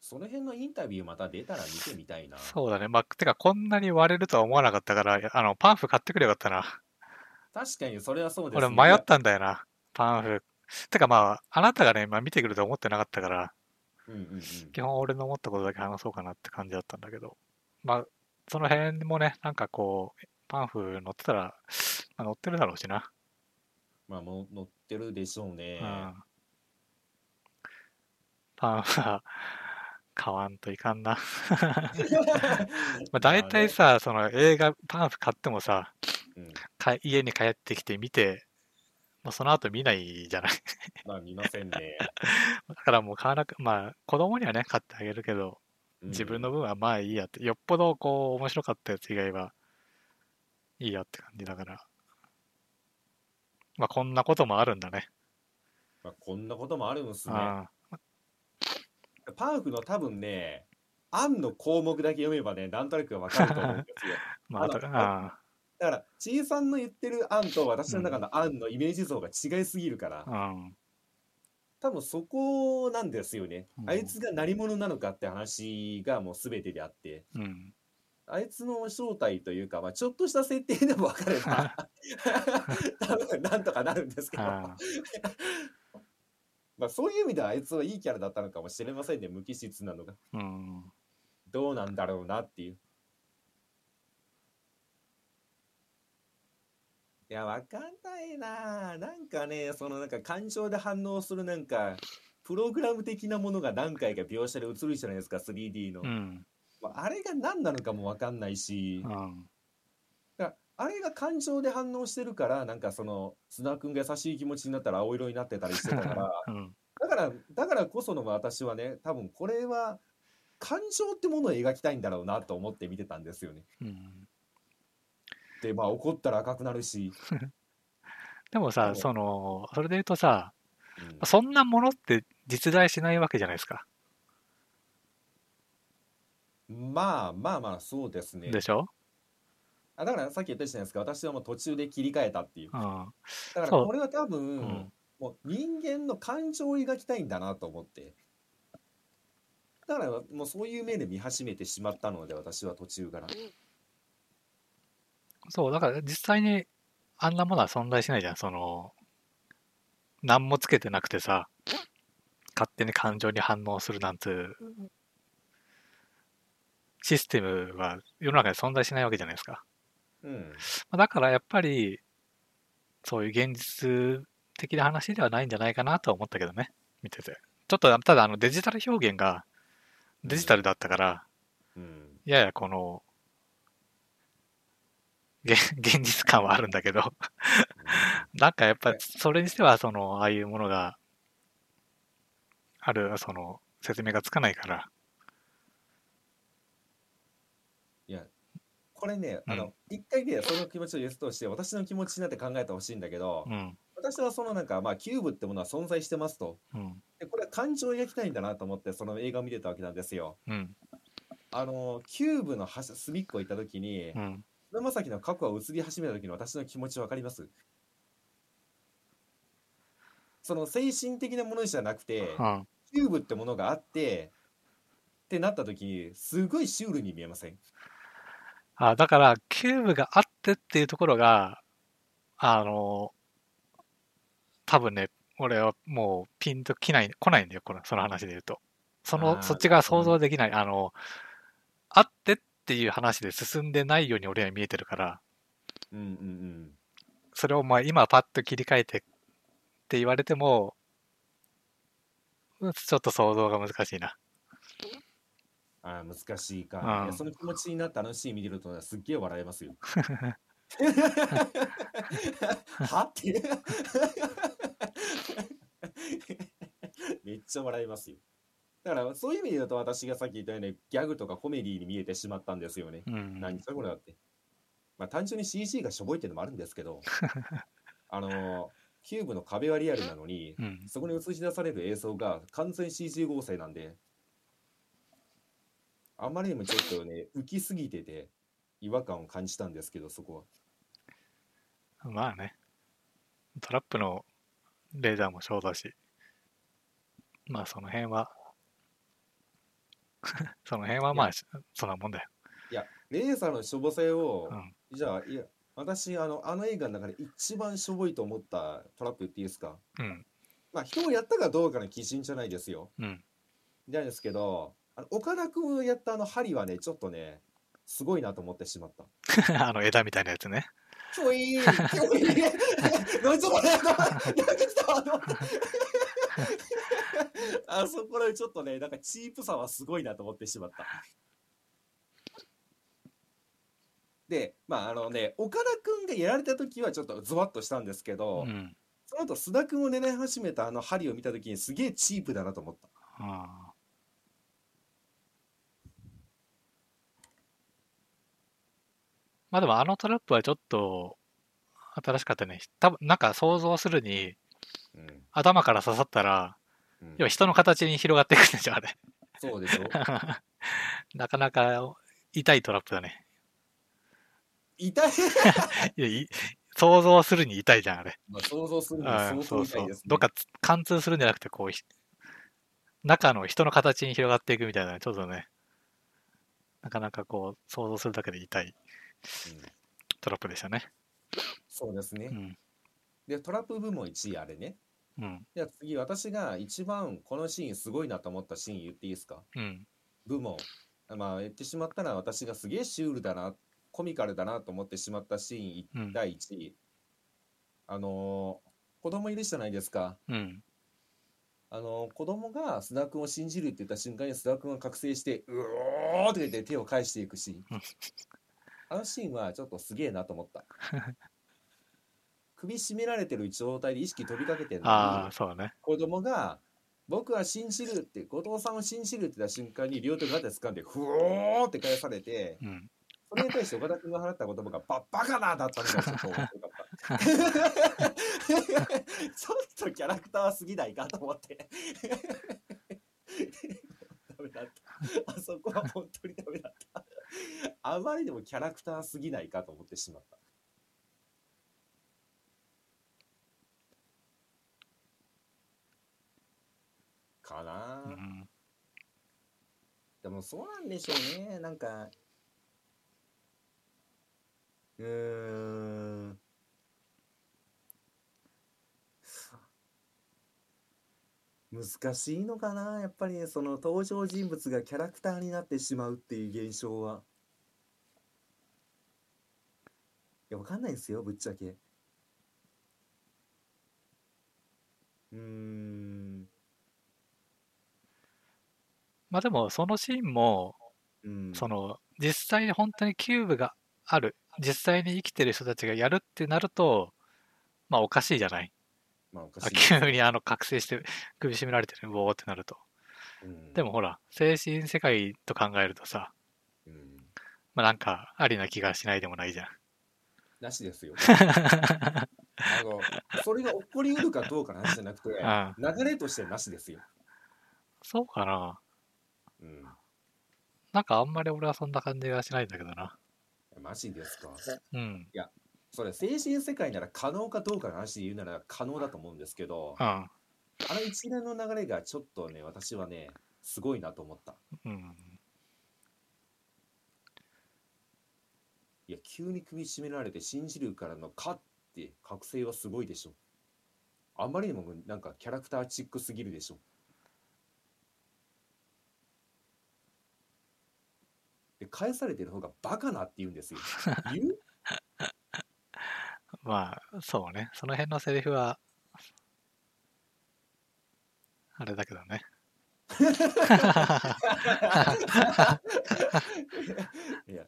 [SPEAKER 2] その辺のインタビューまた出たら見てみたいな。
[SPEAKER 1] そうだね。まあ、てかこんなに割れるとは思わなかったから、いやあの、パンフ買ってくればよかったな。
[SPEAKER 2] 確かにそれはそうです
[SPEAKER 1] 俺
[SPEAKER 2] ね。
[SPEAKER 1] 迷ったんだよな、パンフ。てかまあ、あなたがね、まあ、見てくると思ってなかったから、
[SPEAKER 2] うんうんうん。
[SPEAKER 1] 基本俺の思ったことだけ話そうかなって感じだったんだけど、まあ、その辺もね、なんかこう、パンフ載ってたら、まあ、載ってるだろうしな。
[SPEAKER 2] まあもう乗ってるでしょうね。
[SPEAKER 1] うん。パンフは、買わんといかんな。まあ、大体さ、その映画、パンフ買ってもさ、
[SPEAKER 2] うん
[SPEAKER 1] か家に帰ってきて見て、まあ、その後見ないじゃない (laughs)
[SPEAKER 2] まあ見ませんね。
[SPEAKER 1] だからもう買わなく、まあ子供にはね、買ってあげるけど、
[SPEAKER 2] うん
[SPEAKER 1] 自分の分はまあいいやって、よっぽどこう面白かったやつ以外はいいやって感じだから。まあこんなこともあるんだね。
[SPEAKER 2] まあ、こんなこともあるんですね。
[SPEAKER 1] あ
[SPEAKER 2] パークの多分ね、案の項目だけ読めばね、なんとなくわかると思うんです
[SPEAKER 1] (laughs)
[SPEAKER 2] よ。
[SPEAKER 1] まあ、
[SPEAKER 2] あ
[SPEAKER 1] あ
[SPEAKER 2] の
[SPEAKER 1] とあ
[SPEAKER 2] だから、ちいさんの言ってる案と私の中の案のイメージ像が違いすぎるから、
[SPEAKER 1] うん。
[SPEAKER 2] 多分そこなんですよね
[SPEAKER 1] う。ん
[SPEAKER 2] あいつが何者なのかって話がもう全てであって、
[SPEAKER 1] うん。
[SPEAKER 2] あいつの正体というか、まあ、ちょっとした設定でも分かれば、 (laughs) 多分なんとかなるんですけど、
[SPEAKER 1] あ
[SPEAKER 2] まあ、そういう意味ではあいつはいいキャラだったのかもしれませんね、無機質なのが。
[SPEAKER 1] うん。
[SPEAKER 2] どうなんだろうなっていう。いや、わかんないなぁ。なんかね、そのなんか感情で反応するなんか、プログラム的なものが何回か描写で映るじゃないですか、3D の
[SPEAKER 1] う。ん。
[SPEAKER 2] まああれが何なのかもわかんないし
[SPEAKER 1] う、ん。
[SPEAKER 2] だからあれが感情で反応してるから、なんかその、砂田君が優しい気持ちになったら青色になってたりしてたから、 (laughs)
[SPEAKER 1] うん。
[SPEAKER 2] だから、だからこその私はね、多分これは感情ってものを描きたいんだろうなと思って見てたんですよね。
[SPEAKER 1] うん。
[SPEAKER 2] で、まあ怒ったら赤くなるし、
[SPEAKER 1] でも
[SPEAKER 2] そ
[SPEAKER 1] さ、
[SPEAKER 2] う
[SPEAKER 1] その、それで言うとさ、
[SPEAKER 2] うん
[SPEAKER 1] そんなものって実在しないわけじゃないですか。
[SPEAKER 2] まあまあまあそうですね
[SPEAKER 1] でしょ
[SPEAKER 2] あだからさっき言ったじゃないですか私はもう途中で切り替えたっていう
[SPEAKER 1] う
[SPEAKER 2] だ
[SPEAKER 1] ん。
[SPEAKER 2] から
[SPEAKER 1] そう
[SPEAKER 2] これは多分、
[SPEAKER 1] ん
[SPEAKER 2] もう人間の感情を描きたいんだなと思ってだからもうそういう目で見始めてしまったので私は途中から
[SPEAKER 1] そう、だから実際にあんなものは存在しないじゃん。その、何もつけてなくてさ、勝手に感情に反応するなんていうシステムは世の中に存在しないわけじゃないですか。
[SPEAKER 2] うん
[SPEAKER 1] まあだからやっぱり、そういう現実的な話ではないんじゃないかなとは思ったけどね、見てて。ちょっと、ただあのデジタル表現がデジタルだったから、
[SPEAKER 2] うん
[SPEAKER 1] ややこの、げ現実感はあるんだけど、なんかやっぱそれにしては、その、ああいうものがある、その、説明がつかないから、
[SPEAKER 2] いや、これね、
[SPEAKER 1] うん
[SPEAKER 2] あの、一回ね、その気持ちを言すとして、私の気持ちになって考えてほしいんだけど、
[SPEAKER 1] うん、
[SPEAKER 2] 私はそのなんか、まあ、キューブってものは存在してますと。
[SPEAKER 1] うん、
[SPEAKER 2] で、これは感情を描きたいんだなと思って、その映画を見てたわけなんですよ。
[SPEAKER 1] うん、
[SPEAKER 2] あの、キューブの端隅っこ行った時に
[SPEAKER 1] う、ん。
[SPEAKER 2] 菅田将暉の過去が映り始めた時の私の気持ちわかりますその精神的なものじゃなくて、
[SPEAKER 1] うん
[SPEAKER 2] キューブってものがあって、ってなった時に、すごいシュールに見えません
[SPEAKER 1] あだから、キューブがあってっていうところが、あの、多分ね、俺はもうピンときない、来ないんだよ、このその話で言うと。そ
[SPEAKER 2] あー
[SPEAKER 1] の、そっちが想像できない、あの、あってっていう話で進んでないように俺には見えてるから、
[SPEAKER 2] うんうんうん。
[SPEAKER 1] それをまあ今パッと切り替えてって言われても、うんちょっと想像が難しいな。
[SPEAKER 2] あー難しいか、
[SPEAKER 1] うん
[SPEAKER 2] いやその気持ちになってあのシーン見てるとねすっげえ笑えますよ。はってめっちゃ笑えますよ。だからそういう意味で言うと私がさっき言ったようにギャグとかコメディに見えてしまったんですよね。
[SPEAKER 1] うん。
[SPEAKER 2] 何それこれだって。まあ単純に CG がしょぼいっていうのもあるんですけどあのーキューブの壁はリアルなのに
[SPEAKER 1] うん。
[SPEAKER 2] そこに映し出される映像が完全 CG 合成なんで、あまりにもちょっとね、浮きすぎてて、違和感を感じたんですけど、そこは。
[SPEAKER 1] まあね。トラップのレーダーもそうだし。まあその辺は、 (laughs) その辺はまあ、そんなもんだよ。
[SPEAKER 2] いや、レーザーのしょぼさを
[SPEAKER 1] う、ん。
[SPEAKER 2] じゃあ、いや、私あの、あの映画の中で一番しょぼいと思ったトラップ言っていいですか。
[SPEAKER 1] うん。
[SPEAKER 2] まあ、人をやったかどうかの基準じゃないですよ。
[SPEAKER 1] うん。
[SPEAKER 2] じゃないですけど、あの岡田君をやったあの針はね、ちょっとね、すごいなと思ってしまった。
[SPEAKER 1] (laughs) あの枝みたいなやつね。
[SPEAKER 2] ちょい、ちょい、なんちょっとね、なんか来たあのあそこらちょっとね、なんかチープさはすごいなと思ってしまった。で、まああのね、岡田君がやられた時はちょっとズワッとしたんですけ
[SPEAKER 1] う
[SPEAKER 2] ど、
[SPEAKER 1] ん。
[SPEAKER 2] その後須田君を狙い始めたあの針を見た時にすげえチープだなと思った。
[SPEAKER 1] あまあでもあのトラップはちょっと新しかったね。多分なんか想像するに
[SPEAKER 2] うん
[SPEAKER 1] 頭から刺さったら、
[SPEAKER 2] うん
[SPEAKER 1] 要は人の形に広がっていくんでしょ、あれ。
[SPEAKER 2] そうで
[SPEAKER 1] (laughs)
[SPEAKER 2] しょ
[SPEAKER 1] なかなか痛いトラップだね。 (laughs)
[SPEAKER 2] 痛い、
[SPEAKER 1] いやい想像するに痛いじゃん、あれ。
[SPEAKER 2] まあ、想像するに
[SPEAKER 1] あ
[SPEAKER 2] 相
[SPEAKER 1] そ
[SPEAKER 2] 当
[SPEAKER 1] う
[SPEAKER 2] 痛
[SPEAKER 1] そ
[SPEAKER 2] いうです、ね。
[SPEAKER 1] どっかつ貫通するんじゃなくてこうひ中の人の形に広がっていくみたいなちょっとねなかなかこう想像するだけで痛い
[SPEAKER 2] うん
[SPEAKER 1] トラップでしたね
[SPEAKER 2] そうですね
[SPEAKER 1] う。ん
[SPEAKER 2] で、トラップ部門1位あれね。
[SPEAKER 1] うん
[SPEAKER 2] じゃあ次、私が一番このシーンすごいなと思ったシーン言っていいですか
[SPEAKER 1] うん
[SPEAKER 2] 部門。まあ言ってしまったら私がすげえシュールだな、コミカルだなと思ってしまったシーンい
[SPEAKER 1] うん
[SPEAKER 2] 第1位。あのー子供いるじゃないですか。
[SPEAKER 1] うん
[SPEAKER 2] あのー子供が須田君を信じるって言った瞬間に須田君が覚醒して、うおーって言って手を返していくシーン
[SPEAKER 1] うん。
[SPEAKER 2] あのシーンはちょっとすげえなと思った。首絞められてる状態で意識飛びかけてるのに
[SPEAKER 1] ああそうだね
[SPEAKER 2] 子供が「僕は信じる」って後藤さんを信じるって言った瞬間に両手をガッて掴んで「ふおー」って返されて
[SPEAKER 1] うん
[SPEAKER 2] それに対して岡田君が放った言葉が「ばバカだ!」だったのがちょっと面白かったちょっとキャラクターは過ぎないかと思ってダメだったあそこは本当にダメだったあまりにもキャラクターすぎないかと思ってしまったかな
[SPEAKER 1] う
[SPEAKER 2] あ
[SPEAKER 1] ん
[SPEAKER 2] でもそうなんでしょうね。なんか、うーん。難しいのかなやっぱりね、その登場人物がキャラクターになってしまうっていう現象は。いや、わかんないですよ、ぶっちゃけ。うーん。
[SPEAKER 1] まあでもそのシーンも
[SPEAKER 2] うん。
[SPEAKER 1] その実際に本当にキューブがある実際に生きてる人たちがやるってなると、まあおかしいじゃない。
[SPEAKER 2] まあおか
[SPEAKER 1] あ
[SPEAKER 2] しい。
[SPEAKER 1] 急にあの覚醒して首絞められてる、ボーってなると。
[SPEAKER 2] うん
[SPEAKER 1] でも、ほら、精神世界と考えるとさ、
[SPEAKER 2] うん
[SPEAKER 1] まあなんかありな気がしないでもないじゃん。
[SPEAKER 2] なしですよ。あのそれが起こりうるかどうかの話じゃなくて、
[SPEAKER 1] あ
[SPEAKER 2] 流れとしてなしですよ。
[SPEAKER 1] そうかな
[SPEAKER 2] うん、
[SPEAKER 1] なんかあんまり俺はそんな感じがしないんだけどな。
[SPEAKER 2] マジですか。
[SPEAKER 1] うん。
[SPEAKER 2] それ精神世界なら可能かどうかの話で言うなら可能だと思うんですけど、あ
[SPEAKER 1] うん。
[SPEAKER 2] の一連の流れがちょっとね、私はね、すごいなと思った。
[SPEAKER 1] うん。
[SPEAKER 2] いや、急に組み締められて信じるからの「か」って覚醒はすごいでしょ。あまりにもなんかキャラクターチックすぎるでしょ。で返されてる方がバカなって言う
[SPEAKER 1] (laughs)
[SPEAKER 2] んですよ。言う
[SPEAKER 1] まあ、そうね。その辺のセリフは、あれだけど
[SPEAKER 2] (laughs)
[SPEAKER 1] ね。
[SPEAKER 2] いや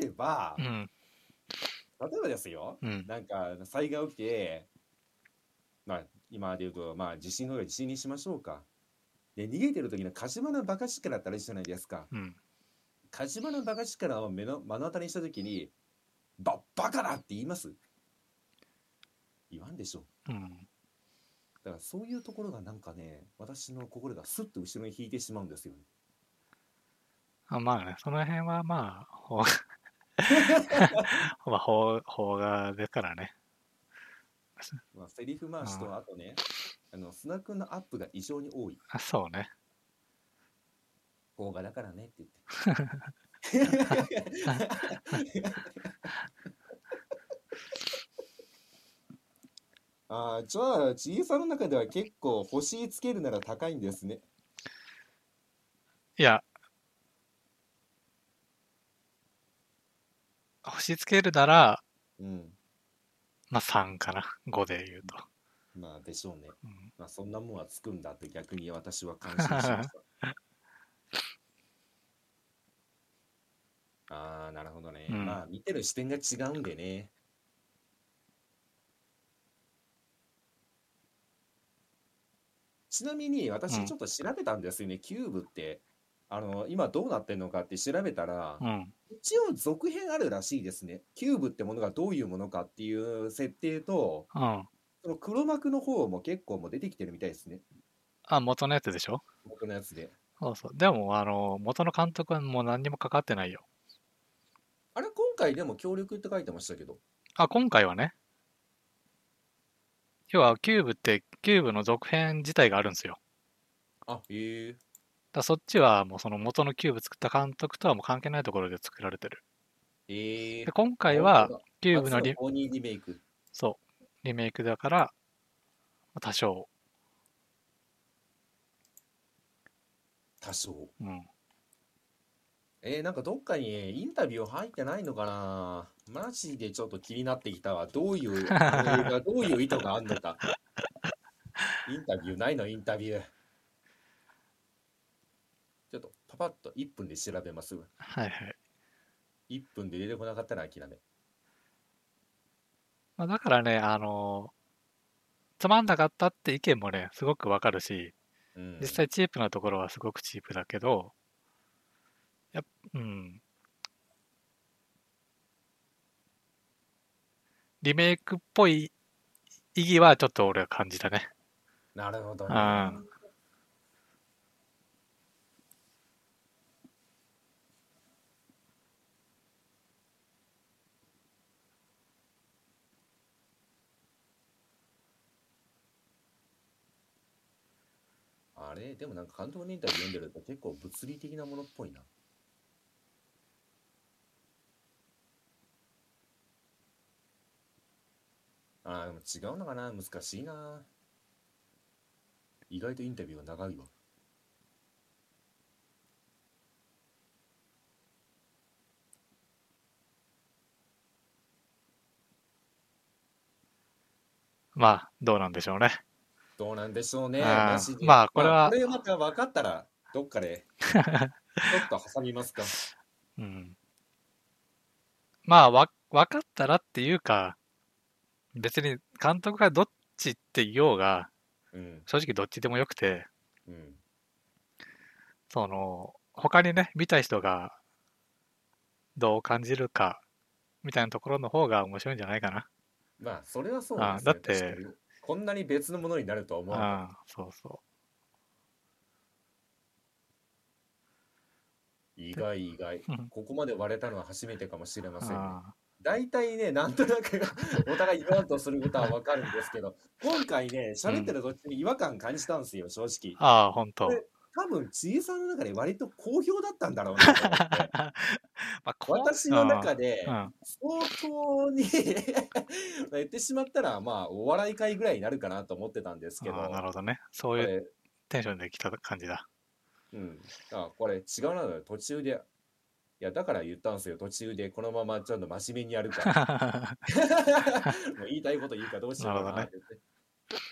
[SPEAKER 2] 例えば
[SPEAKER 1] う、ん。
[SPEAKER 2] 例えばですよ、
[SPEAKER 1] うん。
[SPEAKER 2] なんか災害起きて、まあ、今で言うと、まあ、地震の上地震にしましょうか。で、逃げてる時のカジマのバカ力ってあれじゃないですか。
[SPEAKER 1] うん。
[SPEAKER 2] カジマのバカ力を目の目の当たりにした時に、ば、バカだって言います言わんでしょ
[SPEAKER 1] うん。
[SPEAKER 2] だからそういうところがなんかね、私の心がスッと後ろに引いてしまうんですよね。
[SPEAKER 1] あまあね、その辺はまあ、法まあ、法、法がですからね。
[SPEAKER 2] まあ、セリフ回し
[SPEAKER 1] う
[SPEAKER 2] と、
[SPEAKER 1] ん
[SPEAKER 2] あとね、あの、砂君のアップが異常に多い。
[SPEAKER 1] あそうね。
[SPEAKER 2] 邦画だからねって (laughs) 言って。ああ、じゃあ、ちいさんの中では結構星つけるなら高いんですね。
[SPEAKER 1] いや、星つけるなら、
[SPEAKER 2] うん。
[SPEAKER 1] まあ3かな。5で言うと。
[SPEAKER 2] まあでしょうね。
[SPEAKER 1] うん
[SPEAKER 2] まあそんなもんはつくんだって逆に私は感心しました。
[SPEAKER 1] (laughs)
[SPEAKER 2] ああ、なるほどね。
[SPEAKER 1] うん
[SPEAKER 2] まあ見てる視点が違うんでね。ちなみに
[SPEAKER 1] う
[SPEAKER 2] 私
[SPEAKER 1] ん
[SPEAKER 2] ちょっと調べたんですよね、キューブって。あの今どうなってんのかって調べたら、
[SPEAKER 1] うん。
[SPEAKER 2] 一応続編あるらしいですね。キューブってものがどういうものかっていう設定と、
[SPEAKER 1] うん。
[SPEAKER 2] その黒幕の方も結構もう出てきてるみたいですね。
[SPEAKER 1] あ、元のやつでしょ
[SPEAKER 2] 僕のやつで。
[SPEAKER 1] そうそう。でも、あの、元の監督はもう何にもかかってないよ。
[SPEAKER 2] あれ、今回でも協力って書いてましたけど。
[SPEAKER 1] あ、今回はね。要は、キューブって、キューブの続編自体があるんですよ。
[SPEAKER 2] あ、へえ。
[SPEAKER 1] だからそっちはもうその元のキューブ作った監督とはもう関係ないところで作られてる。
[SPEAKER 2] ええ
[SPEAKER 1] で、。今回は、キ
[SPEAKER 2] キ
[SPEAKER 1] ューブのリ
[SPEAKER 2] リ、ニーリメイク。
[SPEAKER 1] そう、リメイクだから、多少、
[SPEAKER 2] 多少。
[SPEAKER 1] うん。
[SPEAKER 2] えー、なんかどっかにインタビュー入ってないのかなマジでちょっと気になってきたわ。どう
[SPEAKER 1] (laughs)
[SPEAKER 2] いう、あの映画どういう意図があるのか。インタビューないの、インタビュー。ちょっとパパッと1分で調べます。
[SPEAKER 1] (laughs) はいはい。
[SPEAKER 2] 1分で出てこなかったら諦め。
[SPEAKER 1] まあ、だからね、あのつまんなかったって意見もね、すごくわかるし、
[SPEAKER 2] うん、
[SPEAKER 1] 実際チープなところはすごくチープだけど、やっうん。リメイクっぽい意義はちょっと俺は感じたね。
[SPEAKER 2] なるほどね。
[SPEAKER 1] うん
[SPEAKER 2] あれでもなんか監督のインタビュー読んでると結構物理的なものっぽいな。ああ、でも違うのかな難しいな。意外とインタビューが長いわ。
[SPEAKER 1] まあ、どうなんでしょうね。
[SPEAKER 2] どうなんでしょうね。
[SPEAKER 1] あー
[SPEAKER 2] マジで
[SPEAKER 1] まあこれは
[SPEAKER 2] あこれまた分かったら、
[SPEAKER 1] (laughs)
[SPEAKER 2] どっかで、ちょっと挟みますか。
[SPEAKER 1] うん。まあ、わ、分かったらっていうか、別に監督がどっちって言おうが、
[SPEAKER 2] うん
[SPEAKER 1] 正直どっちでもよくて、
[SPEAKER 2] うん
[SPEAKER 1] その、他にね、見た人がどう感じるか、みたいなところの方が面白いんじゃないかな。
[SPEAKER 2] まあそれはそうなんです
[SPEAKER 1] あ
[SPEAKER 2] ね
[SPEAKER 1] だって
[SPEAKER 2] 確かにこんなに別のものになるとは思う
[SPEAKER 1] うん、そうそ
[SPEAKER 2] 意外意外
[SPEAKER 1] うん
[SPEAKER 2] ここまで割れたのは初めてかもしれま
[SPEAKER 1] う。
[SPEAKER 2] せんね
[SPEAKER 1] あ
[SPEAKER 2] 大体ね、なんとなくお互い言わんとすることはわかるんです
[SPEAKER 1] (laughs)
[SPEAKER 2] けど、今回ね、喋ってる途中に違和感感じたんですよ、正直。
[SPEAKER 1] あ、本当。
[SPEAKER 2] で多分、ちいさんの中で割と好評だったんだろうなと思って
[SPEAKER 1] (laughs) まあ、 (laughs) こう
[SPEAKER 2] 私の中で
[SPEAKER 1] う、ん、
[SPEAKER 2] 相当に (laughs) 言ってしまったら、まあ、お笑い会ぐらいになるかなと思ってたんですけど、
[SPEAKER 1] ああなる
[SPEAKER 2] こ
[SPEAKER 1] ほどね。そういう
[SPEAKER 2] れ、
[SPEAKER 1] テンションで来た感じだ。 (laughs)
[SPEAKER 2] うん、あこれ違うな、途中で、いや、だから言ったんですよ、途中で、このままちょっと真面目にや
[SPEAKER 1] (laughs)
[SPEAKER 2] るから。もう言いたいこと言うかどうしようかな
[SPEAKER 1] なる
[SPEAKER 2] って言って。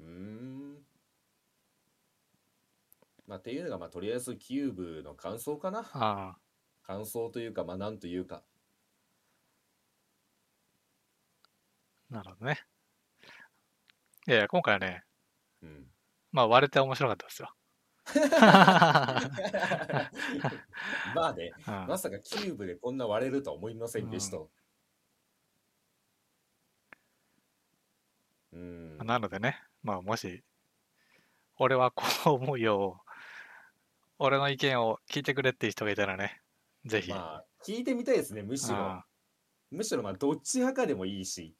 [SPEAKER 2] うーん。まあ、っていうのが、まあ、とりあえずキューブの感想かな。
[SPEAKER 1] あ
[SPEAKER 2] 感想というか、まあ、なんというか。
[SPEAKER 1] あ、なるほどね。いやいや、今回はね、
[SPEAKER 2] うん。
[SPEAKER 1] まあ割れて面白かったです
[SPEAKER 2] (laughs)
[SPEAKER 1] よ。
[SPEAKER 2] まあね、
[SPEAKER 1] うん
[SPEAKER 2] まさかキューブでこんな割れるとは思いませんでした。うん。
[SPEAKER 1] なのでね、まあもし、俺はこう思うよ、俺の意見を聞いてくれっていう人がいたらね、ぜひ、
[SPEAKER 2] まあ、聞いてみたいですね、むしろ。
[SPEAKER 1] あ
[SPEAKER 2] むしろ、まあ、どっち派かでもいいし。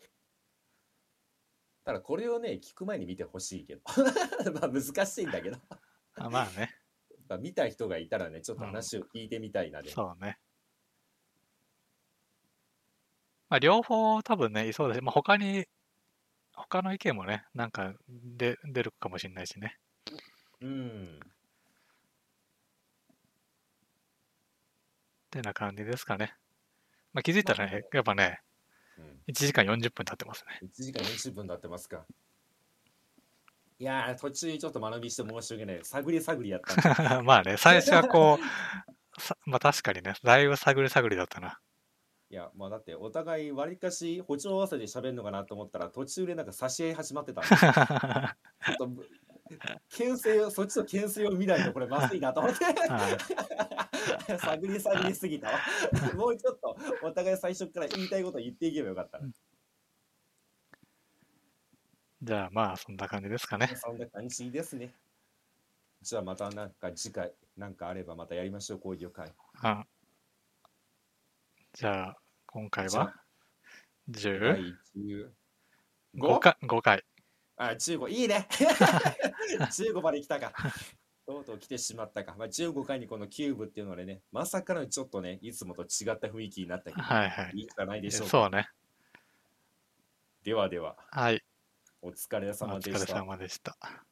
[SPEAKER 2] ただ、これをね、聞く前に見てほしいけど。 (laughs) まあ、難しいんだけど。
[SPEAKER 1] あまあね、
[SPEAKER 2] (laughs) まあ、見た人がいたらね、ちょっと話を聞いてみたいなで。
[SPEAKER 1] そうね。まあ両方多分ね、いそうだし、まあ他に、他の意見もね、なんかで出るかもしれないしね。
[SPEAKER 2] うん。
[SPEAKER 1] ってな感じですかね。まあ気づいたらね、やっぱね、
[SPEAKER 2] うん
[SPEAKER 1] 1時間40分経ってますね。 (laughs)
[SPEAKER 2] 1時間40分経ってますか。いやー、途中ちょっと学びして申し訳ない。探り探りやったんで
[SPEAKER 1] まあね、最初はこう、 (laughs) さまあ確かにね、だいぶ探り探りだったな。 (laughs)
[SPEAKER 2] いや、まあだってお互いわりかし歩調合わせで喋るのかなと思ったら途中でなんか差し合い始まってたんでち
[SPEAKER 1] あ
[SPEAKER 2] ょっと牽制をそっちの牽制を見ないとこれまずいなと (laughs) 思って探り探りすぎたわもうちょっとお互い最初から言いたいこと言っていけばよかった
[SPEAKER 1] じゃあまあそんな感じですかね。
[SPEAKER 2] そんな感じですねじゃあまたなんか次回なんかあればまたやりましょう交流会
[SPEAKER 1] あじゃあ今回
[SPEAKER 2] じゃ
[SPEAKER 1] は
[SPEAKER 2] あ第
[SPEAKER 1] 15?
[SPEAKER 2] 15
[SPEAKER 1] 5回 ,5 回。
[SPEAKER 2] あ、15、い
[SPEAKER 1] (laughs)
[SPEAKER 2] いね。15まで来たか。とうとう来てしまったか。まあ、15回にこのキューブっていうのでね、まさかのちょっとね、いつもと違った雰囲気になったけど、
[SPEAKER 1] はいはい。
[SPEAKER 2] いいじゃないでしょうか。
[SPEAKER 1] そうね。
[SPEAKER 2] ではでは、
[SPEAKER 1] はい。
[SPEAKER 2] お疲れ
[SPEAKER 1] お
[SPEAKER 2] 様で
[SPEAKER 1] 疲れ
[SPEAKER 2] した。
[SPEAKER 1] 様でした。